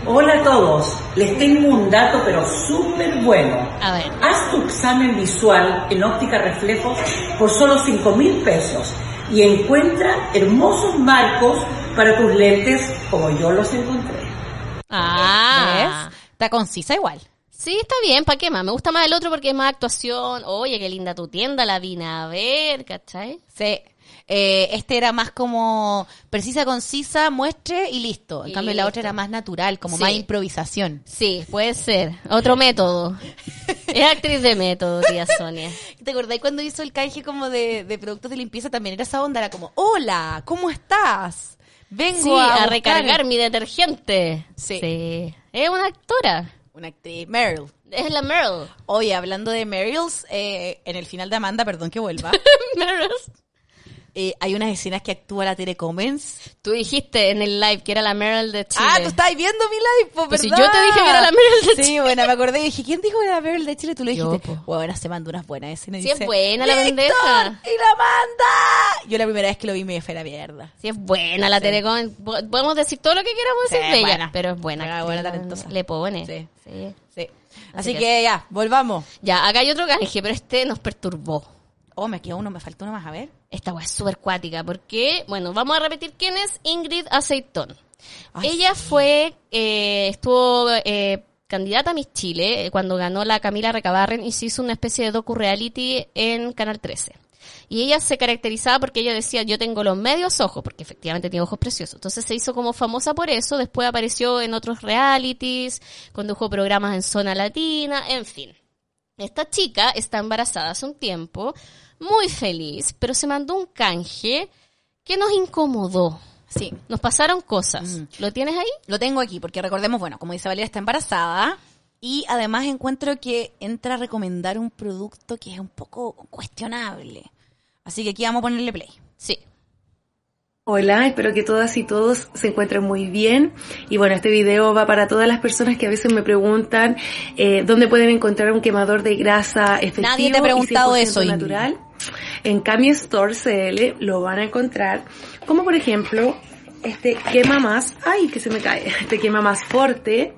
[SPEAKER 1] Hola a todos, les tengo un dato pero súper bueno.
[SPEAKER 2] A ver.
[SPEAKER 1] Haz tu examen visual en óptica reflejos por solo 5 mil pesos y encuentra hermosos marcos para tus lentes como yo los encontré.
[SPEAKER 2] Ah.
[SPEAKER 3] ¿Ves? Está concisa igual.
[SPEAKER 2] Sí, está bien, ¿para qué más? Me gusta más el otro porque es más actuación. Oye, qué linda tu tienda, la vine a ver, ¿cachai?
[SPEAKER 3] Sí. Eh, este era más como precisa, concisa, muestre y listo. En
[SPEAKER 2] Y
[SPEAKER 3] cambio, la otra
[SPEAKER 2] listo.
[SPEAKER 3] era más natural, como
[SPEAKER 2] Sí.
[SPEAKER 3] más improvisación.
[SPEAKER 2] Sí, puede ser. Otro método. Es actriz de método, tía Sonia.
[SPEAKER 3] ¿Te acordáis cuando hizo el canje como de, de productos de limpieza? También era esa onda, era como, hola, ¿cómo estás? Vengo
[SPEAKER 2] Sí,
[SPEAKER 3] a,
[SPEAKER 2] a
[SPEAKER 3] buscar-"
[SPEAKER 2] recargar mi detergente.
[SPEAKER 3] Sí.
[SPEAKER 2] Es una actora.
[SPEAKER 3] Una actriz, Meryl.
[SPEAKER 2] Es la Meryl.
[SPEAKER 3] Oye, hablando de Meryl's, eh, en el final de Amanda, perdón que vuelva,
[SPEAKER 2] Meryl.
[SPEAKER 3] eh, hay unas escenas que actúa la Tere Comens.
[SPEAKER 2] Tú dijiste en el live que era la Meryl de Chile.
[SPEAKER 3] Ah, tú estabas viendo mi live, po,
[SPEAKER 2] Pues si
[SPEAKER 3] ¿verdad?
[SPEAKER 2] yo te dije que era la Meryl de
[SPEAKER 3] Sí,
[SPEAKER 2] Chile.
[SPEAKER 3] bueno, me acordé y dije, ¿quién dijo que era la Meryl de Chile? Tú lo
[SPEAKER 2] Yo,
[SPEAKER 3] dijiste.
[SPEAKER 2] po.
[SPEAKER 3] Bueno, se mandó unas buenas escenas. y
[SPEAKER 2] Sí, es
[SPEAKER 3] dice,
[SPEAKER 2] buena la
[SPEAKER 3] "Víctor
[SPEAKER 2] bandeja".
[SPEAKER 3] ¡Y la manda! Yo la primera vez que lo vi me fue la mierda.
[SPEAKER 2] Sí, es buena la Telecom. Po- Podemos decir todo lo que queramos
[SPEAKER 3] Sí,
[SPEAKER 2] decir de ella,
[SPEAKER 3] buena.
[SPEAKER 2] pero es buena.
[SPEAKER 3] Era
[SPEAKER 2] actriz,
[SPEAKER 3] buena,
[SPEAKER 2] la-
[SPEAKER 3] talentosa.
[SPEAKER 2] Le pone.
[SPEAKER 3] Sí.
[SPEAKER 2] Sí.
[SPEAKER 3] Sí.
[SPEAKER 2] Así
[SPEAKER 3] Así,
[SPEAKER 2] que
[SPEAKER 3] que, ya, volvamos.
[SPEAKER 2] Ya, acá hay otro canje, pero este nos perturbó.
[SPEAKER 3] Oh, me quedó uno, me faltó uno más, a ver.
[SPEAKER 2] Esta weá es súper cuática, porque, bueno, vamos a repetir quién es Ingrid Aceitón. Ella fue, eh, estuvo eh, candidata a Miss Chile eh, cuando ganó la Camila Recabarren y se hizo una especie de docu-reality en Canal 13. Y ella se caracterizaba porque ella decía, yo tengo los medios ojos, porque efectivamente tiene ojos preciosos. Entonces se hizo como famosa por eso, después apareció en otros realities, condujo programas en Zona Latina, en fin. Esta chica está embarazada hace un tiempo, muy feliz, pero se mandó un canje que nos incomodó.
[SPEAKER 3] Sí.
[SPEAKER 2] Nos pasaron cosas.
[SPEAKER 3] Mm.
[SPEAKER 2] ¿Lo tienes ahí?
[SPEAKER 3] Lo tengo aquí, porque recordemos, bueno, como dice Valeria, está embarazada. Y además encuentro que entra a recomendar un producto que es un poco cuestionable. Así que aquí vamos a ponerle play.
[SPEAKER 2] Sí.
[SPEAKER 7] Hola, espero que todas y todos se encuentren muy bien. Y bueno, este video va para todas las personas que a veces me preguntan eh, dónde pueden encontrar un quemador de grasa efectivo
[SPEAKER 3] Nadie te ha
[SPEAKER 7] y
[SPEAKER 3] preguntado
[SPEAKER 7] 100%
[SPEAKER 3] eso, Ingrid.
[SPEAKER 7] natural. En Cami Store CL lo van a encontrar, como por ejemplo este quema más, ay, que se me cae, este quema más fuerte,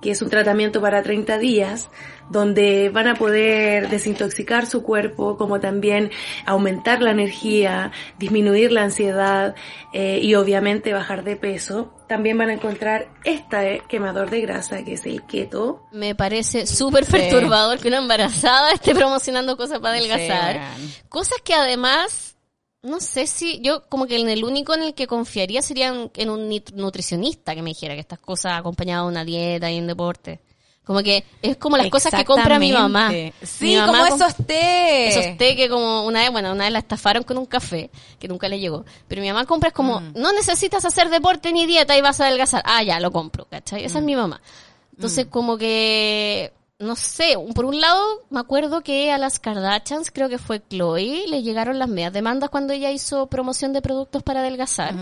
[SPEAKER 7] que es un tratamiento para 30 días, donde van a poder desintoxicar su cuerpo, como también aumentar la energía, disminuir la ansiedad eh, y obviamente bajar de peso. También van a encontrar este quemador de grasa, que es el keto.
[SPEAKER 2] Me parece súper perturbador que una embarazada esté promocionando cosas para adelgazar.
[SPEAKER 3] Sí, weón.
[SPEAKER 2] Cosas que además, no sé si yo como que en el único en el que confiaría sería en, en un nit- nutricionista que me dijera que estas cosas acompañadas de una dieta y un deporte. Como que es como las cosas que compra mi mamá.
[SPEAKER 3] Exactamente. Sí,
[SPEAKER 2] Mi mamá
[SPEAKER 3] como
[SPEAKER 2] comp-
[SPEAKER 3] esos té.
[SPEAKER 2] Esos té que como una vez, bueno, una vez la estafaron con un café, que nunca le llegó. Pero mi mamá compra es como, no necesitas hacer deporte ni dieta y vas a adelgazar. Ah, ya, lo compro, ¿cachai? Esa es mi mamá. Entonces, como que, no sé, un- por un lado, me acuerdo que a las Kardashians, creo que fue Chloe, le llegaron las medias demandas cuando ella hizo promoción de productos para adelgazar.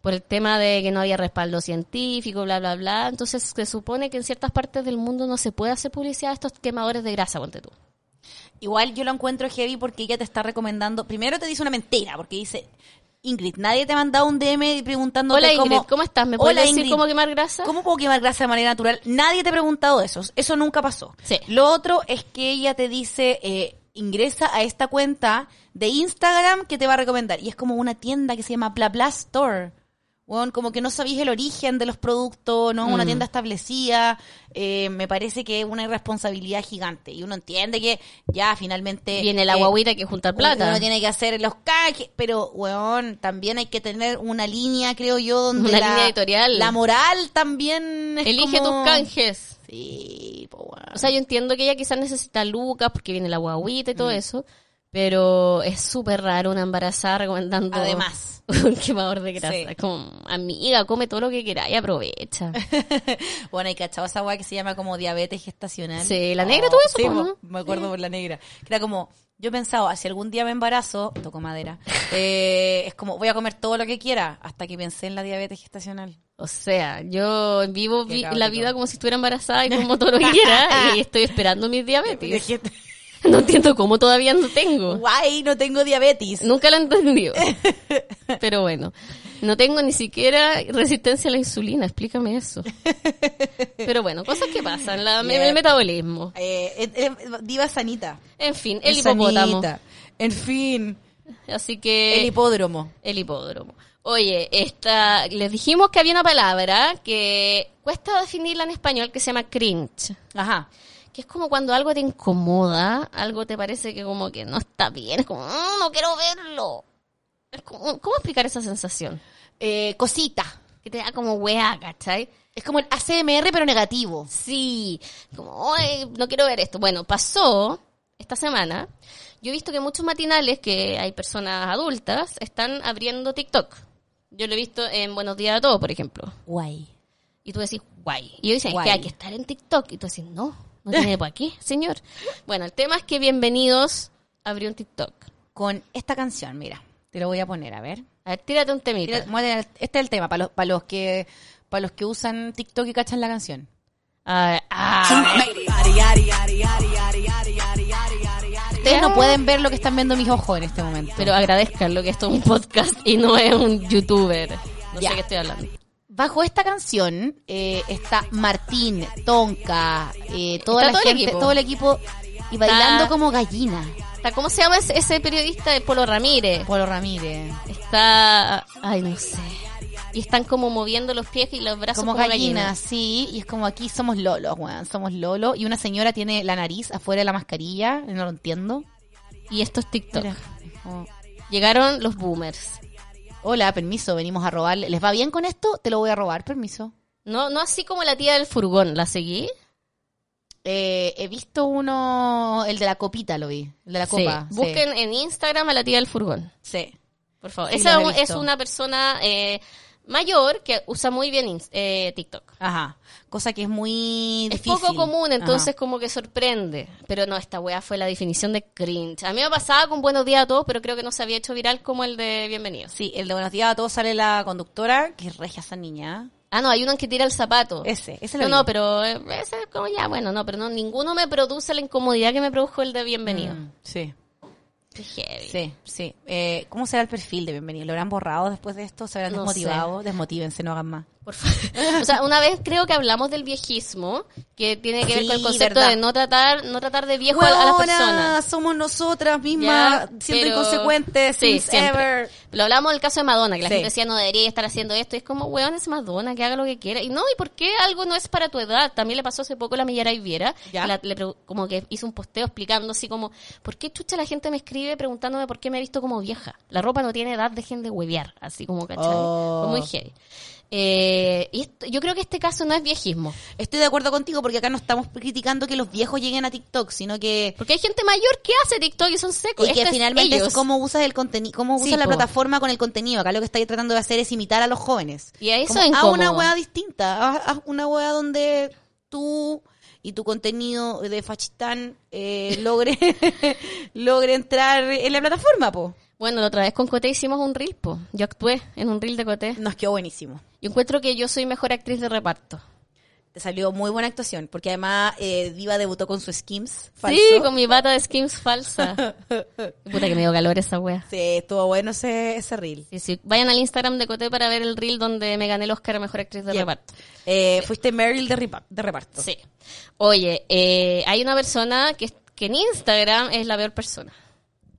[SPEAKER 2] Por el tema de que no había respaldo científico, bla, bla, bla. Entonces, se supone que en ciertas partes del mundo no se puede hacer publicidad de estos quemadores de grasa, ponte tú.
[SPEAKER 3] Igual yo lo encuentro heavy porque ella te está recomendando. Primero te dice una mentira, porque dice. Ingrid, nadie te ha mandado un DM preguntándote
[SPEAKER 2] Hola, Ingrid,
[SPEAKER 3] cómo,
[SPEAKER 2] ¿cómo estás? ¿Me puedes
[SPEAKER 3] Hola,
[SPEAKER 2] decir
[SPEAKER 3] Ingrid,
[SPEAKER 2] cómo quemar grasa?
[SPEAKER 3] ¿Cómo puedo quemar grasa de manera natural? Nadie te ha preguntado eso. Eso nunca pasó.
[SPEAKER 2] Sí.
[SPEAKER 3] Lo otro es que ella te dice, eh, ingresa a esta cuenta de Instagram que te va a recomendar. Y es como una tienda que se llama Bla Bla Store. Weón, como que no sabéis el origen de los productos, no es
[SPEAKER 2] Mm.
[SPEAKER 3] una tienda establecida. Eh, me parece que es una irresponsabilidad gigante. Y uno entiende que ya finalmente...
[SPEAKER 2] Viene la
[SPEAKER 3] eh,
[SPEAKER 2] guaguita que juntar plata.
[SPEAKER 3] uno tiene que hacer los cajes, pero, weón, también hay que tener una línea, creo yo, donde
[SPEAKER 2] Una
[SPEAKER 3] la,
[SPEAKER 2] línea editorial.
[SPEAKER 3] la moral también es
[SPEAKER 2] Elige
[SPEAKER 3] como-
[SPEAKER 2] tus canjes.
[SPEAKER 3] Sí, po, weón.
[SPEAKER 2] O sea, yo entiendo que ella quizás necesita lucas porque viene la guaguita y todo
[SPEAKER 3] Mm.
[SPEAKER 2] eso, pero es súper raro una embarazada recomendando
[SPEAKER 3] Además.
[SPEAKER 2] un quemador de grasa.
[SPEAKER 3] Sí.
[SPEAKER 2] Es Como, amiga, come todo lo que quieras y aprovecha.
[SPEAKER 3] bueno, hay cachado esa weá que se llama como diabetes gestacional. Oh,
[SPEAKER 2] Sí, la negra tuvo eso,
[SPEAKER 3] sí,
[SPEAKER 2] po,
[SPEAKER 3] po,
[SPEAKER 2] ¿no?
[SPEAKER 3] Me acuerdo por la negra. Que era como, yo pensaba, si algún día me embarazo, toco madera, eh, es como, voy a comer todo lo que quiera, hasta que pensé en la diabetes gestacional.
[SPEAKER 2] O sea, yo vivo
[SPEAKER 3] Qué
[SPEAKER 2] vi- la
[SPEAKER 3] caótico.
[SPEAKER 2] vida como si estuviera embarazada y como todo lo que quiera y estoy esperando mis diabetes.
[SPEAKER 3] Dejé-
[SPEAKER 2] No entiendo cómo todavía no tengo.
[SPEAKER 3] Guay, no tengo diabetes.
[SPEAKER 2] Nunca lo he entendido. Pero bueno, no tengo ni siquiera resistencia a la insulina, explícame eso. Pero bueno, cosas que pasan, la-
[SPEAKER 3] Yep.
[SPEAKER 2] el metabolismo.
[SPEAKER 3] Eh, eh, eh, diva sanita.
[SPEAKER 2] En fin, el
[SPEAKER 3] Esa
[SPEAKER 2] hipopótamo. Eh.
[SPEAKER 3] niñita. En fin,
[SPEAKER 2] Así que
[SPEAKER 3] el hipódromo.
[SPEAKER 2] el hipódromo. Oye, esta les dijimos que había una palabra que cuesta definirla en español que se llama cringe.
[SPEAKER 3] Ajá.
[SPEAKER 2] que es como cuando algo te incomoda, algo te parece que como que no está bien, es como, "Mm, no quiero verlo. Es como- ¿Cómo explicar esa sensación?
[SPEAKER 3] Eh, cosita.
[SPEAKER 2] Que te da como weá, ¿cachai?
[SPEAKER 3] Es como el ACMR, pero negativo.
[SPEAKER 2] Sí, como, "Ay, no quiero ver esto. Bueno, pasó esta semana, yo he visto que muchos matinales, que hay personas adultas, están abriendo TikTok. Yo lo he visto en Buenos Días a Todos, por ejemplo.
[SPEAKER 3] Guay.
[SPEAKER 2] Y tú decís, guay. Y ellos dicen,
[SPEAKER 3] Guay.
[SPEAKER 2] que hay que estar en TikTok. Y tú decís, no, no tiene por aquí, señor. Bueno, el tema es que bienvenidos abrió un TikTok.
[SPEAKER 3] Con esta canción, mira. Te lo voy a poner, a ver.
[SPEAKER 2] A ver, tírate un temita.
[SPEAKER 3] Mira, muévete, este es el tema, para los, para los que para los que usan TikTok y cachan la canción.
[SPEAKER 2] Ah, ah.
[SPEAKER 3] Ustedes no pueden ver lo que están viendo mis ojos en este momento.
[SPEAKER 2] Pero agradezcan lo que esto es un podcast y no es un youtuber. No
[SPEAKER 3] Ya.
[SPEAKER 2] sé qué estoy hablando.
[SPEAKER 3] Bajo esta canción eh, está Martín, Tonka, eh, toda
[SPEAKER 2] Está
[SPEAKER 3] la
[SPEAKER 2] todo el
[SPEAKER 3] gente,
[SPEAKER 2] equipo.
[SPEAKER 3] todo el equipo y bailando
[SPEAKER 2] Está-
[SPEAKER 3] como gallina.
[SPEAKER 2] Está- ¿Cómo se llama ese, ese periodista de Polo Ramírez?
[SPEAKER 3] Polo Ramírez.
[SPEAKER 2] Está... Ay, no sé. Y están como moviendo los pies y los brazos
[SPEAKER 3] Como
[SPEAKER 2] como,
[SPEAKER 3] gallinas,
[SPEAKER 2] gallinas.
[SPEAKER 3] sí, y es como aquí somos lolos, weón, somos lolo y una señora tiene la nariz afuera de la mascarilla, no lo entiendo.
[SPEAKER 2] Y esto es TikTok.
[SPEAKER 3] Mira, oh.
[SPEAKER 2] Llegaron los boomers.
[SPEAKER 3] Hola, permiso, venimos a robar. ¿Les va bien con esto? Te lo voy a robar, permiso.
[SPEAKER 2] No, no así como la tía del furgón, ¿la seguí?
[SPEAKER 3] Eh, he visto uno, el de la copita lo vi, el de la copa.
[SPEAKER 2] Sí. Busquen en Instagram a la tía del furgón,
[SPEAKER 3] Sí.
[SPEAKER 2] por favor.
[SPEAKER 3] Sí,
[SPEAKER 2] Esa
[SPEAKER 3] los he
[SPEAKER 2] es
[SPEAKER 3] visto.
[SPEAKER 2] una persona eh, mayor que usa muy bien Inst- eh, TikTok.
[SPEAKER 3] Ajá. Cosa que es muy
[SPEAKER 2] Es
[SPEAKER 3] difícil.
[SPEAKER 2] poco común, entonces
[SPEAKER 3] Ajá.
[SPEAKER 2] como que sorprende. Pero no, esta weá fue la definición de cringe. A mí me pasaba con Buenos Días a Todos, pero creo que no se había hecho viral como el de Bienvenidos.
[SPEAKER 3] Sí, el de Buenos Días a todos sale la conductora, que regia esa niña.
[SPEAKER 2] Ah, no, hay uno en que tira el zapato.
[SPEAKER 3] Ese, ese lo
[SPEAKER 2] No, no,
[SPEAKER 3] vi.
[SPEAKER 2] pero eh, ese es como ya, bueno, no, pero no, ninguno me produce la incomodidad que me produjo el de Bienvenido.
[SPEAKER 3] Mm, sí.
[SPEAKER 2] Qué heavy.
[SPEAKER 3] Sí, sí. Eh, ¿Cómo será el perfil de bienvenido? ¿Lo habrán borrado después de esto? ¿Se habrán
[SPEAKER 2] No
[SPEAKER 3] desmotivado? Desmotívense, no hagan más.
[SPEAKER 2] Por favor. O sea, una vez creo que hablamos del viejismo, que tiene que ver
[SPEAKER 3] Sí,
[SPEAKER 2] con el concepto
[SPEAKER 3] verdad.
[SPEAKER 2] de no tratar, no tratar de viejo a, a la persona.
[SPEAKER 3] somos nosotras
[SPEAKER 2] Ya,
[SPEAKER 3] mismas, siendo
[SPEAKER 2] pero-
[SPEAKER 3] inconsecuentes,
[SPEAKER 2] Sí,
[SPEAKER 3] since
[SPEAKER 2] siempre.
[SPEAKER 3] ever.
[SPEAKER 2] Lo hablamos del caso de Madonna, que la
[SPEAKER 3] Sí.
[SPEAKER 2] gente decía no debería estar haciendo esto. Y es como, weón, es Madonna, que haga lo que quiera. Y no, ¿y por qué algo no es para tu edad? También le pasó hace poco a la Millera Iviera.
[SPEAKER 3] Ya.
[SPEAKER 2] que la- le pregu- como que hizo un posteo explicando así como, ¿por qué chucha la gente me escribe preguntándome por qué me he visto como vieja? La ropa no tiene edad, dejen de huevear. Así como, ¿cachai?
[SPEAKER 3] Oh.
[SPEAKER 2] Fue muy heavy. Eh, y esto- yo creo que este caso no es viejismo.
[SPEAKER 3] Estoy de acuerdo contigo porque acá no estamos criticando que los viejos lleguen a TikTok, sino que
[SPEAKER 2] Porque hay gente mayor que hace TikTok y son secos.
[SPEAKER 3] y que
[SPEAKER 2] Pues Esto es
[SPEAKER 3] finalmente
[SPEAKER 2] ellos.
[SPEAKER 3] es cómo usas el contenido, cómo usas
[SPEAKER 2] Sí,
[SPEAKER 3] la
[SPEAKER 2] po.
[SPEAKER 3] plataforma con el contenido. Acá lo que estáis tratando de hacer es imitar a los jóvenes.
[SPEAKER 2] Y a eso
[SPEAKER 3] Como,
[SPEAKER 2] es
[SPEAKER 3] haz una
[SPEAKER 2] incómodo.
[SPEAKER 3] hueá distinta, haz, haz una hueá donde tú y tu contenido de fachistán eh, logre logre entrar en la plataforma, po.
[SPEAKER 2] Bueno, la otra vez con Coté hicimos un reel, po. Yo actué en un reel de Coté.
[SPEAKER 3] Nos quedó buenísimo.
[SPEAKER 2] Yo encuentro que yo soy mejor actriz de reparto.
[SPEAKER 3] Te salió muy buena actuación, porque además eh, Diva debutó con su Skims falso.
[SPEAKER 2] Sí, con mi bata de skims falsa. Puta que me dio calor esa wea.
[SPEAKER 3] Sí, estuvo bueno ese, ese reel.
[SPEAKER 2] Sí, sí. Vayan al Instagram de Coté para ver el reel donde me gané el Oscar a Mejor Actriz de
[SPEAKER 3] Yeah.
[SPEAKER 2] Reparto.
[SPEAKER 3] Eh, Fuiste Meryl de, repa- de reparto.
[SPEAKER 2] Sí. Oye, eh, hay una persona que, que en Instagram es la peor persona.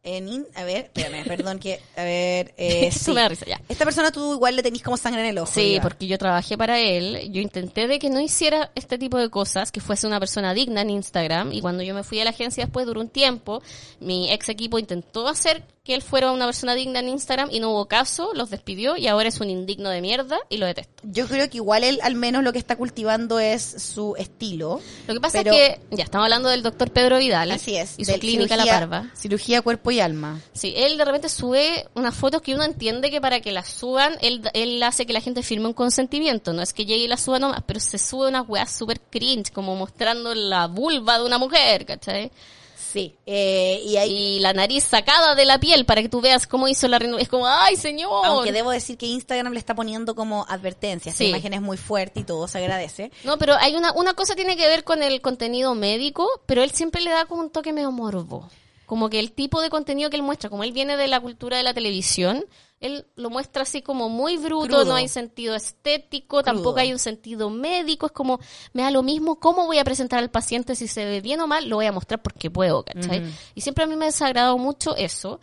[SPEAKER 3] En in- a ver, espérame, perdón que... A ver, eh,
[SPEAKER 2] Eso
[SPEAKER 3] sí.
[SPEAKER 2] me da risa, ya.
[SPEAKER 3] Esta persona tú igual le tenés como sangre en el ojo.
[SPEAKER 2] Sí,
[SPEAKER 3] Diva.
[SPEAKER 2] porque yo trabajé para él, yo intenté de que no hiciera este tipo de cosas, que fuese una persona digna en Instagram, y cuando yo me fui a la agencia después duró un tiempo, mi ex equipo intentó hacer que él fuera una persona digna en Instagram y no hubo caso, los despidió y ahora es un indigno de mierda y lo detesto.
[SPEAKER 3] Yo creo que igual él al menos lo que está cultivando es su estilo.
[SPEAKER 2] Lo que pasa
[SPEAKER 3] Pero-
[SPEAKER 2] es que, ya estamos hablando del doctor Pedro Vidal
[SPEAKER 3] Así es.
[SPEAKER 2] y su
[SPEAKER 3] del
[SPEAKER 2] clínica
[SPEAKER 3] cirugía-
[SPEAKER 2] La Parva.
[SPEAKER 3] Cirugía cuerpo y alma.
[SPEAKER 2] Sí, él de repente sube unas fotos que uno entiende que para que las suban, él, él hace que la gente firme un consentimiento, no es que llegue y la suba nomás, pero se sube unas weas súper cringe, como mostrando la vulva de una mujer, ¿cachai?
[SPEAKER 3] Sí. Eh, y ahí,
[SPEAKER 2] Y la nariz sacada de la piel para que tú veas cómo hizo la reno- Es como, ¡ay, señor!
[SPEAKER 3] aunque debo decir que Instagram le está poniendo como advertencias.
[SPEAKER 2] Sí.
[SPEAKER 3] La imagen es muy fuerte y todo se agradece.
[SPEAKER 2] No, pero hay una, una cosa tiene que ver con el contenido médico, pero él siempre le da como un toque medio morbo. Como que el tipo de contenido que él muestra, como él viene de la cultura de la televisión, él lo muestra así como muy bruto,
[SPEAKER 3] Crudo.
[SPEAKER 2] no hay sentido estético, tampoco hay un sentido médico, es como, me da lo mismo cómo voy a presentar al paciente, si se ve bien o mal, lo voy a mostrar porque puedo, ¿cachai? Y siempre a mí me ha desagradado mucho eso.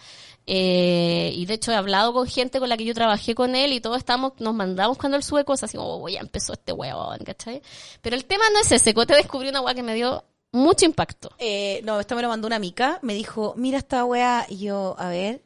[SPEAKER 2] Eh, y de hecho he hablado con gente con la que yo trabajé con él y todos estamos, nos mandamos cuando él sube cosas así como, "Oh, ya empezó este huevón, ¿cachai? Pero el tema no es ese, Cote descubrí una hueá que me dio mucho impacto.
[SPEAKER 3] Eh, no, esto me lo mandó una mica. Me dijo, mira esta wea. Y yo, a ver.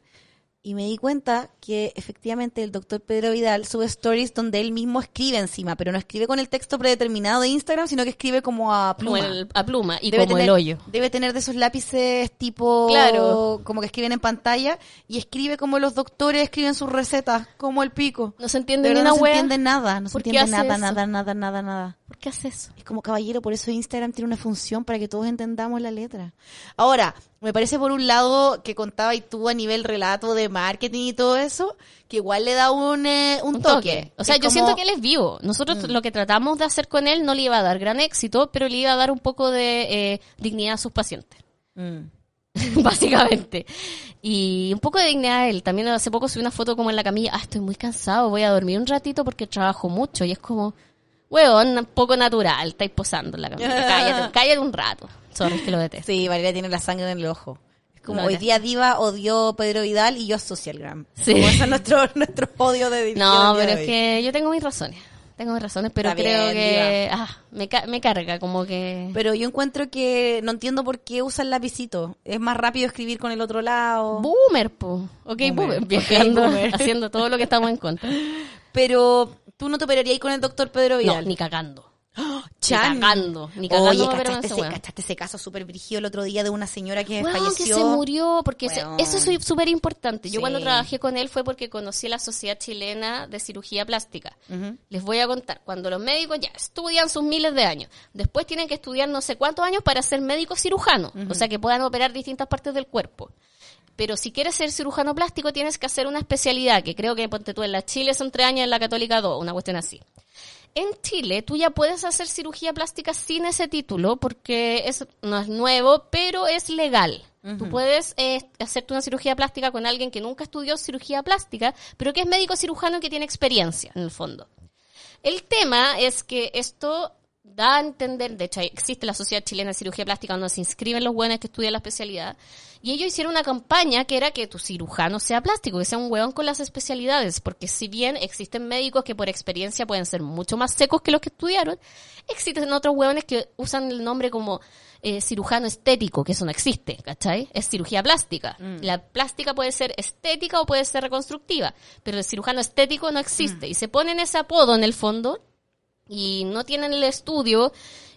[SPEAKER 3] Y me di cuenta que efectivamente el doctor Pedro Vidal sube stories donde él mismo escribe encima, pero no escribe con el texto predeterminado de Instagram, sino que escribe como a pluma.
[SPEAKER 2] Como el- a pluma y
[SPEAKER 3] Debe
[SPEAKER 2] como el
[SPEAKER 3] tener-
[SPEAKER 2] hoyo.
[SPEAKER 3] Debe tener de esos lápices tipo.
[SPEAKER 2] Claro.
[SPEAKER 3] Como que escriben en pantalla y escribe como los doctores escriben sus recetas, como el pico.
[SPEAKER 2] No se
[SPEAKER 3] De
[SPEAKER 2] entiende ni
[SPEAKER 3] verdad
[SPEAKER 2] una
[SPEAKER 3] no se
[SPEAKER 2] hueá.
[SPEAKER 3] entiende nada, no se
[SPEAKER 2] ¿Por qué
[SPEAKER 3] entiende
[SPEAKER 2] hace
[SPEAKER 3] nada,
[SPEAKER 2] eso?
[SPEAKER 3] nada, nada, nada, nada.
[SPEAKER 2] ¿Por qué hace eso?
[SPEAKER 3] Es como caballero, por eso Instagram tiene una función para que todos entendamos la letra. Ahora, me parece por un lado que contaba y tú a nivel relato de marketing y todo eso, que igual le da un, eh, un,
[SPEAKER 2] Un
[SPEAKER 3] toque.
[SPEAKER 2] toque. O sea,
[SPEAKER 3] Es
[SPEAKER 2] yo
[SPEAKER 3] como- Mm.
[SPEAKER 2] siento que él es vivo. Nosotros lo que tratamos de hacer con él no le iba a dar gran éxito, pero le iba a dar un poco de eh, dignidad a sus pacientes.
[SPEAKER 3] Mm.
[SPEAKER 2] básicamente. Y un poco de dignidad a él. También hace poco subí una foto como en la camilla. Ah, estoy muy cansado, voy a dormir un ratito porque trabajo mucho. Y es como, weón, poco natural, estáis posando en la camilla. cállate, cállate un rato. Sorry que lo detesto.
[SPEAKER 3] Sí, Valeria tiene la sangre en el ojo. Es como
[SPEAKER 2] No,
[SPEAKER 3] hoy
[SPEAKER 2] ya.
[SPEAKER 3] día Diva odió Pedro Vidal y yo Socialgram.
[SPEAKER 2] Sí.
[SPEAKER 3] Como ese es nuestro, nuestro odio de Diva.
[SPEAKER 2] No, pero es que yo tengo mis razones. Tengo mis razones, pero
[SPEAKER 3] Está
[SPEAKER 2] creo
[SPEAKER 3] bien,
[SPEAKER 2] que ah, me, ca- me carga, como que...
[SPEAKER 3] Pero yo encuentro que no entiendo por qué usa el lapicito. Es más rápido escribir con el otro lado.
[SPEAKER 2] Boomer, po. Ok, boomer.
[SPEAKER 3] Boomer.
[SPEAKER 2] Viajando,
[SPEAKER 3] Ok, boomer.
[SPEAKER 2] haciendo todo lo que estamos en contra.
[SPEAKER 3] Pero tú no te operarías con el doctor Pedro
[SPEAKER 2] No,
[SPEAKER 3] Vidal.
[SPEAKER 2] ni cagando.
[SPEAKER 3] Chan.
[SPEAKER 2] Ni cagando. Ni cagando
[SPEAKER 3] Oye,
[SPEAKER 2] me opero con
[SPEAKER 3] ¿cachaste
[SPEAKER 2] ese
[SPEAKER 3] ese,
[SPEAKER 2] weón.
[SPEAKER 3] cachaste ese caso súper brígido el otro día de una señora que
[SPEAKER 2] Weón,
[SPEAKER 3] falleció?
[SPEAKER 2] que se murió, porque se-
[SPEAKER 3] Weón.
[SPEAKER 2] eso es súper importante. Yo
[SPEAKER 3] Sí.
[SPEAKER 2] cuando trabajé con él fue porque conocí la Sociedad Chilena de Cirugía Plástica. Les voy a contar, cuando los médicos ya estudian sus miles de años, después tienen que estudiar no sé cuántos años para ser médico cirujano, o sea, que puedan operar distintas partes del cuerpo. Pero si quieres ser cirujano plástico tienes que hacer una especialidad, que creo que ponte tú en la Chile son tres años, en la Católica dos, una cuestión así. En Chile tú ya puedes hacer cirugía plástica sin ese título porque es, no es nuevo, pero es legal. Tú puedes eh, hacerte una cirugía plástica con alguien que nunca estudió cirugía plástica, pero que es médico cirujano y que tiene experiencia, en el fondo. El tema es que esto da a entender, de hecho ahí existe la Sociedad Chilena de Cirugía Plástica donde se inscriben los buenos que estudian la especialidad, y ellos hicieron una campaña que era que tu cirujano sea plástico, que sea un hueón con las especialidades, porque si bien existen médicos que por experiencia pueden ser mucho más secos que los que estudiaron, existen otros hueones que usan el nombre como eh, cirujano estético, que eso no existe, ¿cachai? Es cirugía plástica. La plástica puede ser estética o puede ser reconstructiva, pero el cirujano estético no existe. Y se ponen ese apodo en el fondo y no tienen el estudio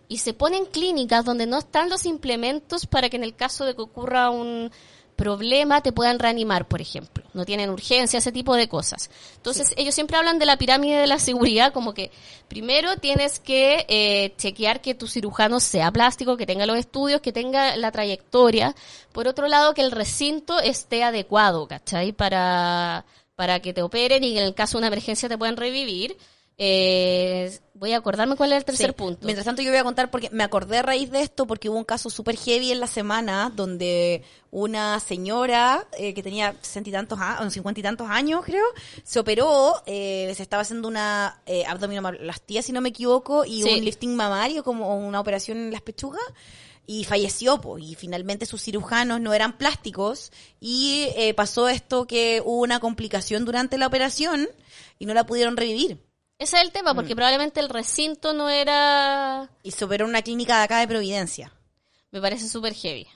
[SPEAKER 2] y se ponen clínicas donde no están los implementos para que en el caso de que ocurra un problema te puedan reanimar, por ejemplo. No tienen urgencia, ese tipo de cosas. Entonces, ellos siempre hablan de la pirámide de la seguridad, como que primero tienes que eh, chequear que tu cirujano sea plástico, que tenga los estudios, que tenga la trayectoria. Por otro lado, que el recinto esté adecuado, ¿cachai? Para, para que te operen y en el caso de una emergencia te puedan revivir. Eh, voy a acordarme cuál era el tercer
[SPEAKER 3] Sí.
[SPEAKER 2] punto.
[SPEAKER 3] Mientras tanto, yo voy a contar porque me acordé a raíz de esto porque hubo un caso súper heavy en la semana donde una señora eh, que tenía sesenta y tantos, a- o cincuenta y tantos años, creo, se operó, eh, se estaba haciendo una eh, abdominoplastia, si no me equivoco, y
[SPEAKER 2] Sí.
[SPEAKER 3] un lifting mamario, como una operación en las pechugas. Y falleció, po, y finalmente sus cirujanos no eran plásticos, y eh, pasó esto que hubo una complicación durante la operación y no la pudieron revivir.
[SPEAKER 2] Ese es el tema, porque probablemente el recinto no era...
[SPEAKER 3] Y se operó en una clínica de acá de Providencia.
[SPEAKER 2] Me parece súper heavy.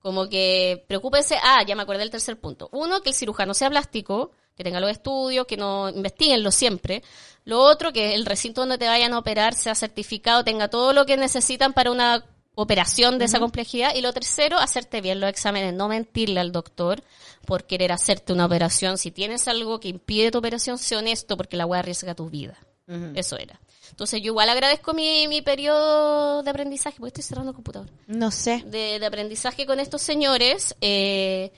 [SPEAKER 2] Como que preocúpense. Ah, ya me acordé del tercer punto. Uno, que el cirujano sea plástico, que tenga los estudios, que no investiguenlo siempre. Lo otro, que el recinto donde te vayan a operar sea certificado, tenga todo lo que necesitan para una operación de esa complejidad. Y lo tercero, hacerte bien los exámenes, no mentirle al doctor por querer hacerte una operación. Si tienes algo que impide tu operación, sé honesto porque la weá arriesga tu vida. Eso era. Entonces yo igual agradezco mi, mi periodo de aprendizaje, porque estoy cerrando el computador
[SPEAKER 3] No sé.
[SPEAKER 2] de, de aprendizaje con estos señores. eh,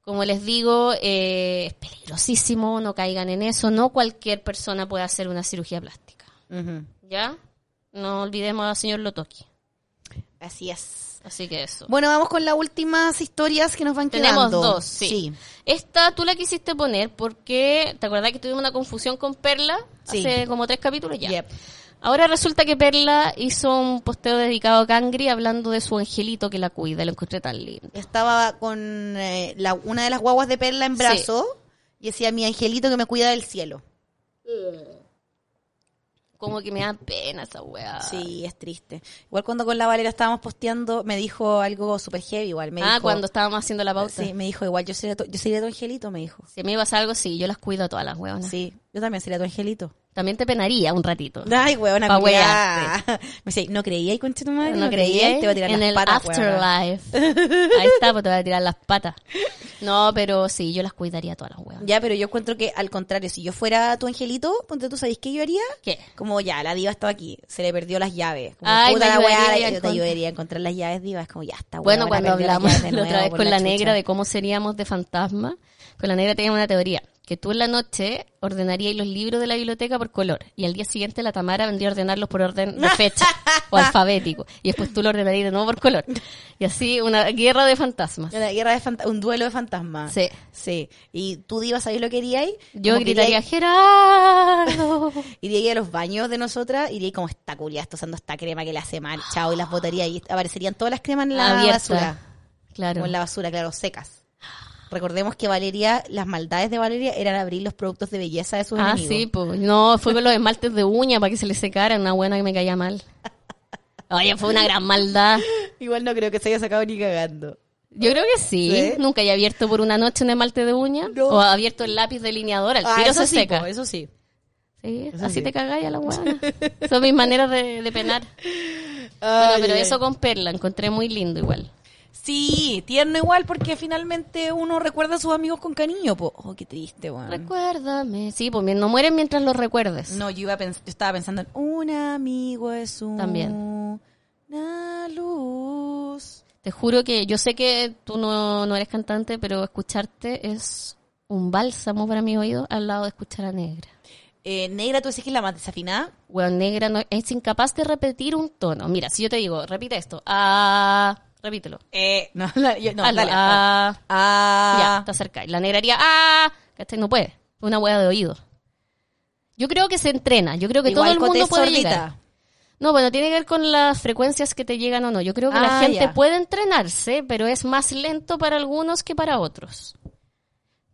[SPEAKER 2] como les digo, eh, es peligrosísimo, no caigan en eso. No cualquier persona puede hacer una cirugía plástica. ¿Ya? No olvidemos al señor Lotoki.
[SPEAKER 3] Así es.
[SPEAKER 2] Así que eso.
[SPEAKER 3] Bueno, vamos con las últimas historias que nos van
[SPEAKER 2] Tenemos
[SPEAKER 3] quedando.
[SPEAKER 2] dos, sí. Esta tú la quisiste poner porque, ¿te acordás que tuvimos una confusión con Perla?
[SPEAKER 3] Sí.
[SPEAKER 2] Hace como tres capítulos ya.
[SPEAKER 3] Yep.
[SPEAKER 2] Ahora resulta que Perla hizo un posteo dedicado a Cangri hablando de su angelito que la cuida, lo encontré tan lindo.
[SPEAKER 3] Estaba con eh, la, una de las guaguas de perla en brazo y decía, mi angelito que me cuida del cielo.
[SPEAKER 2] Como que me da pena esa weá.
[SPEAKER 3] Sí, es triste. Igual cuando con la Valera estábamos posteando, me dijo algo súper heavy igual. Me
[SPEAKER 2] ah,
[SPEAKER 3] dijo- eh,
[SPEAKER 2] cuando estábamos haciendo la pauta.
[SPEAKER 3] Sí, me dijo igual, yo sería, tu, yo sería tu angelito, me dijo.
[SPEAKER 2] Si me ibas a algo, sí, yo las cuido a todas las hueonas.
[SPEAKER 3] Sí, yo también sería tu angelito.
[SPEAKER 2] También te penaría un ratito.
[SPEAKER 3] Ay, huevona,
[SPEAKER 2] Ah. Pa'
[SPEAKER 3] culiá. Me dice, ¿no creía y conche tu madre? No, creía y te va a tirar
[SPEAKER 2] ¿eh? en
[SPEAKER 3] las
[SPEAKER 2] el
[SPEAKER 3] patas, huevona.
[SPEAKER 2] afterlife. Ahí está, pues te voy a tirar las patas. No, pero sí, yo las cuidaría a todas las hueonas.
[SPEAKER 3] Ya, pero yo encuentro que al contrario, si yo fuera tu angelito, ponte tú, ¿sabes qué yo haría?
[SPEAKER 2] ¿Qué?
[SPEAKER 3] Como ya, la diva estaba aquí, se le perdió las llaves. Como,
[SPEAKER 2] Ay,
[SPEAKER 3] puta
[SPEAKER 2] me
[SPEAKER 3] la
[SPEAKER 2] ayudaría
[SPEAKER 3] weá,
[SPEAKER 2] a
[SPEAKER 3] yo te
[SPEAKER 2] encontrar-
[SPEAKER 3] ayudaría a encontrar las llaves, diva. Es como ya está,
[SPEAKER 2] Bueno,
[SPEAKER 3] weona,
[SPEAKER 2] cuando
[SPEAKER 3] perdió las
[SPEAKER 2] hablamos
[SPEAKER 3] llaves de
[SPEAKER 2] la otra
[SPEAKER 3] nuevo
[SPEAKER 2] vez
[SPEAKER 3] por
[SPEAKER 2] con la
[SPEAKER 3] chucha.
[SPEAKER 2] negra de cómo seríamos de fantasma, con la negra teníamos una teoría, que tú en la noche ordenarías los libros de la biblioteca por color y al día siguiente la Tamara vendría a ordenarlos por orden de fecha o alfabético y después tú lo ordenarías de nuevo por color. Y así una guerra de fantasmas.
[SPEAKER 3] Una guerra de fanta- un duelo de fantasmas.
[SPEAKER 2] Sí.
[SPEAKER 3] Sí. Y tú, diva, ¿sabes lo que harías?
[SPEAKER 2] Yo
[SPEAKER 3] Como que
[SPEAKER 2] gritaría,
[SPEAKER 3] iríais-
[SPEAKER 2] Gerardo.
[SPEAKER 3] Iría a los baños de nosotras, iría ahí como esta culia, está usando esta crema que le hace mal, chao, y las botaría y aparecerían todas las cremas en la
[SPEAKER 2] Abierta.
[SPEAKER 3] basura.
[SPEAKER 2] Claro.
[SPEAKER 3] Como en la basura, claro, secas. Recordemos que Valeria, las maldades de Valeria eran abrir los productos de belleza de sus
[SPEAKER 2] ah,
[SPEAKER 3] enemigos.
[SPEAKER 2] sí, pues. No, fue con los esmaltes de uña para que se le secara una buena que me caía mal. Oye, fue una gran maldad.
[SPEAKER 3] Igual no creo que se haya sacado ni cagando.
[SPEAKER 2] Yo creo que sí.
[SPEAKER 3] ¿Sí?
[SPEAKER 2] Nunca he abierto por una noche un esmalte de uña
[SPEAKER 3] No. Ah,
[SPEAKER 2] o abierto el lápiz delineador. Al tiro se seca.
[SPEAKER 3] eso sí. pues.
[SPEAKER 2] Sí, así te cagáis a la hueá. Son mis maneras de, de penar. bueno, pero eso con Perla, encontré muy lindo igual.
[SPEAKER 3] Sí, tierno igual porque finalmente uno recuerda a sus amigos con cariño. po. Oh, qué triste, weón.
[SPEAKER 2] Recuérdame. Sí, pues no mueren mientras los recuerdes.
[SPEAKER 3] No, yo, iba a pens- yo estaba pensando en un amigo es un...
[SPEAKER 2] También.
[SPEAKER 3] Una luz.
[SPEAKER 2] Te juro que yo sé que tú no, no eres cantante, pero escucharte es un bálsamo para mi oído al lado de escuchar a Negra.
[SPEAKER 3] Eh, Negra, ¿tú decís que es la más desafinada?
[SPEAKER 2] Weón, Negra no, es incapaz de repetir un tono. Mira, si yo te digo, repite esto. Ah, repítelo.
[SPEAKER 3] Eh, no, la- yo- no,
[SPEAKER 2] Hazlo.
[SPEAKER 3] dale.
[SPEAKER 2] Ah, ya,
[SPEAKER 3] Ah.
[SPEAKER 2] te acercáis. La negra haría, ah, ¿cachai? No puede. Fue una hueá de oído. Yo creo que se entrena. Yo creo que
[SPEAKER 3] Igual
[SPEAKER 2] todo el
[SPEAKER 3] Cote
[SPEAKER 2] mundo
[SPEAKER 3] es
[SPEAKER 2] puede
[SPEAKER 3] sordita.
[SPEAKER 2] llegar. No, bueno, tiene que ver con las frecuencias que te llegan o no. Yo creo que la
[SPEAKER 3] Ah,
[SPEAKER 2] gente
[SPEAKER 3] ya.
[SPEAKER 2] puede entrenarse, pero es más lento para algunos que para otros.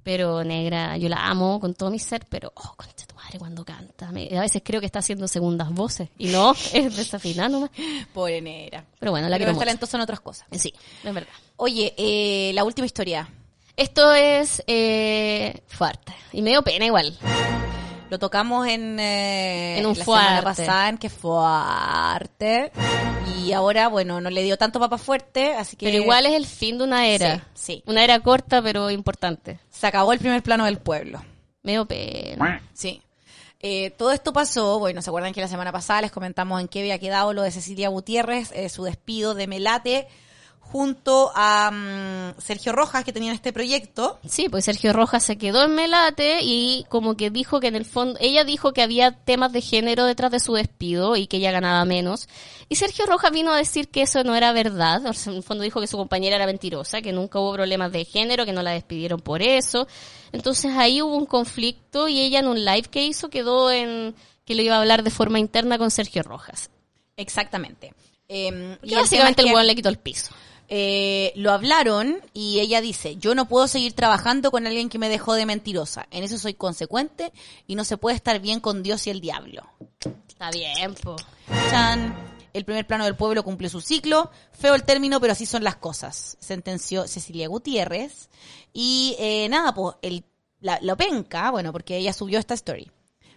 [SPEAKER 2] Pero negra, yo la amo con todo mi ser, pero, oh, concha tu madre cuando canta. Me- a veces creo que está haciendo segundas voces. Y no, es desafinada nomás.
[SPEAKER 3] Pobre Negra.
[SPEAKER 2] Pero bueno, la
[SPEAKER 3] Pero
[SPEAKER 2] quiero
[SPEAKER 3] es
[SPEAKER 2] mucho.
[SPEAKER 3] talentosa en otras cosas.
[SPEAKER 2] Sí, es verdad.
[SPEAKER 3] Oye, eh, la última historia.
[SPEAKER 2] Esto es eh, fuerte. Y me dio pena igual.
[SPEAKER 3] Lo tocamos en, eh,
[SPEAKER 2] En un
[SPEAKER 3] la semana
[SPEAKER 2] fuerte.
[SPEAKER 3] pasada, en que fuerte. Y ahora, bueno, no le dio tanto papa fuerte, así que
[SPEAKER 2] Pero igual es el fin de una era.
[SPEAKER 3] Sí, sí.
[SPEAKER 2] Una era corta, pero importante.
[SPEAKER 3] se acabó el primer plano del pueblo.
[SPEAKER 2] Medio pena.
[SPEAKER 3] Sí. Eh, todo esto pasó, bueno, ¿se acuerdan que la semana pasada les comentamos en qué había quedado lo de Cecilia Gutiérrez, eh, su despido de Melate, junto a mm, Sergio Rojas, que tenían este proyecto.
[SPEAKER 2] Sí, pues Sergio Rojas se quedó en Melate y como que dijo que en el fondo, ella dijo que había temas de género detrás de su despido y que ella ganaba menos. Y Sergio Rojas vino a decir que eso no era verdad, o sea, en el fondo dijo que su compañera era mentirosa, que nunca hubo problemas de género, que no la despidieron por eso. Entonces ahí hubo un conflicto y ella en un live que hizo quedó en que lo iba a hablar de forma interna con Sergio Rojas.
[SPEAKER 3] Exactamente. Eh,
[SPEAKER 2] Y básicamente el
[SPEAKER 3] tema es que,
[SPEAKER 2] weón le quitó el piso.
[SPEAKER 3] eh, lo hablaron y ella dice, yo no puedo seguir trabajando con alguien que me dejó de mentirosa. En eso soy consecuente y no se puede estar bien con Dios y el diablo.
[SPEAKER 2] Está bien, po.
[SPEAKER 3] Chan. El primer plano del pueblo cumplió su ciclo. Feo el término, pero así son las cosas. Sentenció Cecilia Gutiérrez. Y eh, nada, pues el, la, la penca, bueno, porque ella subió esta story.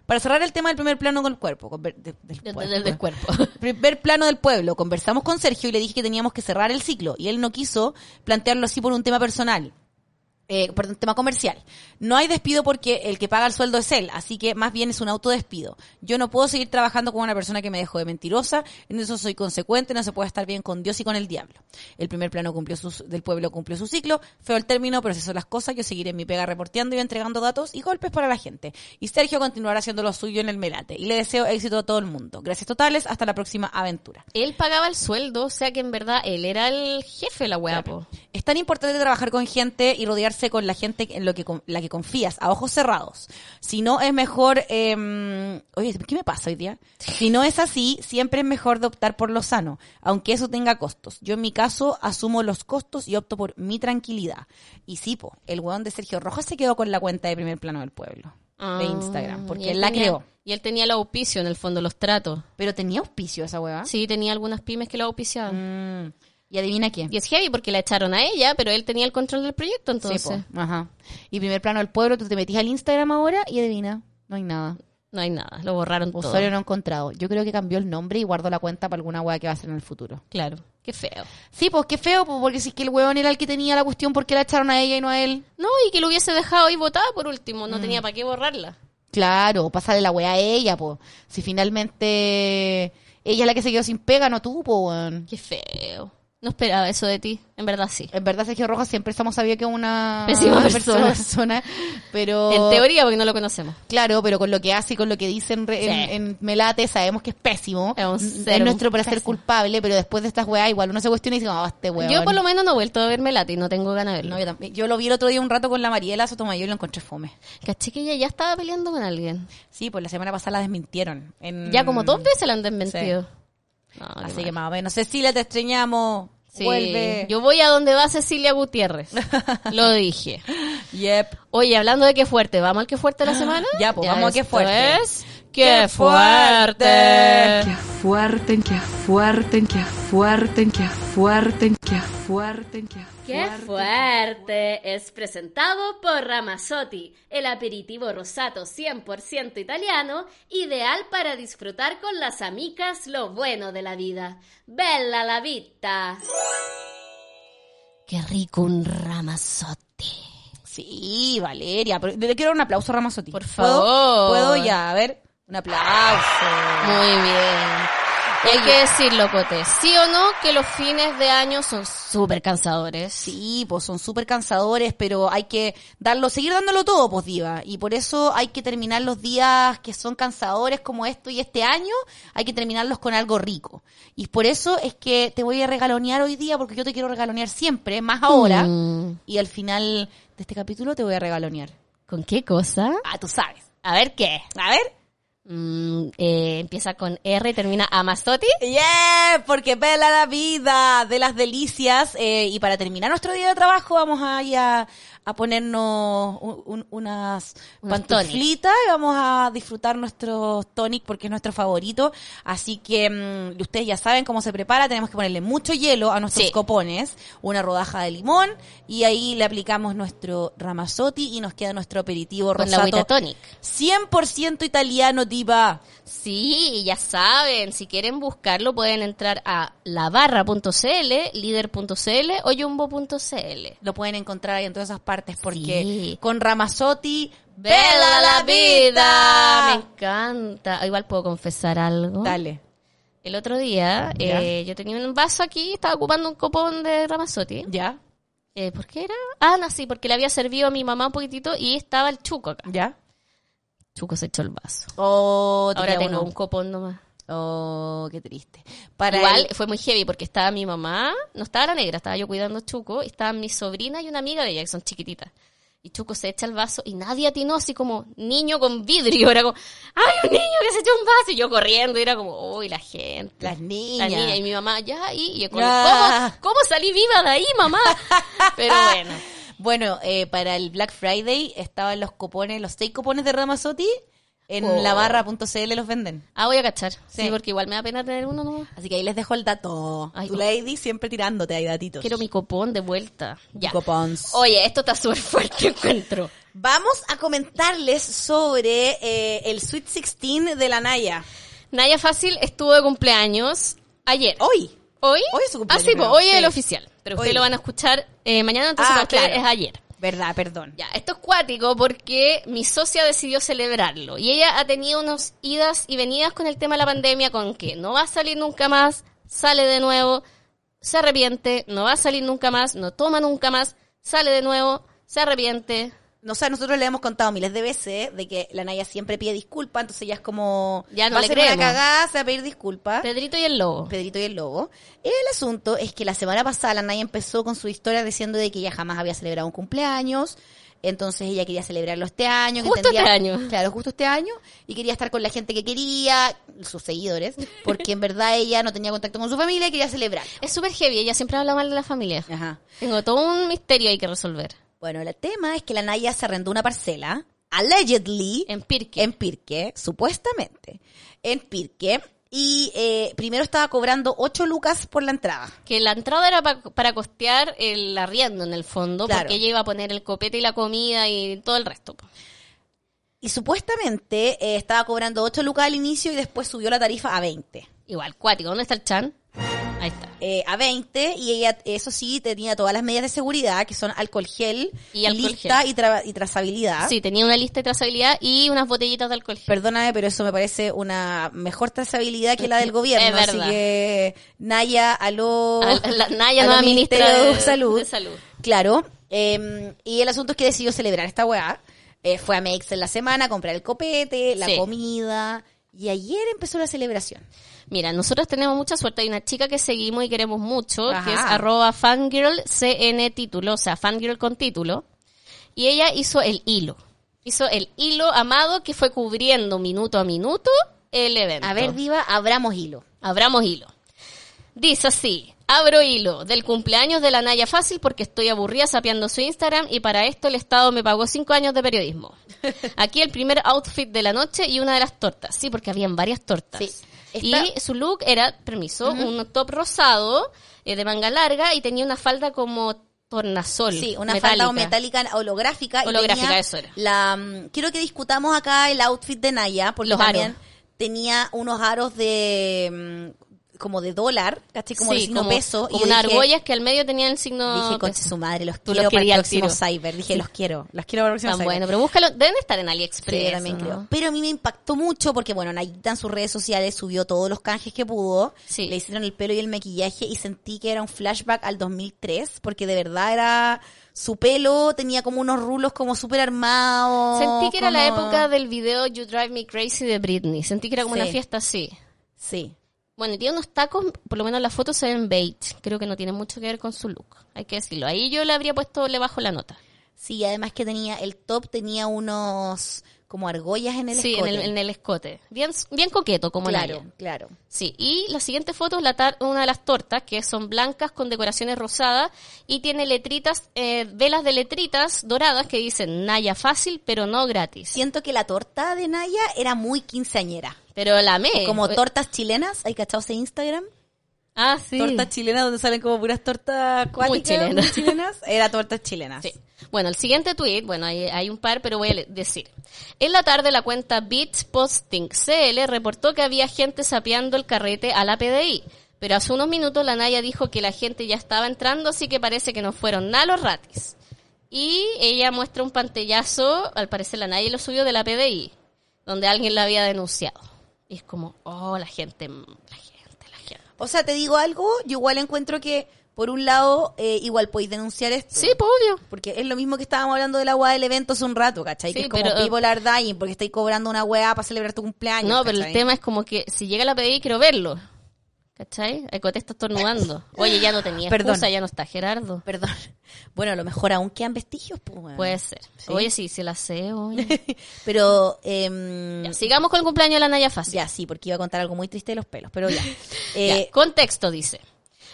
[SPEAKER 3] Para cerrar el tema del primer plano con el cuerpo. con ver- de- del
[SPEAKER 2] Del,
[SPEAKER 3] cuerpo.
[SPEAKER 2] del- del cuerpo.
[SPEAKER 3] Primer plano del pueblo. Conversamos con Sergio y le dije que teníamos que cerrar el ciclo. Y él no quiso plantearlo así por un tema personal. Eh, perdón, tema comercial. No hay despido porque el que paga el sueldo es él, así que más bien es un autodespido. Yo no puedo seguir trabajando con una persona que me dejó de mentirosa, en eso soy consecuente, no se puede estar bien con Dios y con el diablo. El primer plano cumplió sus, del pueblo cumplió su ciclo, feo el término, pero si son las cosas, yo seguiré en mi pega reporteando y entregando datos y golpes para la gente. Y Sergio continuará haciendo lo suyo en el melate. Y le deseo éxito a todo el mundo. Gracias totales, hasta la próxima aventura.
[SPEAKER 2] él pagaba el sueldo, o sea que en verdad él era el jefe de la weá, po.
[SPEAKER 3] Es tan importante trabajar con gente y rodearse con la gente en lo que con- la que confías, a ojos cerrados. Si no es mejor, eh, oye, ¿qué me pasa hoy día? Si no es así, siempre es mejor de optar por lo sano, aunque eso tenga costos. Yo en mi caso asumo los costos y opto por mi tranquilidad. Y sí, po, el weón de Sergio Rojas se quedó con la cuenta de primer plano del pueblo de Instagram,
[SPEAKER 2] Ah, y
[SPEAKER 3] porque él la
[SPEAKER 2] tenía-
[SPEAKER 3] creó.
[SPEAKER 2] Y él tenía el auspicio en el fondo, los tratos.
[SPEAKER 3] Pero tenía auspicio esa weá.
[SPEAKER 2] Sí, tenía algunas pymes que lo auspiciaban.
[SPEAKER 3] Mm, Y adivina qué.
[SPEAKER 2] Y es heavy porque la echaron a ella, pero él tenía el control del proyecto entonces.
[SPEAKER 3] Sí, po. Ajá. Y primer plano del pueblo, tú te metís al Instagram ahora y adivina, no hay nada.
[SPEAKER 2] no hay nada, lo borraron todo.
[SPEAKER 3] Usuario no encontrado. Yo creo que cambió el nombre y guardó la cuenta para alguna weá que va a hacer en el futuro.
[SPEAKER 2] Claro, qué feo.
[SPEAKER 3] Sí, pues qué feo, pues, porque si es que el weón era el que tenía la cuestión, ¿por qué la echaron a ella y no a él?
[SPEAKER 2] No, y que lo hubiese dejado ahí votada por último, no tenía para qué borrarla.
[SPEAKER 3] Claro, pasarle la weá a ella, pues. Si finalmente ella es la que se quedó sin pega, no tú, pues, weón.
[SPEAKER 2] Qué feo. No esperaba eso de ti, en verdad sí.
[SPEAKER 3] En verdad, Sergio Rojas siempre estamos sabiendo que es una
[SPEAKER 2] Pésima persona.
[SPEAKER 3] persona, pero...
[SPEAKER 2] En teoría, porque no lo conocemos.
[SPEAKER 3] Claro, pero con lo que hace y con lo que dice en, re- en-
[SPEAKER 2] Sí.
[SPEAKER 3] en Melate sabemos que es pésimo.
[SPEAKER 2] Es un
[SPEAKER 3] es
[SPEAKER 2] cero,
[SPEAKER 3] nuestro
[SPEAKER 2] un
[SPEAKER 3] placer
[SPEAKER 2] pésimo.
[SPEAKER 3] culpable, pero después de estas weas igual uno se cuestiona y dice, no, este weón.
[SPEAKER 2] Yo por lo menos no he vuelto a verme late y no tengo ganas de verlo.
[SPEAKER 3] No, yo, también. Yo lo vi el otro día un rato con la Mariela Sotomayor y lo encontré fome.
[SPEAKER 2] Caché que ella ya estaba peleando con alguien.
[SPEAKER 3] Sí, pues la semana pasada la desmintieron. en-
[SPEAKER 2] Ya como dos veces la han desmentido. No, qué
[SPEAKER 3] Así que
[SPEAKER 2] mal.
[SPEAKER 3] más o menos. Cecilia, te extrañamos.
[SPEAKER 2] Sí.
[SPEAKER 3] Vuelve.
[SPEAKER 2] Yo voy a donde va Cecilia Gutiérrez. lo dije.
[SPEAKER 3] Yep.
[SPEAKER 2] Oye, hablando de qué fuerte, ¿vamos al qué fuerte de la semana?
[SPEAKER 3] Ya, pues, vamos a qué
[SPEAKER 2] esto
[SPEAKER 3] fuerte.
[SPEAKER 2] es ¡Qué
[SPEAKER 3] ¡Qué fuerte!
[SPEAKER 2] fuerte!
[SPEAKER 8] fuerte, que fuerte, que fuerte, que fuerte, que fuerte, que
[SPEAKER 9] ¡Qué fuerte! Es presentado por Ramazzotti, el aperitivo rosato 100% italiano, ideal para disfrutar con las amigas lo bueno de la vida. ¡Bella la vita!
[SPEAKER 2] ¡Qué rico un ramazote!
[SPEAKER 3] Sí, Valeria. pero le quiero dar un aplauso a Ramazotti.
[SPEAKER 2] Por
[SPEAKER 3] ¿Puedo?
[SPEAKER 2] favor.
[SPEAKER 3] ¿Puedo? ya, a ver. Un aplauso.
[SPEAKER 2] Muy bien. Y hay que decirlo, Cote. ¿Sí o no que los fines de año son súper cansadores?
[SPEAKER 3] Sí, pues son súper cansadores, pero hay que darlo, seguir dándolo todo, pues diva. Y por eso hay que terminar los días que son cansadores como esto y este año, hay que terminarlos con algo rico. Y por eso es que te voy a regalonear hoy día, porque yo te quiero regalonear siempre, más ahora.
[SPEAKER 2] Mm.
[SPEAKER 3] Y al final de este capítulo te voy a regalonear.
[SPEAKER 2] ¿Con qué cosa?
[SPEAKER 3] Ah, tú sabes.
[SPEAKER 2] A ver qué.
[SPEAKER 3] A ver.
[SPEAKER 2] Mm, eh, empieza con R y termina Amazoti.
[SPEAKER 3] Yeah, porque vela la vida de las delicias. eh, y para terminar nuestro día de trabajo, vamos a, ir a, a ponernos un- un- unas
[SPEAKER 2] Unos
[SPEAKER 3] pantuflitas y vamos a disfrutar nuestros tonic porque es nuestro favorito. Así que mm, ustedes ya saben cómo se prepara. Tenemos que ponerle mucho hielo a nuestros
[SPEAKER 2] Sí.
[SPEAKER 3] copones, una rodaja de limón y ahí le aplicamos nuestro ramazotti y nos queda nuestro aperitivo
[SPEAKER 2] Con la agüita
[SPEAKER 3] rosato.
[SPEAKER 2] tonic.
[SPEAKER 3] 100% italiano, diva.
[SPEAKER 2] Sí, y ya saben, si quieren buscarlo pueden entrar a labarra.cl, líder.cl o jumbo.cl.
[SPEAKER 3] lo pueden encontrar ahí en todas esas partes porque
[SPEAKER 2] Sí.
[SPEAKER 3] con Ramazotti
[SPEAKER 2] ¡Vela la vida! Me encanta. Ah, Igual puedo confesar algo.
[SPEAKER 3] Dale.
[SPEAKER 2] El otro día
[SPEAKER 10] Ya.
[SPEAKER 2] eh, yo tenía un vaso aquí, estaba ocupando un copón de Ramazotti.
[SPEAKER 10] ¿Ya?
[SPEAKER 2] Eh, ¿Por qué era? Ah, no, sí, porque le había servido a mi mamá un poquitito y estaba el chuco acá.
[SPEAKER 10] ¿Ya?
[SPEAKER 2] Chuco se echó el vaso.
[SPEAKER 10] Oh,
[SPEAKER 2] Ahora tengo
[SPEAKER 10] uno.
[SPEAKER 2] un copón nomás.
[SPEAKER 10] Oh, qué triste. Para
[SPEAKER 2] Igual
[SPEAKER 10] el-
[SPEAKER 2] fue muy heavy porque estaba mi mamá, no estaba la negra, estaba yo cuidando a Chuco, estaban mi sobrina y una amiga de ella que son chiquititas. Y Chuco se echa el vaso y nadie atinó así como niño con vidrio. Era como, ¡ay, un niño que se echó un vaso! Y yo corriendo y era como, ¡uy, la gente!
[SPEAKER 10] las
[SPEAKER 2] La
[SPEAKER 10] niñas.
[SPEAKER 2] niña y mi mamá, ya, y, y yo como,
[SPEAKER 10] Ya.
[SPEAKER 2] ¿cómo, cómo salí viva de ahí, mamá? Pero bueno,
[SPEAKER 10] Bueno, eh, para el Black Friday estaban los cupones, los seis cupones de Ramazotti en
[SPEAKER 2] Oh.
[SPEAKER 10] labarra.cl los venden.
[SPEAKER 2] ah, voy a cachar. Sí,
[SPEAKER 10] Sí.
[SPEAKER 2] porque igual me da pena tener uno, ¿no?
[SPEAKER 10] Así que ahí les dejo el dato.
[SPEAKER 2] Ay,
[SPEAKER 10] tu
[SPEAKER 2] no.
[SPEAKER 10] lady siempre tirándote ahí datitos.
[SPEAKER 2] Quiero mi copón de vuelta. Ya.
[SPEAKER 10] Copons.
[SPEAKER 2] Oye, esto está súper fuerte, encuentro.
[SPEAKER 3] Vamos a comentarles sobre eh, el Sweet 16 de la Naya.
[SPEAKER 2] Naya Fácil estuvo de cumpleaños ayer.
[SPEAKER 3] Hoy.
[SPEAKER 2] ¿Hoy?
[SPEAKER 3] Oh, Hoy es su cumpleaños,
[SPEAKER 2] Ah, sí, pues,
[SPEAKER 3] creo.
[SPEAKER 2] hoy es
[SPEAKER 3] Sí.
[SPEAKER 2] el oficial. Pero ustedes
[SPEAKER 3] Hoy.
[SPEAKER 2] lo van a escuchar eh, mañana, entonces para
[SPEAKER 3] Ah,
[SPEAKER 2] ustedes
[SPEAKER 3] claro.
[SPEAKER 2] es ayer.
[SPEAKER 3] ¿Verdad? Perdón.
[SPEAKER 2] Ya, esto es cuático porque mi socia decidió celebrarlo y ella ha tenido unas idas y venidas con el tema de la pandemia, con que no va a salir nunca más, sale de nuevo, se arrepiente, no va a salir nunca más, no toma nunca más, sale de nuevo, se arrepiente.
[SPEAKER 3] No sé, nosotros le hemos contado miles de veces de que la Naya siempre pide disculpa, entonces ya es como.
[SPEAKER 2] Ya no
[SPEAKER 3] va
[SPEAKER 2] le
[SPEAKER 3] a ser una
[SPEAKER 2] creemos.
[SPEAKER 3] cagada, se va a pedir disculpa.
[SPEAKER 2] Pedrito y el lobo.
[SPEAKER 3] Pedrito y el Lobo. El asunto es que la semana pasada la Naya empezó con su historia diciendo de que ella jamás había celebrado un cumpleaños. Entonces ella quería celebrarlo este año. que
[SPEAKER 2] Justo
[SPEAKER 3] tendría-
[SPEAKER 2] este año.
[SPEAKER 3] Claro, justo este año. Y quería estar con la gente que quería, sus seguidores, porque en verdad ella no tenía contacto con su familia y quería celebrar.
[SPEAKER 2] Es súper heavy, ella siempre habla mal de la familia.
[SPEAKER 3] Ajá.
[SPEAKER 2] Tengo todo un misterio ahí que resolver.
[SPEAKER 3] Bueno, el tema es que la Naya se arrendó una parcela, allegedly,
[SPEAKER 2] En Pirque.
[SPEAKER 3] en Pirque, supuestamente, en Pirque. Y eh, primero estaba cobrando 8 lucas por la entrada.
[SPEAKER 2] Que la entrada era pa- para costear el arriendo en el fondo,
[SPEAKER 3] Claro.
[SPEAKER 2] porque ella iba a poner el copete y la comida y todo el resto. po.
[SPEAKER 3] Y supuestamente eh, estaba cobrando 8 lucas al inicio y después subió la tarifa a 20.
[SPEAKER 2] Igual, cuático, ¿dónde está el chan? Ahí está.
[SPEAKER 3] Eh, a 20 y ella, eso sí, tenía todas las medidas de seguridad, que son alcohol gel,
[SPEAKER 2] Y alcohol
[SPEAKER 3] lista
[SPEAKER 2] gel.
[SPEAKER 3] Y, tra- y trazabilidad.
[SPEAKER 2] Sí, tenía una lista de trazabilidad y unas botellitas de alcohol. gel.
[SPEAKER 3] Perdóname, ¿Ah? pero eso me parece una mejor trazabilidad que la del gobierno.
[SPEAKER 2] Es verdad.
[SPEAKER 3] Así que Naya, aló.
[SPEAKER 2] A la- la- Naya,
[SPEAKER 3] aló,
[SPEAKER 2] nueva ministra
[SPEAKER 3] Ministerio
[SPEAKER 2] de- de Salud.
[SPEAKER 3] Claro. eh, y el asunto es que decidió celebrar esta weá. Eh, fue a Mex en la semana a comprar el copete, la
[SPEAKER 2] Sí.
[SPEAKER 3] comida. Y ayer empezó la celebración.
[SPEAKER 2] Mira, nosotros tenemos mucha suerte. Hay una chica que seguimos y queremos mucho,
[SPEAKER 3] Ajá.
[SPEAKER 2] que es arroba fangirl cn título, o sea, fangirl con título. Y ella hizo el hilo. Hizo el hilo amado que fue cubriendo minuto a minuto el evento.
[SPEAKER 3] A ver, Diva, abramos hilo.
[SPEAKER 2] Abramos hilo. Dice así, abro hilo del cumpleaños de la Naya Fácil porque estoy aburrida sapeando su Instagram y para esto el Estado me pagó cinco años de periodismo. Aquí el primer outfit de la noche y una de las tortas. Sí, porque habían varias tortas.
[SPEAKER 3] Sí. Esta-
[SPEAKER 2] Y su look era, permiso, un top rosado eh, de manga larga y tenía una falda como tornasol.
[SPEAKER 3] Sí, una
[SPEAKER 2] metálica.
[SPEAKER 3] falda metálica holográfica. y
[SPEAKER 2] Holográfica,
[SPEAKER 3] tenía
[SPEAKER 2] eso era.
[SPEAKER 3] La, mm, quiero que discutamos acá el outfit de Naya, porque
[SPEAKER 2] Los
[SPEAKER 3] también
[SPEAKER 2] aros.
[SPEAKER 3] tenía unos aros de mm, como de dólar, ¿cachai? Como de
[SPEAKER 2] Sí,
[SPEAKER 3] signo
[SPEAKER 2] como-
[SPEAKER 3] peso.
[SPEAKER 2] como
[SPEAKER 3] yo
[SPEAKER 2] unas
[SPEAKER 3] dije-
[SPEAKER 2] argollas que al medio tenían el signo
[SPEAKER 3] Dije,
[SPEAKER 2] peso.
[SPEAKER 3] coche su madre, los
[SPEAKER 2] Tú
[SPEAKER 3] quiero
[SPEAKER 2] los
[SPEAKER 3] para el
[SPEAKER 2] querías al
[SPEAKER 3] próximo
[SPEAKER 2] tiro.
[SPEAKER 3] cyber. Dije, los quiero, los quiero para el próximo
[SPEAKER 2] Tan
[SPEAKER 3] cyber.
[SPEAKER 2] bueno, pero búscalo. Deben estar en
[SPEAKER 3] Sí,
[SPEAKER 2] AliExpress.
[SPEAKER 3] yo también
[SPEAKER 2] ¿o
[SPEAKER 3] creo.
[SPEAKER 2] no?
[SPEAKER 3] Pero a mí me impactó mucho porque, bueno, Nayita en sus redes sociales subió todos los canjes que pudo.
[SPEAKER 2] Sí.
[SPEAKER 3] Le hicieron el pelo y el maquillaje y sentí que era un flashback al 2003 porque de verdad era... Su pelo tenía como unos rulos como súper armados.
[SPEAKER 2] Sentí que era la
[SPEAKER 3] como-
[SPEAKER 2] época del video You Drive Me Crazy de Britney. Sentí que era como
[SPEAKER 3] Sí.
[SPEAKER 2] una fiesta así.
[SPEAKER 3] Sí.
[SPEAKER 2] Bueno, y tiene unos tacos, por lo menos las fotos se ven beige. Creo que no tiene mucho que ver con su look. Hay que decirlo. Ahí yo le habría puesto, le bajo la nota.
[SPEAKER 3] Sí, y además que tenía... El top tenía unos... Como argollas en el
[SPEAKER 2] sí,
[SPEAKER 3] escote.
[SPEAKER 2] En, el, en el escote. Bien, bien coqueto, como
[SPEAKER 3] Claro,
[SPEAKER 2] Naya.
[SPEAKER 3] claro.
[SPEAKER 2] Sí, y la siguiente foto es la tar- una de las tortas, que son blancas con decoraciones rosadas y tiene letritas, eh, velas de letritas doradas que dicen Naya fácil, pero no gratis.
[SPEAKER 3] Siento que la torta de Naya era muy quinceañera.
[SPEAKER 2] Pero la eh, amé.
[SPEAKER 3] Como tortas chilenas, ¿hay cachado ese Instagram?
[SPEAKER 2] Ah, sí.
[SPEAKER 3] Tortas chilenas donde salen como puras tortas acuáticas,
[SPEAKER 2] chilenas.
[SPEAKER 3] muy chilenas. Era tortas chilenas.
[SPEAKER 2] Sí. Bueno, el siguiente tweet, bueno, hay, hay un par, pero voy a le- decir. En la tarde, la cuenta Beats Posting CL reportó que había gente sapeando el carrete a la PDI. Pero hace unos minutos la Naya dijo que la gente ya estaba entrando, así que parece que no fueron nada los ratis. Y ella muestra un pantallazo, al parecer la Naya lo subió de la PDI, donde alguien la había denunciado. Y es como, oh, la gente, la gente.
[SPEAKER 3] O sea, te digo algo, yo igual encuentro que, por un lado, eh, igual podéis denunciar esto.
[SPEAKER 2] Sí, pues obvio.
[SPEAKER 3] Porque es lo mismo que estábamos hablando del agua del evento hace un rato, ¿cachai?
[SPEAKER 2] Sí,
[SPEAKER 3] que es como
[SPEAKER 2] pero, eh,
[SPEAKER 3] people are dying porque estáis cobrando una weá para celebrar tu cumpleaños.
[SPEAKER 2] No, pero el
[SPEAKER 3] ¿cachai?
[SPEAKER 2] tema es como que si llega la PDI quiero verlo. ¿Cachai? El cote está estornudando. Oye, ya no tenía
[SPEAKER 3] Perdón.
[SPEAKER 2] excusa, ya no está Gerardo.
[SPEAKER 3] Perdón. Bueno, a lo mejor aún quedan vestigios, pues, weón.
[SPEAKER 2] Puede ser.
[SPEAKER 3] Sí.
[SPEAKER 2] Oye, sí, se la sé. oye.
[SPEAKER 3] Pero, eh,
[SPEAKER 2] Ya, sigamos con el cumpleaños de la Naya Fácil.
[SPEAKER 3] ya, sí, porque iba a contar algo muy triste de los pelos, pero ya.
[SPEAKER 2] Ya,
[SPEAKER 3] Eh,
[SPEAKER 2] contexto dice.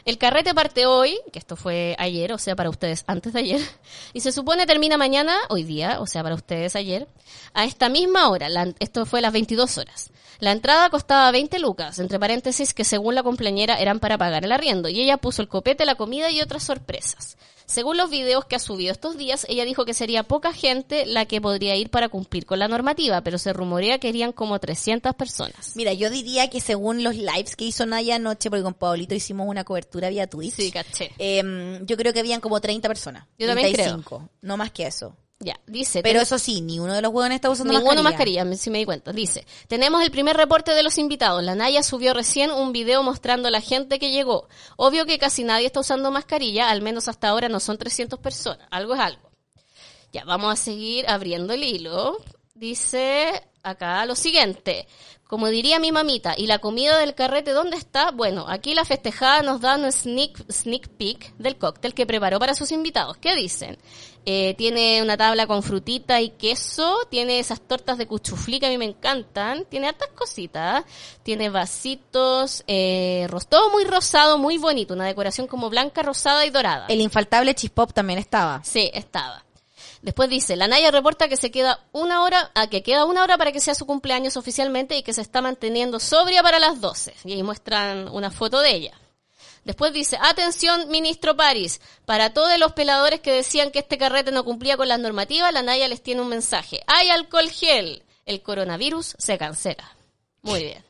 [SPEAKER 2] El carrete parte hoy, que esto fue ayer, o sea, para ustedes antes de ayer, y se supone termina mañana, hoy día, o sea, para ustedes ayer, a esta misma hora, la- esto fue a las 22 horas. La entrada costaba 20 lucas, entre paréntesis, que según la compañera eran para pagar el arriendo, y ella puso el copete, la comida y otras sorpresas. Según los videos que ha subido estos días, ella dijo que sería poca gente la que podría ir para cumplir con la normativa, pero se rumorea que irían como 300 personas.
[SPEAKER 3] Mira, yo diría que según los lives que hizo Naya anoche, porque con Paolito hicimos una cobertura vía Twitch.
[SPEAKER 2] Sí, caché.
[SPEAKER 3] eh, yo creo que habían como 30 personas.
[SPEAKER 2] Yo también creo.
[SPEAKER 3] 35, No más que eso.
[SPEAKER 2] Ya, dice.
[SPEAKER 3] Pero eso sí, ni uno de los huevones está usando
[SPEAKER 2] Ninguno
[SPEAKER 3] mascarilla.
[SPEAKER 2] mascarilla, me- si me di cuenta. Dice, tenemos el primer reporte de los invitados. La Naya subió recién un video mostrando a la gente que llegó. Obvio que casi nadie está usando mascarilla, al menos hasta ahora no son 300 personas. Algo es algo. Ya, vamos a seguir abriendo el hilo. Dice acá lo siguiente. Como diría mi mamita, ¿y la comida del carrete dónde está? Bueno, aquí la festejada nos da un sneak, sneak peek del cóctel que preparó para sus invitados. ¿Qué dicen? Eh, tiene una tabla con frutita y queso, tiene esas tortas de cuchuflí que a mí me encantan, tiene hartas cositas, tiene vasitos, eh, ros- todo muy rosado, muy bonito, una decoración como blanca, rosada y dorada.
[SPEAKER 3] El infaltable Chispop también estaba.
[SPEAKER 2] Sí, estaba. Después dice, la Naya reporta que se queda una hora, a que queda una hora para que sea su cumpleaños oficialmente y que se está manteniendo sobria para las 12. Y ahí muestran una foto de ella. Después dice, atención, ministro París, para todos los peladores que decían que este carrete no cumplía con las normativas, la Naya les tiene un mensaje. Hay alcohol gel, el coronavirus se cancela. Muy bien.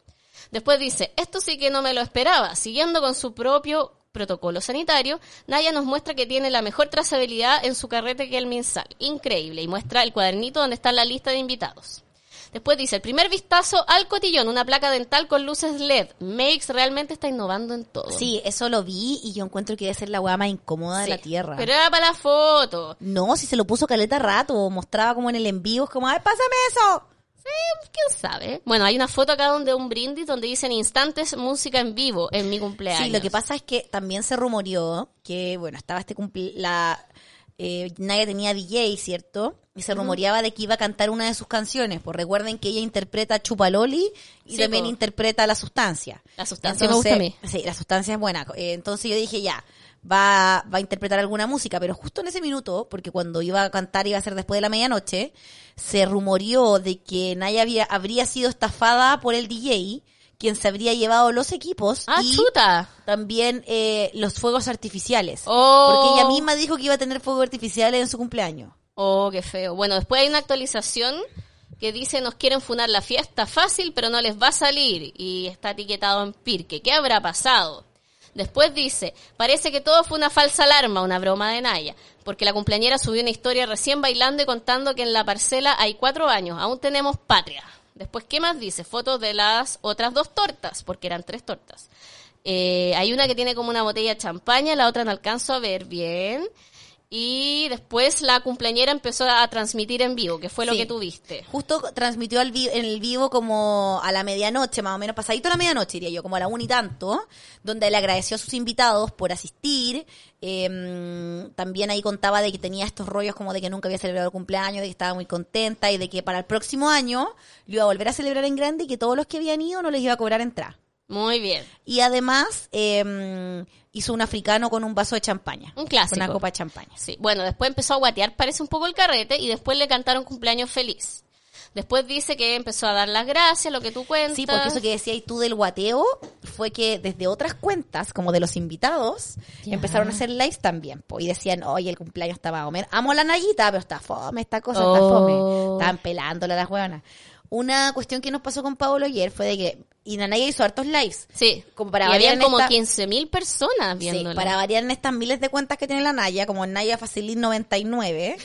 [SPEAKER 2] Después dice, esto sí que no me lo esperaba. Siguiendo con su propio protocolo sanitario, Naya nos muestra que tiene la mejor trazabilidad en su carrete que el Minsal. Increíble. Y muestra el cuadernito donde está la lista de invitados. Después dice, el primer vistazo al cotillón, una placa dental con luces LED. Makes realmente está innovando en todo.
[SPEAKER 3] Sí, eso lo vi y yo encuentro que debe ser la hueá más incómoda de
[SPEAKER 2] Sí.
[SPEAKER 3] la tierra.
[SPEAKER 2] Pero era para la foto.
[SPEAKER 3] No, si se lo puso caleta rato, mostraba como en el en vivo, es como, ¡ay, pásame eso!
[SPEAKER 2] ¿Quién sabe? Bueno, hay una foto acá donde un brindis donde dicen instantes música en vivo en mi cumpleaños.
[SPEAKER 3] Sí, lo que pasa es que también se rumoreó que, bueno, estaba este cumple la eh, Naya tenía DJ, ¿cierto? Y se rumoreaba de que iba a cantar una de sus canciones. Pues recuerden que ella interpreta Chupaloli y
[SPEAKER 2] Sí,
[SPEAKER 3] también
[SPEAKER 2] po.
[SPEAKER 3] interpreta La Sustancia.
[SPEAKER 2] La Sustancia me gusta a
[SPEAKER 3] Sí, La Sustancia es buena. Eh, entonces yo dije, ya, va, va a interpretar alguna música. Pero justo en ese minuto, porque cuando iba a cantar iba a ser después de la medianoche, se rumoreó de que Naya había, habría sido estafada por el DJ, quien se habría llevado los equipos.
[SPEAKER 2] Ah,
[SPEAKER 3] y
[SPEAKER 2] chuta.
[SPEAKER 3] también eh, los fuegos artificiales.
[SPEAKER 2] Oh.
[SPEAKER 3] Porque ella misma dijo que iba a tener fuegos artificiales en su cumpleaños.
[SPEAKER 2] Oh, qué feo. Bueno, después hay una actualización que dice nos quieren funar la fiesta fácil, pero no les va a salir. Y está etiquetado en Pirque. ¿Qué habrá pasado? Después dice, parece que todo fue una falsa alarma, una broma de Naya, porque la cumpleañera subió una historia recién bailando y contando que en la parcela hay cuatro años, aún tenemos patria. Después, ¿qué más dice? Fotos de las otras dos tortas, porque eran tres tortas. Eh, hay una que tiene como una botella de champaña, la otra no alcanzo a ver bien. Y después la cumpleañera empezó a transmitir en vivo, que fue lo
[SPEAKER 3] Sí.
[SPEAKER 2] que tuviste.
[SPEAKER 3] Justo transmitió al vi- en el vivo como a la medianoche, más o menos, pasadito a la medianoche, diría yo, como a la una y tanto, donde le agradeció a sus invitados por asistir. Eh, también ahí contaba de que tenía estos rollos como de que nunca había celebrado el cumpleaños, de que estaba muy contenta y de que para el próximo año lo iba a volver a celebrar en grande y que todos los que habían ido no les iba a cobrar entrada.
[SPEAKER 2] Muy bien.
[SPEAKER 3] Y además eh, hizo un africano con un vaso de champaña.
[SPEAKER 2] Un clásico.
[SPEAKER 3] Con una copa de champaña.
[SPEAKER 2] Sí, bueno, después empezó a guatear, parece un poco el carrete, y después le cantaron cumpleaños feliz. Después dice que empezó a dar las gracias, lo que tú cuentas.
[SPEAKER 3] Sí, porque eso que decías tú del guateo fue que desde otras cuentas, como de los invitados, empezaron a hacer lives también. po, y decían, oye, el cumpleaños estaba a comer. Amo a la Nayita, pero está fome esta cosa, está
[SPEAKER 2] Oh.
[SPEAKER 3] fome. Estaban pelándola las hueonas. Una cuestión que nos pasó con Pablo ayer fue de que... Y la Naya hizo hartos lives.
[SPEAKER 2] Sí.
[SPEAKER 3] Como para
[SPEAKER 2] y
[SPEAKER 3] variar
[SPEAKER 2] habían
[SPEAKER 3] en
[SPEAKER 2] como
[SPEAKER 3] esta-
[SPEAKER 2] 15.000 personas
[SPEAKER 3] Sí,
[SPEAKER 2] viéndolo.
[SPEAKER 3] para variar en estas miles de cuentas que tiene la Naya, como Naya Facilín 99,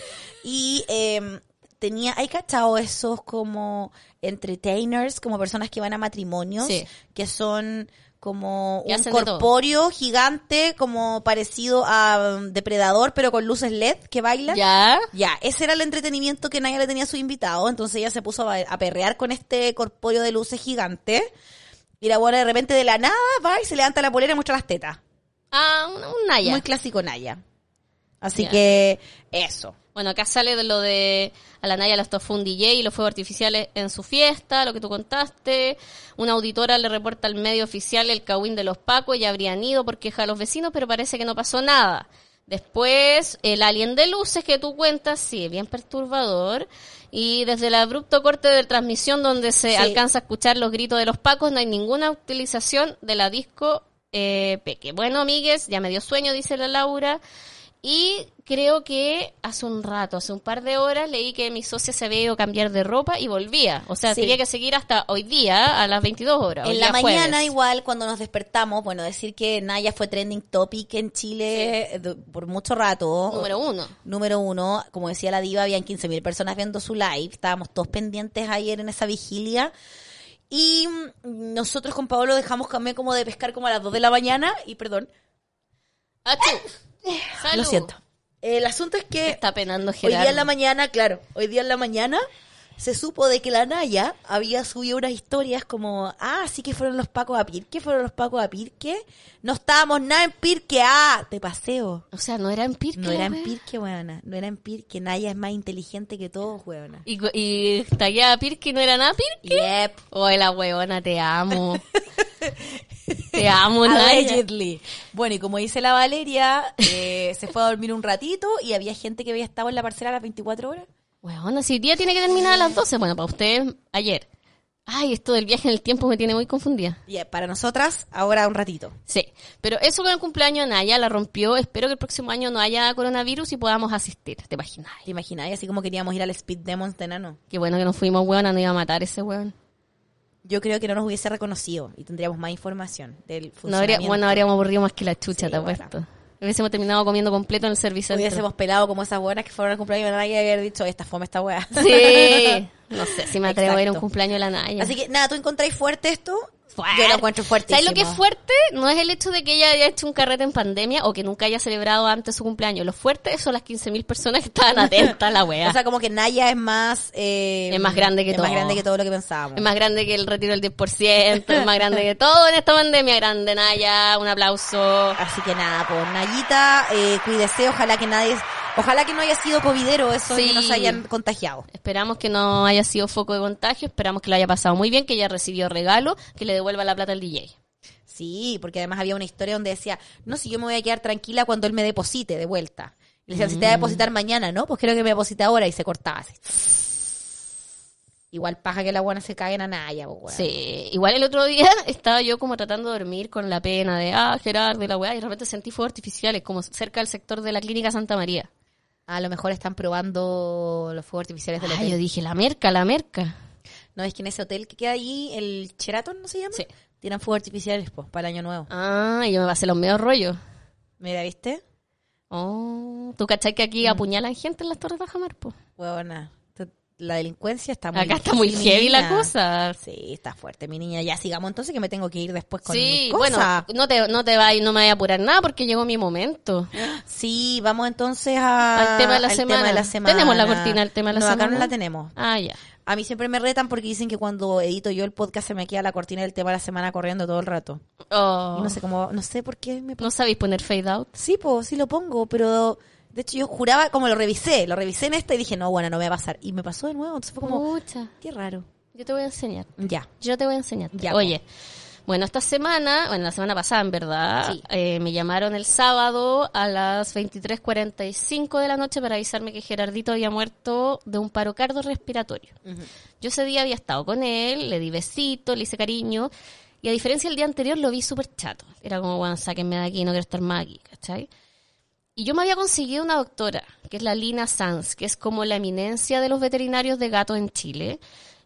[SPEAKER 3] y eh, tenía, hay cachado esos como entertainers, como personas que van a matrimonios,
[SPEAKER 2] Sí.
[SPEAKER 3] que son como
[SPEAKER 2] Que
[SPEAKER 3] un
[SPEAKER 2] hacen de todo.
[SPEAKER 3] corpóreo gigante, como parecido a um, depredador, pero con luces LED que bailan.
[SPEAKER 2] ¿Ya?
[SPEAKER 3] Ya, ese era el entretenimiento que Naya le tenía a su invitado, entonces ella se puso a, ba- a perrear con este corpóreo de luces gigante. Y la buena de repente de la nada va y se levanta la polera y muestra las tetas.
[SPEAKER 2] Ah, un, un Naya.
[SPEAKER 3] Muy clásico Naya. Así
[SPEAKER 2] Ya.
[SPEAKER 3] que eso.
[SPEAKER 2] Bueno, acá sale de lo de a la Naya la estofó un DJ y los fuegos artificiales en su fiesta, lo que tú contaste. Una auditora le reporta al medio oficial el cagüín de los Pacos, ya habrían ido por queja a los vecinos, pero parece que no pasó nada. Después, el alien de luces que tú cuentas, sí, bien perturbador. Y desde el abrupto corte de transmisión donde se
[SPEAKER 3] Sí.
[SPEAKER 2] alcanza a escuchar los gritos de los Pacos, no hay ninguna utilización de la disco eh, Peque. Bueno, amigues, ya me dio sueño, dice la Laura. Y creo que hace un rato, hace un par de horas, leí que mi socia se había ido a cambiar de ropa y volvía. O sea,
[SPEAKER 3] Sí.
[SPEAKER 2] tenía que seguir hasta hoy día, a las 22 horas. hoy
[SPEAKER 3] En la
[SPEAKER 2] día
[SPEAKER 3] mañana
[SPEAKER 2] jueves.
[SPEAKER 3] igual cuando nos despertamos, bueno, decir que Naya fue trending topic en Chile eh, du- por mucho rato.
[SPEAKER 2] Número uno.
[SPEAKER 3] Número uno, como decía la diva, habían 15.000 personas viendo su live, estábamos todos pendientes ayer en esa vigilia. Y mm, nosotros con Pablo dejamos también como de pescar como a las 2 de la mañana y perdón,
[SPEAKER 2] Achú. Salud.
[SPEAKER 3] lo siento. El asunto es que
[SPEAKER 2] Está penando
[SPEAKER 3] Hoy
[SPEAKER 2] Gerardo.
[SPEAKER 3] día en la mañana, claro, hoy día en la mañana se supo de que la Naya había subido unas historias como, ah, sí que fueron los Pacos a Pirque, fueron los Pacos a Pirque, no estábamos nada en Pirque, ah, te paseo.
[SPEAKER 2] O sea, no era en Pirque.
[SPEAKER 3] No
[SPEAKER 2] la
[SPEAKER 3] era en
[SPEAKER 2] wea.
[SPEAKER 3] Pirque, weona, no era en Pirque, Naya es más inteligente que todos, weona.
[SPEAKER 2] Y, cu- y tagueaba a Pirque y no era nada Pirque.
[SPEAKER 3] Yep.
[SPEAKER 2] Oye, la huevona, te amo. te amo, Naya.
[SPEAKER 3] Allegedly. Bueno, y como dice la Valeria, eh, se fue a dormir un ratito y había gente que había estado en la parcela a las 24 horas.
[SPEAKER 2] Huevona, si el día tiene que terminar a las 12. Bueno, para ustedes, ayer. Ay, esto del viaje en el tiempo me tiene muy confundida.
[SPEAKER 3] Y eh, para nosotras, ahora un ratito.
[SPEAKER 2] Sí, pero eso con el cumpleaños de Naya la rompió. Espero que el próximo año no haya coronavirus y podamos asistir. ¿Te imaginas?
[SPEAKER 3] ¿Te imagináis así como queríamos ir al Speed Demons de Nano?
[SPEAKER 2] Qué bueno que nos fuimos, weón, no iba a matar ese weón.
[SPEAKER 3] yo creo que no nos hubiese reconocido y tendríamos más información del
[SPEAKER 2] No habría,
[SPEAKER 3] funcionamiento.
[SPEAKER 2] bueno, habríamos aburrido más que la chucha,
[SPEAKER 3] Sí,
[SPEAKER 2] te
[SPEAKER 3] bueno.
[SPEAKER 2] apuesto. Hubiésemos terminado comiendo completo en el servicio.
[SPEAKER 3] Hubiésemos pelado como esas buenas que fueron al cumpleaños de la Naya y haber dicho, esta fome esta weá.
[SPEAKER 2] Sí. No sé si me atrevo a ir a un
[SPEAKER 3] Exacto.
[SPEAKER 2] cumpleaños de la Naya.
[SPEAKER 3] Así que nada, ¿tú encontráis fuerte esto?
[SPEAKER 2] Fuerte.
[SPEAKER 3] Yo lo encuentro fuerte.
[SPEAKER 2] ¿Sabes lo que es fuerte? No es el hecho de que ella haya hecho un carrete en pandemia o que nunca haya celebrado antes su cumpleaños. Lo fuerte son las 15.000 personas que estaban atentas a la wea.
[SPEAKER 3] O sea, como que Naya es más... eh,
[SPEAKER 2] Es más grande que
[SPEAKER 3] es
[SPEAKER 2] todo.
[SPEAKER 3] más grande que todo lo que pensábamos.
[SPEAKER 2] Es más grande que el retiro del 10%, es más grande que todo en esta pandemia. Grande, Naya, un aplauso.
[SPEAKER 3] Así que nada, pues Nayita, eh, cuídese, ojalá que nadie... Ojalá que no haya sido covidero eso y
[SPEAKER 2] Sí.
[SPEAKER 3] que no se hayan contagiado.
[SPEAKER 2] Esperamos que no haya sido foco de contagio, esperamos que lo haya pasado muy bien, que ella recibió regalo, que le devuelva la plata al DJ.
[SPEAKER 3] Sí, porque además había una historia donde decía, no, si yo me voy a quedar tranquila cuando él me deposite de vuelta. Y le decía, si te va a depositar
[SPEAKER 2] Mm.
[SPEAKER 3] mañana, ¿no? Pues creo que me deposita ahora y se cortaba así. Igual paja que la buena se cae en Anaya, po, pues, weón.
[SPEAKER 2] Sí, igual el otro día estaba yo como tratando de dormir con la pena de, ah, Gerardo y la weá, y de repente sentí fuegos artificiales, como cerca del sector de la clínica Santa María.
[SPEAKER 3] A lo mejor están probando los fuegos artificiales del
[SPEAKER 2] Ah,
[SPEAKER 3] hotel.
[SPEAKER 2] yo dije, la merca, la merca.
[SPEAKER 3] No, es que en ese hotel que queda allí, el Sheraton, ¿no se llama?
[SPEAKER 2] Sí.
[SPEAKER 3] Tienen fuegos artificiales, pues, para el año nuevo.
[SPEAKER 2] Ah, y yo me pasé los medios rollos.
[SPEAKER 3] Mira, ¿viste?
[SPEAKER 2] Oh, ¿tú cachai que aquí apuñalan gente en las Torres de Jamar, po?
[SPEAKER 3] Huevona. tú- La delincuencia está muy
[SPEAKER 2] Acá está muy heavy la
[SPEAKER 3] criminal.
[SPEAKER 2] cosa.
[SPEAKER 3] Sí, está fuerte, mi niña. Ya sigamos entonces que me tengo que ir después con
[SPEAKER 2] Sí,
[SPEAKER 3] mis
[SPEAKER 2] bueno,
[SPEAKER 3] cosas.
[SPEAKER 2] no te, no te vayas, no me voy a apurar nada porque llegó mi momento.
[SPEAKER 3] Sí, vamos entonces a-
[SPEAKER 2] Al tema de la
[SPEAKER 3] al
[SPEAKER 2] semana.
[SPEAKER 3] tema de la semana.
[SPEAKER 2] Tenemos la cortina del tema de la
[SPEAKER 3] no,
[SPEAKER 2] semana.
[SPEAKER 3] acá no la tenemos.
[SPEAKER 2] Ah, ya.
[SPEAKER 3] A mí siempre me retan porque dicen que cuando edito yo el podcast se me queda la cortina del tema de la semana corriendo todo el rato.
[SPEAKER 2] Oh,
[SPEAKER 3] Y
[SPEAKER 2] no,
[SPEAKER 3] no sé cómo, no sé por qué me...
[SPEAKER 2] sabéis poner fade out.
[SPEAKER 3] Sí, pues, sí lo pongo, pero de hecho yo juraba, como lo revisé, lo revisé en esta y dije, no, bueno, no me va a pasar. Y me pasó de nuevo, entonces fue como,
[SPEAKER 2] Pucha,
[SPEAKER 3] qué raro.
[SPEAKER 2] yo te voy a enseñar.
[SPEAKER 3] Ya.
[SPEAKER 2] Yo te voy a enseñar.
[SPEAKER 3] Ya,
[SPEAKER 2] Oye, bueno, esta semana, bueno, la semana pasada, en verdad, eh, me llamaron el sábado a las 23.45 de la noche para avisarme que Gerardito había muerto de un paro cardiorrespiratorio. Yo ese día había estado con él, le di besito, le hice cariño, y a diferencia del día anterior lo vi súper chato. Era como, bueno, sáquenme de aquí, no quiero estar más aquí, ¿cachai? Y yo me había conseguido una doctora, que es la Lina Sanz, que es como la eminencia de los veterinarios de gatos en Chile.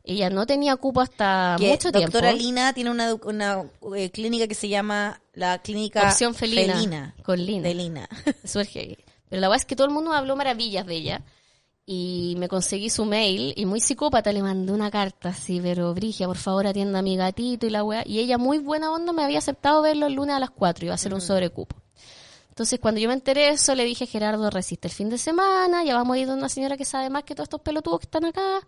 [SPEAKER 2] Ella no tenía cupo hasta
[SPEAKER 3] Que
[SPEAKER 2] mucho tiempo.
[SPEAKER 3] doctora Lina tiene una, una eh, clínica que se llama la clínica
[SPEAKER 2] Opción felina.
[SPEAKER 3] felina
[SPEAKER 2] Con Lina.
[SPEAKER 3] de Lina.
[SPEAKER 2] Súper heavy. Pero la verdad es que todo el mundo habló maravillas de ella. y me conseguí su mail y muy psicópata le mandé una carta así, pero Brigia, por favor atienda a mi gatito y la weá. Y ella muy buena onda me había aceptado verlo el lunes a las 4, iba a hacer un sobrecupo. Entonces cuando yo me enteré de eso le dije, Gerardo, resiste el fin de semana, ya vamos a ir donde una señora que sabe más que todos estos pelotudos que están acá.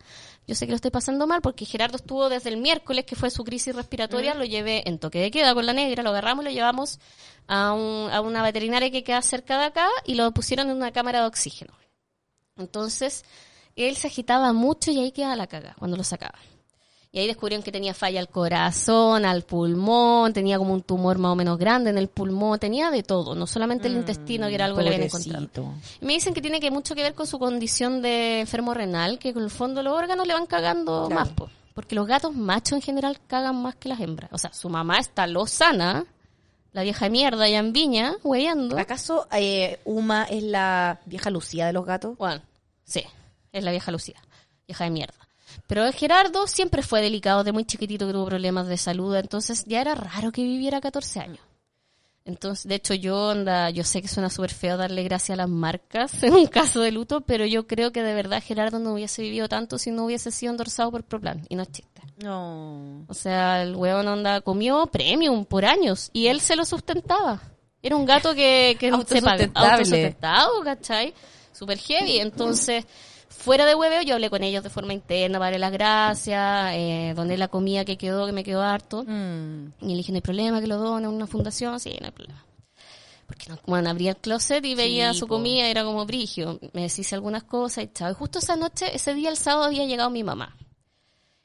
[SPEAKER 2] Yo sé que lo estoy pasando mal porque Gerardo estuvo desde el miércoles, que fue su crisis respiratoria, lo llevé en toque de queda con la negra, lo agarramos y lo llevamos a, un- a una veterinaria que queda cerca de acá y lo pusieron en una cámara de oxígeno. Entonces, él se agitaba mucho y ahí quedaba la caga cuando lo sacaba. Y ahí descubrieron que tenía falla al corazón, al pulmón, tenía como un tumor más o menos grande en el pulmón, tenía de todo, no solamente el intestino, que era algo que le habían encontrado. Y me dicen que tiene que mucho que ver con su condición de enfermo renal, que con el fondo los órganos le van cagando más, po. porque los gatos machos en general cagan más que las hembras. O sea, su mamá está lozana, la vieja de mierda allá en Viña, hueveando.
[SPEAKER 4] ¿Acaso eh, Uma es la vieja Lucía de los gatos?
[SPEAKER 2] Bueno, sí, es la vieja Lucía, vieja de mierda. Pero el Gerardo siempre fue delicado, de muy chiquitito que tuvo problemas de salud, entonces ya era raro que viviera 14 años. Entonces, de hecho, yo onda, yo sé que suena súper feo darle gracias a las marcas en un caso de luto, pero yo creo que de verdad Gerardo no hubiese vivido tanto si no hubiese sido endorsado por Proplan, y no es chiste.
[SPEAKER 4] No.
[SPEAKER 2] O sea, el huevón onda comió premium por años y él se lo sustentaba. Era un gato que, que se pagaba-
[SPEAKER 3] Autosustentable.
[SPEAKER 2] autosustentado, ¿cachai? Super heavy. Entonces, fuera de hueveo, yo hablé con ellos de forma interna, para las gracias, eh, doné la comida que quedó, que me quedó harto. Y le dije, no hay problema, que lo donen a una fundación, sí, no hay problema. Porque no, bueno, abría el closet y veía su comida, era como brigio. Me decís algunas cosas y chao. Y justo esa noche, ese día, el sábado, había llegado mi mamá.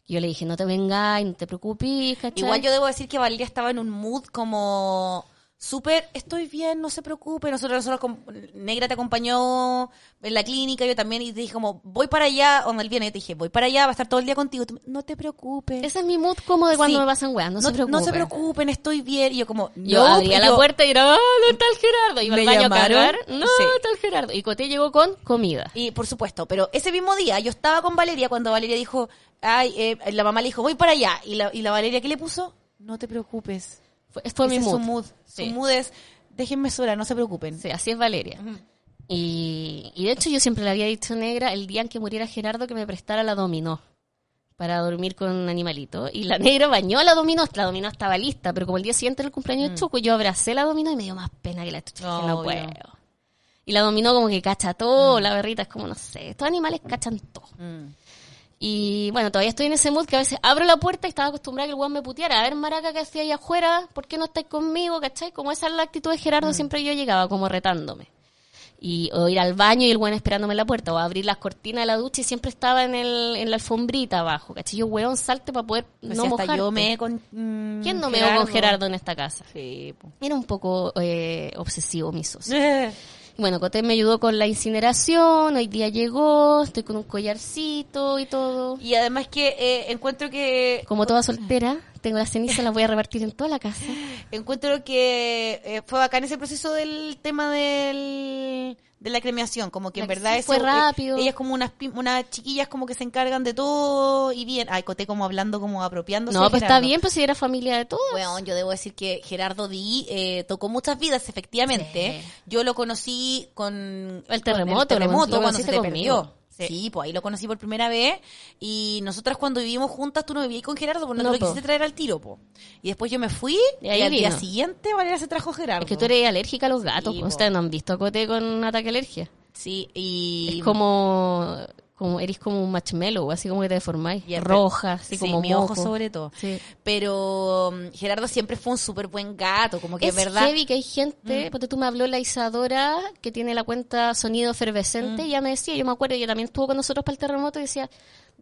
[SPEAKER 2] Yo le dije, no te vengáis, no te preocupes, ¿cachai?
[SPEAKER 3] Igual yo debo decir que Valeria estaba en un mood como súper, estoy bien, no se preocupe. Nosotros, nosotros, com- Negra te acompañó en la clínica, yo también, y te dije como, voy para allá, donde él viene, y te dije, voy para allá, va a estar todo el día contigo. Tú, no te preocupes.
[SPEAKER 2] Ese es mi mood como de cuando
[SPEAKER 3] Sí.
[SPEAKER 2] me pasan weas, no, se preocupen.
[SPEAKER 3] preocupen, estoy bien. Y yo como, no, pues
[SPEAKER 2] Yo abría la
[SPEAKER 3] yo-
[SPEAKER 2] puerta y era, "Ah, no está el Gerardo. Iba al
[SPEAKER 3] Me
[SPEAKER 2] baño
[SPEAKER 3] llamaron,
[SPEAKER 2] a cagar, no
[SPEAKER 3] sí.
[SPEAKER 2] está el Gerardo. Y Coté llegó con comida.
[SPEAKER 3] Y por supuesto, pero ese mismo día yo estaba con Valeria cuando Valeria dijo, ay, eh, la mamá le dijo, voy para allá. Y la, y la Valeria, ¿qué le puso? No te preocupes.
[SPEAKER 2] Fue, fue mi
[SPEAKER 3] Ese es
[SPEAKER 2] mood.
[SPEAKER 3] su mood.
[SPEAKER 2] Sí.
[SPEAKER 3] Su mood es, déjenme sola, no se preocupen.
[SPEAKER 2] Sí, así es Valeria. Y, y de hecho yo siempre le había dicho negra el día en que muriera Gerardo que me prestara la dominó para dormir con un animalito. Y la negra bañó a la dominó, la dominó estaba lista, pero como el día siguiente era el cumpleaños de Chuco, yo abracé la dominó y me dio más pena que la chucha. dije, No,
[SPEAKER 3] Obvio.
[SPEAKER 2] puedo. Y la dominó como que cacha todo, la berrita es como, no sé, estos animales cachan todo. Y bueno, todavía estoy en ese mood que a veces abro la puerta y estaba acostumbrada a que el weón me puteara. A ver, maraca, ¿qué hacía allá afuera? ¿Por qué no estáis conmigo? ¿Cachai? Como esa es la actitud de Gerardo,
[SPEAKER 3] Mm.
[SPEAKER 2] siempre yo llegaba como retándome. Y, o ir al baño y el weón esperándome en la puerta, o abrir las cortinas de la ducha y siempre estaba en, el, en la alfombrita abajo, ¿cachai? Yo, weón, salte para poder
[SPEAKER 3] Así
[SPEAKER 2] no
[SPEAKER 3] Pues hasta
[SPEAKER 2] mojarte.
[SPEAKER 3] yo me con mm,
[SPEAKER 2] ¿Quién no meó con Gerardo en esta casa?
[SPEAKER 3] Sí, po.
[SPEAKER 2] Era un poco eh, obsesivo mi socio. Bueno, Coté me ayudó con la incineración, hoy día llegó, estoy con un collarcito y todo.
[SPEAKER 3] Y además que eh, encuentro que
[SPEAKER 2] Como toda soltera, tengo las cenizas, las voy a repartir en toda la casa.
[SPEAKER 3] encuentro que eh, fue bacán ese proceso del tema del de la cremación, como que en
[SPEAKER 2] La-
[SPEAKER 3] verdad
[SPEAKER 2] sí,
[SPEAKER 3] eso,
[SPEAKER 2] fue
[SPEAKER 3] eh,
[SPEAKER 2] rápido.
[SPEAKER 3] ellas como unas pim- unas chiquillas como que se encargan de todo y bien, ay, coté como hablando como apropiándose.
[SPEAKER 2] No,
[SPEAKER 3] de
[SPEAKER 2] pues está
[SPEAKER 3] Gerardo.
[SPEAKER 2] bien, pues si era familia de todos.
[SPEAKER 3] Bueno, yo debo decir que Gerardo Di eh, tocó muchas vidas, efectivamente.
[SPEAKER 2] Sí.
[SPEAKER 3] Yo lo conocí con
[SPEAKER 2] El
[SPEAKER 3] con
[SPEAKER 2] terremoto, lo
[SPEAKER 3] terremoto
[SPEAKER 2] conocí- lo
[SPEAKER 3] cuando se
[SPEAKER 2] conociste
[SPEAKER 3] te
[SPEAKER 2] conmigo.
[SPEAKER 3] perdió. Sí. pues ahí lo conocí por primera vez. Y nosotras cuando vivimos juntas, tú no vivías con Gerardo, porque no,
[SPEAKER 2] No,
[SPEAKER 3] te lo
[SPEAKER 2] po.
[SPEAKER 3] quisiste traer al tiro, po. Y después yo me fui,
[SPEAKER 2] Y
[SPEAKER 3] y,
[SPEAKER 2] ahí
[SPEAKER 3] al día
[SPEAKER 2] vino.
[SPEAKER 3] siguiente Valeria se trajo Gerardo.
[SPEAKER 2] Es que tú eres alérgica a los gatos,
[SPEAKER 3] Sí,
[SPEAKER 2] pues,
[SPEAKER 3] po.
[SPEAKER 2] ustedes no han visto a Cote con un ataque de alergia.
[SPEAKER 3] Sí, y...
[SPEAKER 2] Es como, como, eres como un marshmallow, así como que te deformáis.
[SPEAKER 3] Y apre-
[SPEAKER 2] Roja, así
[SPEAKER 3] sí,
[SPEAKER 2] como
[SPEAKER 3] mi ojo
[SPEAKER 2] moco.
[SPEAKER 3] sobre todo.
[SPEAKER 2] Sí.
[SPEAKER 3] Pero um, Gerardo siempre fue un súper buen gato, como que
[SPEAKER 2] es
[SPEAKER 3] verdad... Mm.
[SPEAKER 2] heavy que hay gente, porque tú me habló la Isadora, que tiene la cuenta Sonido
[SPEAKER 3] Mm.
[SPEAKER 2] Efervescente, y ella me decía, yo me acuerdo, ella también estuvo con nosotros para el terremoto, y decía,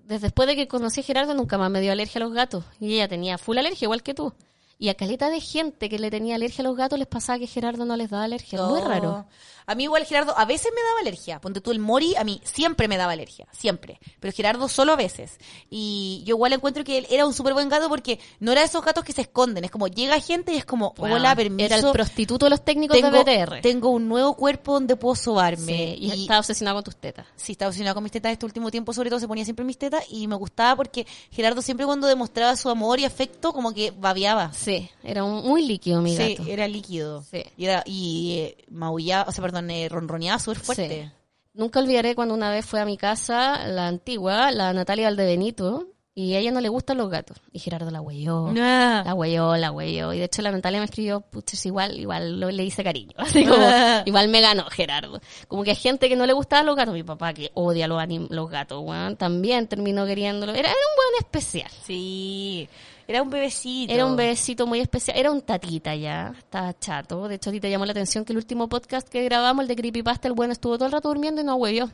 [SPEAKER 2] desde después de que conocí a Gerardo nunca más me dio alergia a los gatos, y ella tenía full alergia, igual que tú. Y a caleta de gente que le tenía alergia a los gatos les pasaba que Gerardo no les daba alergia, es muy
[SPEAKER 3] No.
[SPEAKER 2] raro.
[SPEAKER 3] A mí igual Gerardo a veces me daba alergia. Ponte tú el Mori, a mí siempre me daba alergia, siempre. Pero Gerardo solo a veces. Y yo igual encuentro que él era un súper buen gato porque no era de esos gatos que se esconden. Es como llega gente y es como,
[SPEAKER 2] Bueno,
[SPEAKER 3] hola, permiso.
[SPEAKER 2] Era el prostituto de los técnicos
[SPEAKER 3] tengo,
[SPEAKER 2] de BTR.
[SPEAKER 3] tengo un nuevo cuerpo donde puedo sobarme.
[SPEAKER 2] Sí, y, estaba obsesionado con tus tetas.
[SPEAKER 3] Sí, estaba obsesionada con mis tetas este último tiempo, sobre todo se ponía siempre mis tetas y me gustaba porque Gerardo siempre cuando demostraba su amor y afecto como que babeaba.
[SPEAKER 2] Sí, era un- muy líquido mi
[SPEAKER 3] Sí,
[SPEAKER 2] gato.
[SPEAKER 3] era líquido.
[SPEAKER 2] Sí.
[SPEAKER 3] Y, era, y eh, maullaba, o sea, perdón, eh, ronroneaba súper fuerte.
[SPEAKER 2] Sí. Nunca olvidaré cuando una vez fue a mi casa, la antigua, la Natalia Valdebenito, y a ella no le gustan los gatos. Y Gerardo la hueyó, la hueyó, la hueyó. Y de hecho la Natalia me escribió, puches, igual, igual lo- le hice cariño. Así como, igual me ganó Gerardo. Como que hay gente que no le gustaban los gatos. Mi papá que odia los, anim- los gatos, weón, también terminó queriéndolo. Era, era un buen especial.
[SPEAKER 3] Sí. Era un bebecito.
[SPEAKER 2] Era un besito muy especial. Era un tatita ya. Estaba chato. De hecho, a ti te llamó la atención que el último podcast que grabamos, el de Creepypasta, el bueno estuvo todo el rato durmiendo y no huevió.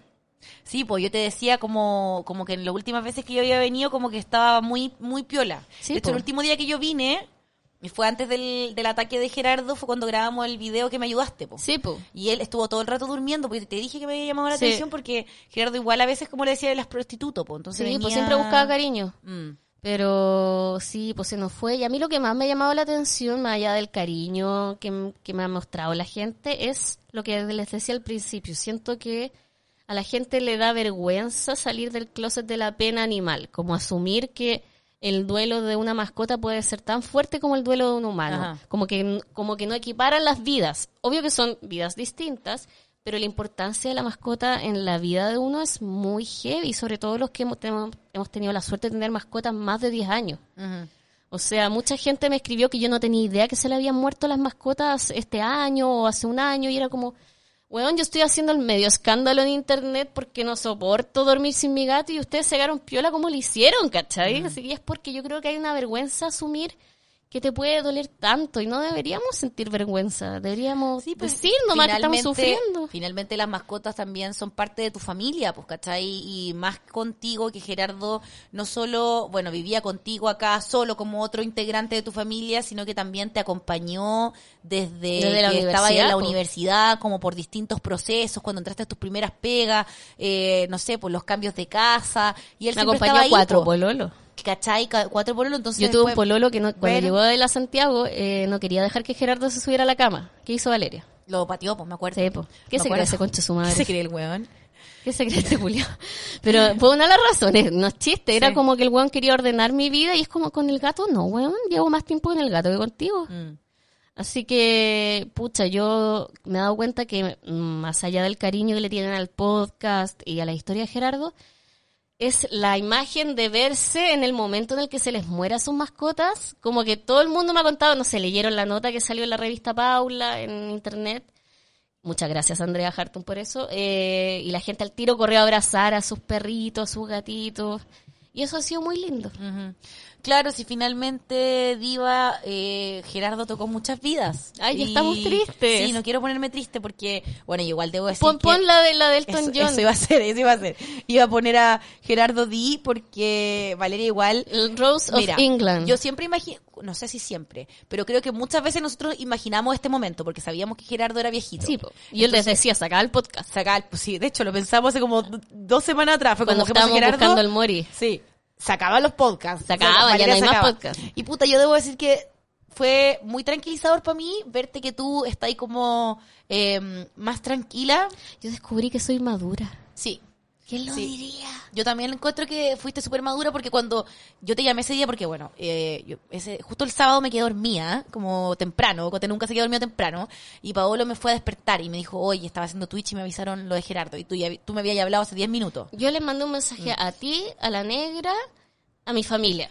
[SPEAKER 3] Sí, pues yo te decía como, como que en las últimas veces que yo había venido como que estaba muy, muy piola.
[SPEAKER 2] Sí, pues.
[SPEAKER 3] de hecho,
[SPEAKER 2] po.
[SPEAKER 3] el último día que yo vine, y fue antes del, del ataque de Gerardo, fue cuando grabamos el video que me ayudaste, po.
[SPEAKER 2] Sí, pues.
[SPEAKER 3] Y él estuvo todo el rato durmiendo, porque te dije que me había llamado la
[SPEAKER 2] Sí.
[SPEAKER 3] atención porque Gerardo igual a veces, como le decía, las prostituto, po. Entonces
[SPEAKER 2] Sí, pues
[SPEAKER 3] venía-
[SPEAKER 2] siempre buscaba cariño.
[SPEAKER 3] Mm.
[SPEAKER 2] Pero sí, pues se nos fue. Y a mí lo que más me ha llamado la atención, más allá del cariño que, que me ha mostrado la gente, es lo que les decía al principio. Siento que a la gente le da vergüenza salir del closet de la pena animal, como asumir que el duelo de una mascota puede ser tan fuerte como el duelo de un humano,
[SPEAKER 3] Ajá.
[SPEAKER 2] como que como que no equiparan las vidas. Obvio que son vidas distintas, pero la importancia de la mascota en la vida de uno es muy heavy, sobre todo los que hemos, tenemos- hemos tenido la suerte de tener mascotas más de 10 años.
[SPEAKER 3] Ujú.
[SPEAKER 2] O sea, mucha gente me escribió que yo no tenía idea que se le habían muerto las mascotas este año o hace un año y era como, weón, yo estoy haciendo el medio escándalo en internet porque no soporto dormir sin mi gato y ustedes se cagaron piola como lo hicieron, ¿cachai?
[SPEAKER 3] Mm.
[SPEAKER 2] Así que es porque yo creo que hay una vergüenza a asumir que te puede doler tanto y no deberíamos sentir vergüenza, deberíamos
[SPEAKER 3] Sí, pues,
[SPEAKER 2] decir nomás que estamos
[SPEAKER 3] finalmente-
[SPEAKER 2] sufriendo.
[SPEAKER 3] Finalmente las mascotas también son parte de tu familia, pues, ¿cachai? Y más contigo que Gerardo no solo, bueno, vivía contigo acá solo como otro integrante de tu familia, sino que también te acompañó desde,
[SPEAKER 2] Desde la
[SPEAKER 3] que estaba ahí en
[SPEAKER 2] universidad, pues.
[SPEAKER 3] la
[SPEAKER 2] po.
[SPEAKER 3] universidad, como por distintos procesos, cuando entraste a tus primeras pegas, eh, no sé, por los cambios de casa. Y él
[SPEAKER 2] Me
[SPEAKER 3] siempre
[SPEAKER 2] acompañó
[SPEAKER 3] estaba ahí,
[SPEAKER 2] cuatro
[SPEAKER 3] po,
[SPEAKER 2] pololo.
[SPEAKER 3] ¿Cachai? Ca- Cuatro por entonces
[SPEAKER 2] Yo tuve un
[SPEAKER 3] después-
[SPEAKER 2] pololo que no- cuando
[SPEAKER 3] Bueno.
[SPEAKER 2] llegó de la Santiago eh, no quería dejar que Gerardo se subiera a la cama. ¿Qué hizo Valeria?
[SPEAKER 3] Lo pateó, pues, me acuerdo.
[SPEAKER 2] Sí, po. ¿Qué se
[SPEAKER 3] Me
[SPEAKER 2] cree
[SPEAKER 3] acuerdo.
[SPEAKER 2] ese concha su madre?
[SPEAKER 3] ¿Qué se cree el weón?
[SPEAKER 2] ¿Qué se cree este culiao? Pero fue una de las razones, no es chiste, era como que el weón quería ordenar mi vida y es como con el gato, no, weón, llevo más tiempo con el gato que contigo. Así que, pucha, yo me he dado cuenta que mm, más allá del cariño que le tienen al podcast y a la historia de Gerardo, es la imagen de verse en el momento en el que se les muera sus mascotas. Como que todo el mundo me ha contado, no sé, leyeron la nota que salió en la revista Paula, en internet. Muchas gracias, Andrea Harton, por eso. Eh, y la gente al tiro corrió a abrazar a sus perritos, a sus gatitos. Y eso ha sido muy lindo.
[SPEAKER 3] Ujú. Claro, si finalmente Diva eh, Gerardo tocó muchas vidas.
[SPEAKER 2] Ay, ya estamos tristes.
[SPEAKER 3] Sí, no quiero ponerme triste porque, bueno, yo igual debo decir
[SPEAKER 2] Pon,
[SPEAKER 3] que
[SPEAKER 2] pon la de la de
[SPEAKER 3] eso,
[SPEAKER 2] Elton
[SPEAKER 3] eso
[SPEAKER 2] John.
[SPEAKER 3] iba a ser, eso iba a ser. Iba a poner a Gerardo Di porque Valeria igual
[SPEAKER 2] El Rose of
[SPEAKER 3] Mira,
[SPEAKER 2] England.
[SPEAKER 3] Yo siempre imagino, no sé si siempre, pero creo que muchas veces nosotros imaginamos este momento porque sabíamos que Gerardo era viejito.
[SPEAKER 2] Sí, po. yo les decía, sacaba el podcast.
[SPEAKER 3] Sacar, pues sí, de hecho lo pensamos hace como do- dos semanas atrás, fue
[SPEAKER 2] Cuando
[SPEAKER 3] como que pues,
[SPEAKER 2] estábamos buscando el Mori.
[SPEAKER 3] Sí, sacaban los podcasts.
[SPEAKER 2] Sacaban,
[SPEAKER 3] Saca-
[SPEAKER 2] ya
[SPEAKER 3] Valeria
[SPEAKER 2] no hay más
[SPEAKER 3] sacaba.
[SPEAKER 2] podcasts.
[SPEAKER 3] Y puta, yo debo decir que fue muy tranquilizador para mí verte que tú estás ahí como eh, más tranquila.
[SPEAKER 2] Yo descubrí que soy madura.
[SPEAKER 3] Sí.
[SPEAKER 2] ¿Quién lo
[SPEAKER 3] Sí.
[SPEAKER 2] diría?
[SPEAKER 3] Yo también encuentro que fuiste súper madura porque cuando yo te llamé ese día, porque bueno, eh, yo- ese, justo el sábado me quedé dormida, como temprano, Cote nunca se quedó dormido temprano, y Paolo me fue a despertar y me dijo, oye, estaba haciendo Twitch y me avisaron lo de Gerardo, y tú, ya vi- tú me habías hablado hace 10 minutos.
[SPEAKER 2] Yo les mandé un mensaje a ti, a la negra, a mi familia.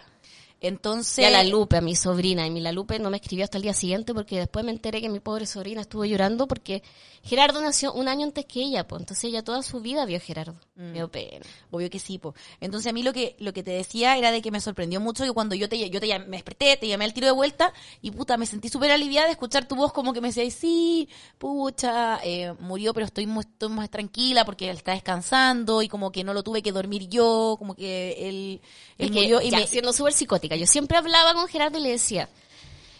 [SPEAKER 3] Entonces...
[SPEAKER 2] Y a la Lupe, a mi sobrina. Y mi la Lupe no me escribió hasta el día siguiente porque después me enteré que mi pobre sobrina estuvo llorando porque Gerardo nació un año antes que ella, pues. Entonces ella toda su vida vio a Gerardo. Me dio pena.
[SPEAKER 3] Obvio que sí, po. Entonces a mí lo que lo que te decía era de que me sorprendió mucho que cuando yo te yo te llam- me desperté, te llamé al tiro de vuelta y puta, me sentí súper aliviada de escuchar tu voz como que me decía, sí, pucha, eh, murió, pero estoy, mu- estoy más tranquila porque él está descansando y como que no lo tuve que dormir yo, como que él, él
[SPEAKER 2] Es que,
[SPEAKER 3] murió y
[SPEAKER 2] ya,
[SPEAKER 3] me-
[SPEAKER 2] siendo súper psicótica. Yo siempre hablaba con Gerardo y le decía,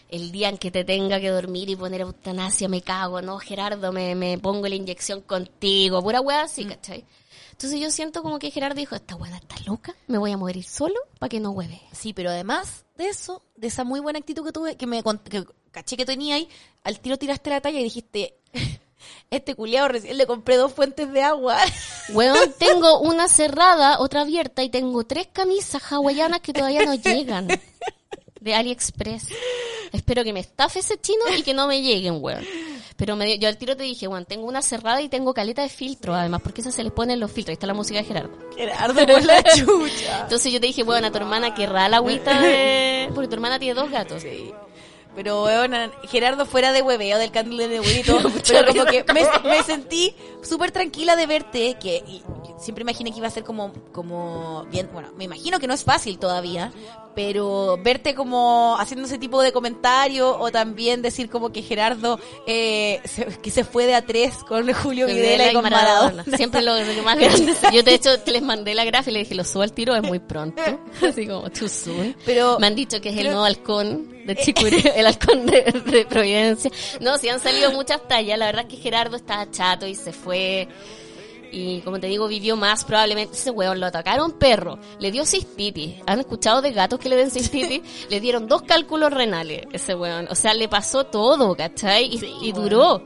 [SPEAKER 2] el día en que te tenga que dormir y poner eutanasia, me cago, ¿no? Gerardo, me, me pongo la inyección contigo, pura weá así,
[SPEAKER 3] Mm.
[SPEAKER 2] ¿cachai? Entonces yo siento como que Gerardo dijo, esta weá está loca, me voy a morir solo para que no hueve.
[SPEAKER 3] Sí, pero además de eso, de esa muy buena actitud que tuve, que me con- que caché que tenía ahí, al tiro tiraste la talla y dijiste, este culiao recién le compré dos fuentes de agua.
[SPEAKER 2] Weón, tengo una cerrada, otra abierta y tengo tres camisas hawaianas que todavía no llegan de AliExpress. Espero que me estafe ese chino y que no me lleguen, weón. Pero me- yo al tiro te dije, Juan, tengo una cerrada y tengo caleta de filtro, además, porque esa se les ponen los filtros. Ahí está la música de Gerardo.
[SPEAKER 3] Gerardo por la chucha.
[SPEAKER 2] Entonces yo te dije, bueno, a tu hermana querrá la agüita de... Porque tu hermana tiene dos gatos.
[SPEAKER 3] Sí. Pero, weón, Gerardo fuera de hueveo del candil de huevito, pero como que me, me sentí súper tranquila de verte, que y- y siempre imaginé que iba a ser como, como bien, bueno, me imagino que no es fácil todavía, pero verte como haciendo ese tipo de comentario o también decir como que Gerardo eh, se- que se fue de a tres con Julio Videla y con Maradona.
[SPEAKER 2] Siempre lo lo que más grande. Yo de hecho te les mandé la gráfica y le dije, lo subo al tiro, es muy pronto. Así como, tú soon.
[SPEAKER 3] Pero- Eh,
[SPEAKER 2] Me han dicho que es el
[SPEAKER 3] pero-
[SPEAKER 2] nuevo halcón de Chicureo, el halcón de, de Providencia. No, sí han salido muchas tallas. La verdad es que Gerardo estaba chato y se fue. Y como te digo, vivió más probablemente. Ese hueón lo atacaron perro. Le dio cistitis. ¿Han escuchado de gatos que le den cistitis? le dieron dos cálculos renales, ese hueón. O sea, le pasó todo, ¿cachai? Y, y duró.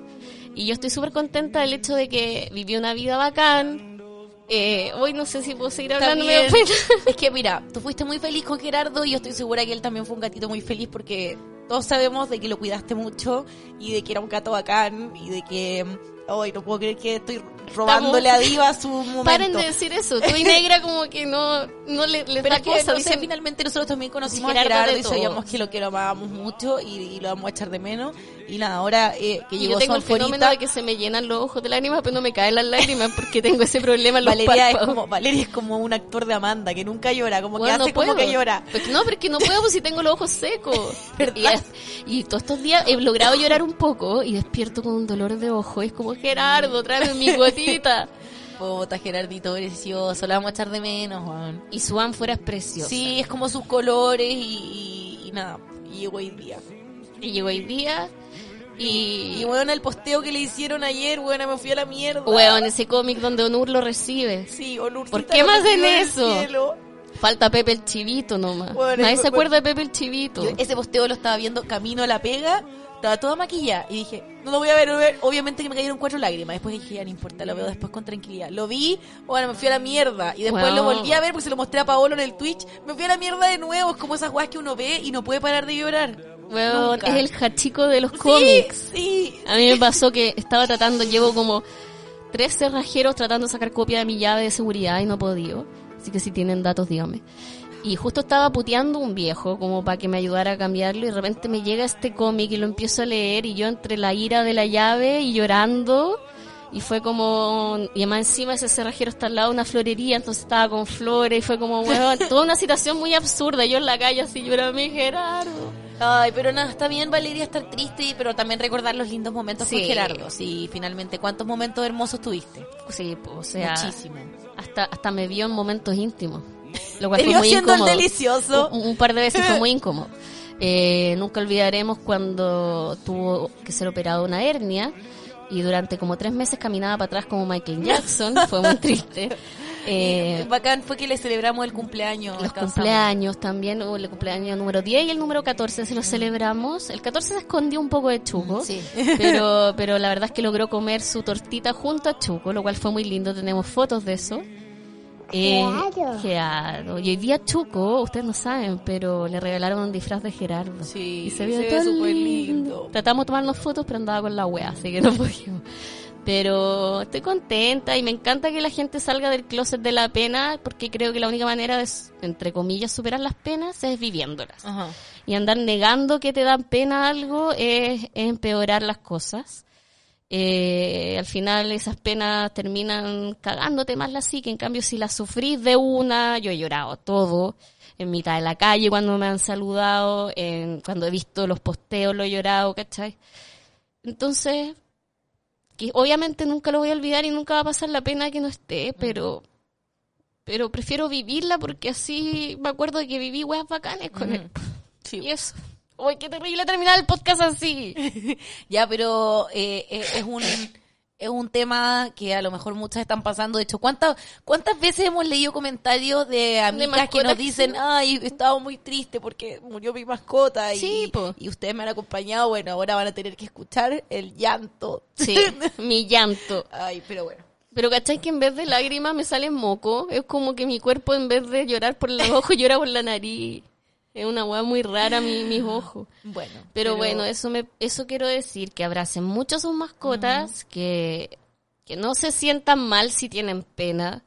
[SPEAKER 2] Y yo estoy súper contenta del hecho de que vivió una vida bacán. Eh, hoy no sé si puedo seguir
[SPEAKER 3] Está
[SPEAKER 2] hablando, me da
[SPEAKER 3] bien.
[SPEAKER 2] pena.
[SPEAKER 3] Es que mira, tú fuiste muy feliz con Gerardo y yo estoy segura que él también fue un gatito muy feliz porque todos sabemos de que lo cuidaste mucho y de que era un gato bacán y de que hoy no puedo creer que estoy robándole a Diva su momento.
[SPEAKER 2] Paren de decir eso. Tú y Negra como que no, no le, le
[SPEAKER 3] pero
[SPEAKER 2] da
[SPEAKER 3] es que,
[SPEAKER 2] cosa.
[SPEAKER 3] no sé,
[SPEAKER 2] dicen-
[SPEAKER 3] finalmente nosotros también conocimos
[SPEAKER 2] Gerardo
[SPEAKER 3] a Gerardo
[SPEAKER 2] de
[SPEAKER 3] y
[SPEAKER 2] todos.
[SPEAKER 3] sabíamos que lo que lo amábamos mucho y, y lo vamos a echar de menos. Y nada, ahora eh, que
[SPEAKER 2] Y
[SPEAKER 3] llegó
[SPEAKER 2] yo tengo
[SPEAKER 3] su
[SPEAKER 2] el fenómeno
[SPEAKER 3] anforita,
[SPEAKER 2] de que se me llenan los ojos de lágrimas, pero no me caen las lágrimas porque tengo ese problema en los
[SPEAKER 3] Valeria es,
[SPEAKER 2] párpados.
[SPEAKER 3] como, Valeria es como un actor de Amanda que nunca llora, como
[SPEAKER 2] Bueno,
[SPEAKER 3] que hace
[SPEAKER 2] no
[SPEAKER 3] como
[SPEAKER 2] puedo.
[SPEAKER 3] que llora.
[SPEAKER 2] Pues no, pero es que no puedo pues, si tengo los ojos secos. y,
[SPEAKER 3] ¿Verdad?
[SPEAKER 2] y todos estos días he logrado llorar un poco y despierto con un dolor de ojo. Es como, Gerardo, tráeme mi gotita.
[SPEAKER 3] Puta, Gerardito, precioso, la vamos a echar de menos, Juan.
[SPEAKER 2] Y su fuera es preciosa.
[SPEAKER 3] Sí, es como sus colores y, y- y nada. Y llegó hoy día.
[SPEAKER 2] Y llegó hoy día y...
[SPEAKER 3] Y bueno, el posteo que le hicieron ayer, bueno, me fui a la mierda.
[SPEAKER 2] Weón, ese cómic donde Onur lo recibe.
[SPEAKER 3] Sí, olurcita
[SPEAKER 2] ¿Por qué me hacen
[SPEAKER 3] recibió del
[SPEAKER 2] eso?
[SPEAKER 3] cielo.
[SPEAKER 2] Falta Pepe el Chivito nomás.
[SPEAKER 3] Weón,
[SPEAKER 2] Nadie
[SPEAKER 3] es-
[SPEAKER 2] se acuerda de Pepe el Chivito.
[SPEAKER 3] Yo ese posteo lo estaba viendo camino a la pega, estaba toda maquillada y dije, no lo voy a ver, no lo voy a ver. obviamente que me cayeron cuatro lágrimas. Después dije, ya no importa, lo veo después con tranquilidad. Lo vi, bueno, me fui a la mierda. Y después
[SPEAKER 2] Wow.
[SPEAKER 3] lo volví a ver porque se lo mostré a Paolo en el Twitch. Me fui a la mierda de nuevo, es como esas guas que uno ve y no puede parar de llorar.
[SPEAKER 2] Weón,
[SPEAKER 3] Nunca.
[SPEAKER 2] es el jachico de los cómics.
[SPEAKER 3] Sí, sí.
[SPEAKER 2] A mí me pasó que estaba tratando, llevo como tres cerrajeros tratando de sacar copia de mi llave de seguridad y no podía. Así que si tienen datos, díganme. Y justo estaba puteando un viejo como para que me ayudara a cambiarlo y de repente me llega este cómic y lo empiezo a leer y yo entre la ira de la llave y llorando y fue como y además encima ese cerrajero está al lado de una florería entonces estaba con flores y fue como weón, toda una situación muy absurda yo en la calle así llorando mi Gerardo
[SPEAKER 3] Ay, pero nada, está bien Valeria estar triste, pero también recordar los lindos momentos
[SPEAKER 2] Sí.
[SPEAKER 3] con Gerardo. Sí, finalmente, ¿cuántos momentos hermosos tuviste?
[SPEAKER 2] sí pues, o sea
[SPEAKER 3] Muchísimo.
[SPEAKER 2] Hasta, hasta me vio en momentos íntimos. Lo cual
[SPEAKER 3] Te
[SPEAKER 2] fue
[SPEAKER 3] vio
[SPEAKER 2] muy
[SPEAKER 3] siendo el
[SPEAKER 2] incómodo. Oh,
[SPEAKER 3] delicioso.
[SPEAKER 2] Un, un par de veces fue muy incómodo. Eh, nunca olvidaremos cuando tuvo que ser operado una hernia y durante como tres meses caminaba para atrás como Michael Jackson. Fue muy triste. Eh,
[SPEAKER 3] Bacán fue que le celebramos el cumpleaños.
[SPEAKER 2] los
[SPEAKER 3] alcanzamos.
[SPEAKER 2] cumpleaños también, hubo el cumpleaños número 10 y el número 14 se los celebramos. El 14 se escondió un poco de Chuco,
[SPEAKER 3] Mm, Sí.
[SPEAKER 2] pero, pero la verdad es que logró comer su tortita junto a Chuco, lo cual fue muy lindo, tenemos fotos de eso. Eh, Gerardo. Y hoy día Chuco, ustedes no saben, pero le regalaron un disfraz de Gerardo.
[SPEAKER 3] Sí,
[SPEAKER 2] y se vio
[SPEAKER 3] se ve
[SPEAKER 2] tan
[SPEAKER 3] súper
[SPEAKER 2] lindo.
[SPEAKER 3] lindo.
[SPEAKER 2] Tratamos de tomarnos fotos, pero andaba con la wea, así que no pudimos. Pero estoy contenta y me encanta que la gente salga del closet de la pena, porque creo que la única manera de, entre comillas, superar las penas es viviéndolas.
[SPEAKER 3] Ajá.
[SPEAKER 2] Y andar negando que te dan pena algo es, es empeorar las cosas. Eh, al final esas penas terminan cagándote más la psique. En cambio, si las sufrís de una, yo he llorado todo. En mitad de la calle cuando me han saludado, en, cuando he visto los posteos lo he llorado, ¿cachai? Entonces, que obviamente nunca lo voy a olvidar y nunca va a pasar la pena que no esté, pero pero prefiero vivirla porque así me acuerdo de que viví weas bacanes con él.
[SPEAKER 3] Sí.
[SPEAKER 2] Y eso. Uy, qué terrible terminar el podcast así.
[SPEAKER 3] Ya, pero eh, eh, es un es un tema que a lo mejor muchas están pasando. De hecho, ¿cuántas cuántas veces hemos leído comentarios de amigas que
[SPEAKER 2] mascotas
[SPEAKER 3] nos
[SPEAKER 2] que-
[SPEAKER 3] dicen, ay, estaba muy triste porque murió mi mascota y,
[SPEAKER 2] Sí, po.
[SPEAKER 3] y ustedes me han acompañado. Bueno, ahora van a tener que escuchar el llanto.
[SPEAKER 2] Sí, mi llanto.
[SPEAKER 3] ay, pero bueno.
[SPEAKER 2] Pero ¿cachai que en vez de lágrimas me sale moco? Es como que mi cuerpo en vez de llorar por los ojos llora por la nariz. Es una hueá muy rara mi, mis ojos.
[SPEAKER 3] Bueno.
[SPEAKER 2] Pero, bueno, eso me, eso quiero decir, que abracen mucho a sus mascotas, que, que no se sientan mal si tienen pena.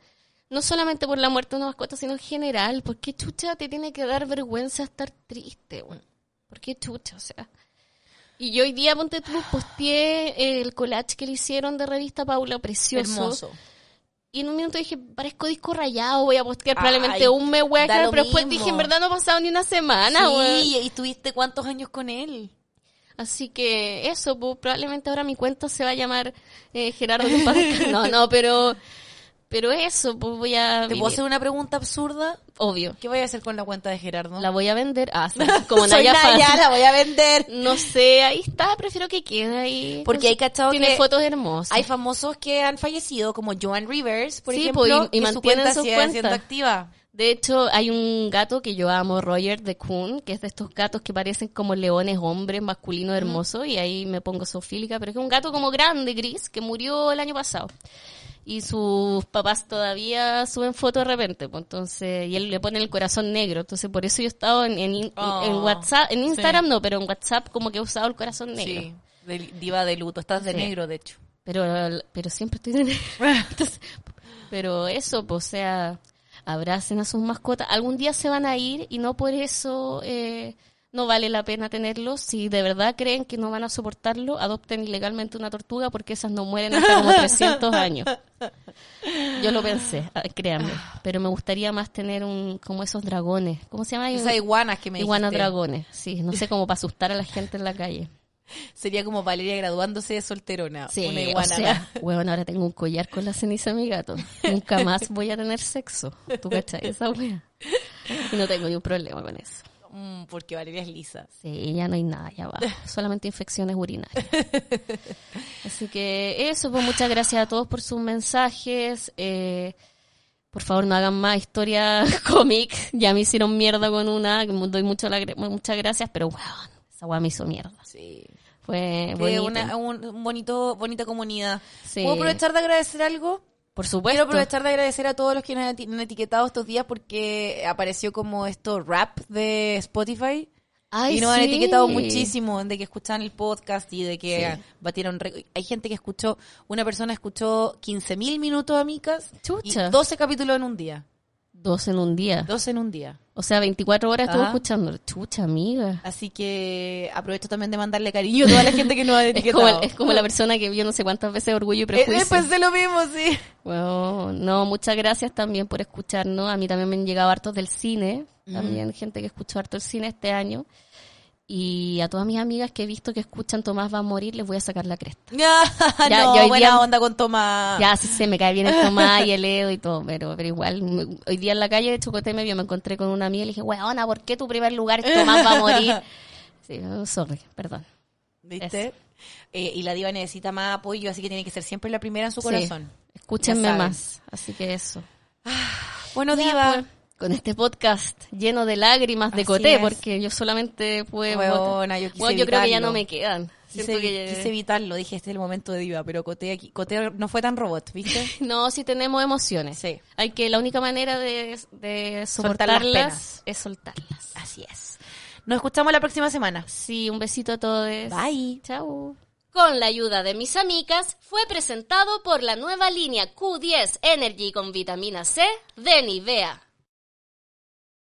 [SPEAKER 2] No solamente por la muerte de una mascota, sino en general. ¿Por qué chucha te tiene que dar vergüenza estar triste, güey? ¿Por qué chucha? O sea. Y yo hoy día, ponte tú, posteé el collage que le hicieron de revista Paula, precioso.
[SPEAKER 3] hermoso.
[SPEAKER 2] Y en un minuto dije, parezco disco rayado, voy a postear
[SPEAKER 3] Ay,
[SPEAKER 2] probablemente un mes, voy a
[SPEAKER 3] da
[SPEAKER 2] dejar,
[SPEAKER 3] lo
[SPEAKER 2] pero después
[SPEAKER 3] mismo.
[SPEAKER 2] dije, en verdad no ha pasado ni una semana, güey.
[SPEAKER 3] sí, y tuviste cuántos años con él.
[SPEAKER 2] Así que eso, pues, probablemente ahora mi cuenta se va a llamar eh, Gerardo de Pascal. No, no, pero, pero eso, pues voy a...
[SPEAKER 3] ¿Te
[SPEAKER 2] vivir.
[SPEAKER 3] puedo hacer una pregunta absurda?
[SPEAKER 2] Obvio.
[SPEAKER 3] ¿Qué voy a hacer con la cuenta de Gerardo?
[SPEAKER 2] La voy a vender. Ah, sí, como
[SPEAKER 3] Soy
[SPEAKER 2] Naya Fan. Mm,
[SPEAKER 3] Naya, la voy a vender.
[SPEAKER 2] No sé, ahí está, prefiero que quede ahí.
[SPEAKER 3] Porque hay cachado
[SPEAKER 2] Tiene
[SPEAKER 3] que-
[SPEAKER 2] fotos hermosas.
[SPEAKER 3] Hay famosos que han fallecido, como Joan Rivers, por
[SPEAKER 2] Sí,
[SPEAKER 3] ejemplo,
[SPEAKER 2] po, y- y
[SPEAKER 3] que su
[SPEAKER 2] mantienen
[SPEAKER 3] cuenta
[SPEAKER 2] su
[SPEAKER 3] sigue
[SPEAKER 2] cuenta.
[SPEAKER 3] siendo activa.
[SPEAKER 2] De hecho, hay un gato que yo amo, Roger de Kuhn, que es de estos gatos que parecen como leones, hombres, masculinos, hermosos, y ahí me pongo zoofílica, pero es un gato como grande, gris, que murió el año pasado. Y sus papás todavía suben fotos de repente, pues, entonces, y él le pone el corazón negro, entonces por eso yo he estado en, en, in-
[SPEAKER 3] Oh,
[SPEAKER 2] en WhatsApp, en
[SPEAKER 3] sí.
[SPEAKER 2] Instagram no, pero en WhatsApp como que he usado el corazón negro.
[SPEAKER 3] Sí, de- diva de luto. Estás de
[SPEAKER 2] Sí.
[SPEAKER 3] negro, de hecho.
[SPEAKER 2] Pero, pero siempre estoy de negro. Entonces, pero eso, pues, o sea, abracen a sus mascotas. Algún día se van a ir y no por eso eh, no vale la pena tenerlos. Si de verdad creen que no van a soportarlo, adopten ilegalmente una tortuga porque esas no mueren hasta como 300 años. Yo lo pensé, ah, créanme. Pero me gustaría más tener un como esos dragones. ¿Cómo se llama?
[SPEAKER 3] Esas iguanas que me
[SPEAKER 2] Mm. Iguanas
[SPEAKER 3] dijiste.
[SPEAKER 2] dragones. Sí, no sé, como para asustar a la gente en la calle.
[SPEAKER 3] Sería como Valeria graduándose de solterona.
[SPEAKER 2] Sí,
[SPEAKER 3] una
[SPEAKER 2] o
[SPEAKER 3] iguana.
[SPEAKER 2] sea, weón, ahora tengo un collar con la ceniza de mi gato. Nunca más voy a tener sexo. ¿Tú cachai esa wea? Y no tengo ni un problema con eso.
[SPEAKER 3] Mm, porque Valeria es lisa.
[SPEAKER 2] Sí, ya no hay nada allá abajo. Solamente infecciones urinarias. Así que eso, pues muchas gracias a todos por sus mensajes. Eh, por favor, no hagan más historia cómic. Ya me hicieron mierda con una. que me Doy mucho la, gre- muchas gracias, pero weón, esa wea me hizo mierda.
[SPEAKER 3] Sí.
[SPEAKER 2] Fue
[SPEAKER 3] De
[SPEAKER 2] bonito.
[SPEAKER 3] una un, un bonito, bonita comunidad.
[SPEAKER 2] Sí.
[SPEAKER 3] ¿Puedo aprovechar de agradecer algo?
[SPEAKER 2] Por
[SPEAKER 3] Quiero
[SPEAKER 2] supuesto.
[SPEAKER 3] aprovechar de agradecer a todos los que nos han eti- han etiquetado estos días porque apareció como esto rap de Spotify.
[SPEAKER 2] Ay,
[SPEAKER 3] y nos han
[SPEAKER 2] sí.
[SPEAKER 3] etiquetado muchísimo de que escuchaban el podcast y de que batieron récord. Hay gente que escuchó, una persona escuchó 15.000 minutos amigas
[SPEAKER 2] Chucha.
[SPEAKER 3] y 12 capítulos en un día.
[SPEAKER 2] Dos en un día.
[SPEAKER 3] 12 en un día.
[SPEAKER 2] O sea, 24 horas estuvo
[SPEAKER 3] Ajá.
[SPEAKER 2] escuchando. Chucha, amiga.
[SPEAKER 3] Así que aprovecho también de mandarle cariño a toda la gente que nos ha
[SPEAKER 2] Es como,
[SPEAKER 3] etiquetado.
[SPEAKER 2] el- es como la persona que vio no sé cuántas veces Orgullo y
[SPEAKER 3] Eh,
[SPEAKER 2] Prejuicio.
[SPEAKER 3] eh, pensé lo mismo, sí.
[SPEAKER 2] Bueno, no, muchas gracias también por escucharnos. A mí también me han llegado hartos del cine.
[SPEAKER 3] Mm.
[SPEAKER 2] También gente que escuchó harto el cine este año. Y a todas mis amigas que he visto que escuchan Tomás va a morir, les voy a sacar la cresta.
[SPEAKER 3] Ya,
[SPEAKER 2] Ya,
[SPEAKER 3] Ah, no,
[SPEAKER 2] y hoy
[SPEAKER 3] buena
[SPEAKER 2] día-
[SPEAKER 3] onda con Tomás.
[SPEAKER 2] Ya, sí, se me cae bien el Tomás y el Edo y todo, pero, pero igual, me- hoy día en la calle de Chocote me vio, me encontré con una amiga y le dije, weona, ¿por qué tu primer lugar es Tomás va a morir? Sí, no, sorry, perdón.
[SPEAKER 3] ¿Viste?
[SPEAKER 2] Eso.
[SPEAKER 3] Eh, y la diva necesita más apoyo, así que tiene que ser siempre la primera en su
[SPEAKER 2] Sí.
[SPEAKER 3] corazón. Ya
[SPEAKER 2] Escúchenme
[SPEAKER 3] saben.
[SPEAKER 2] más. Así que eso.
[SPEAKER 3] Bueno, diva.
[SPEAKER 2] Con este podcast lleno de lágrimas de
[SPEAKER 3] Así
[SPEAKER 2] coté,
[SPEAKER 3] es.
[SPEAKER 2] porque yo solamente pude.
[SPEAKER 3] Huevona, yo quise
[SPEAKER 2] Bueno, yo creo que ya
[SPEAKER 3] evitarlo.
[SPEAKER 2] no me quedan.
[SPEAKER 3] Quise,
[SPEAKER 2] Siento que-
[SPEAKER 3] quise evitarlo, dije, este es el momento de diva, pero Coté, aquí, Coté no fue tan robot, ¿viste?
[SPEAKER 2] No, si tenemos emociones.
[SPEAKER 3] Sí.
[SPEAKER 2] Hay que la única manera de, de
[SPEAKER 3] Soltar las
[SPEAKER 2] soportarlas
[SPEAKER 3] penas.
[SPEAKER 2] es soltarlas.
[SPEAKER 3] Así es. Nos escuchamos la próxima semana.
[SPEAKER 2] Sí, un besito a todos.
[SPEAKER 3] Bye.
[SPEAKER 2] Chao. Con la ayuda de mis amigas, fue presentado por la nueva línea Q10 Energy con vitamina C de Nivea.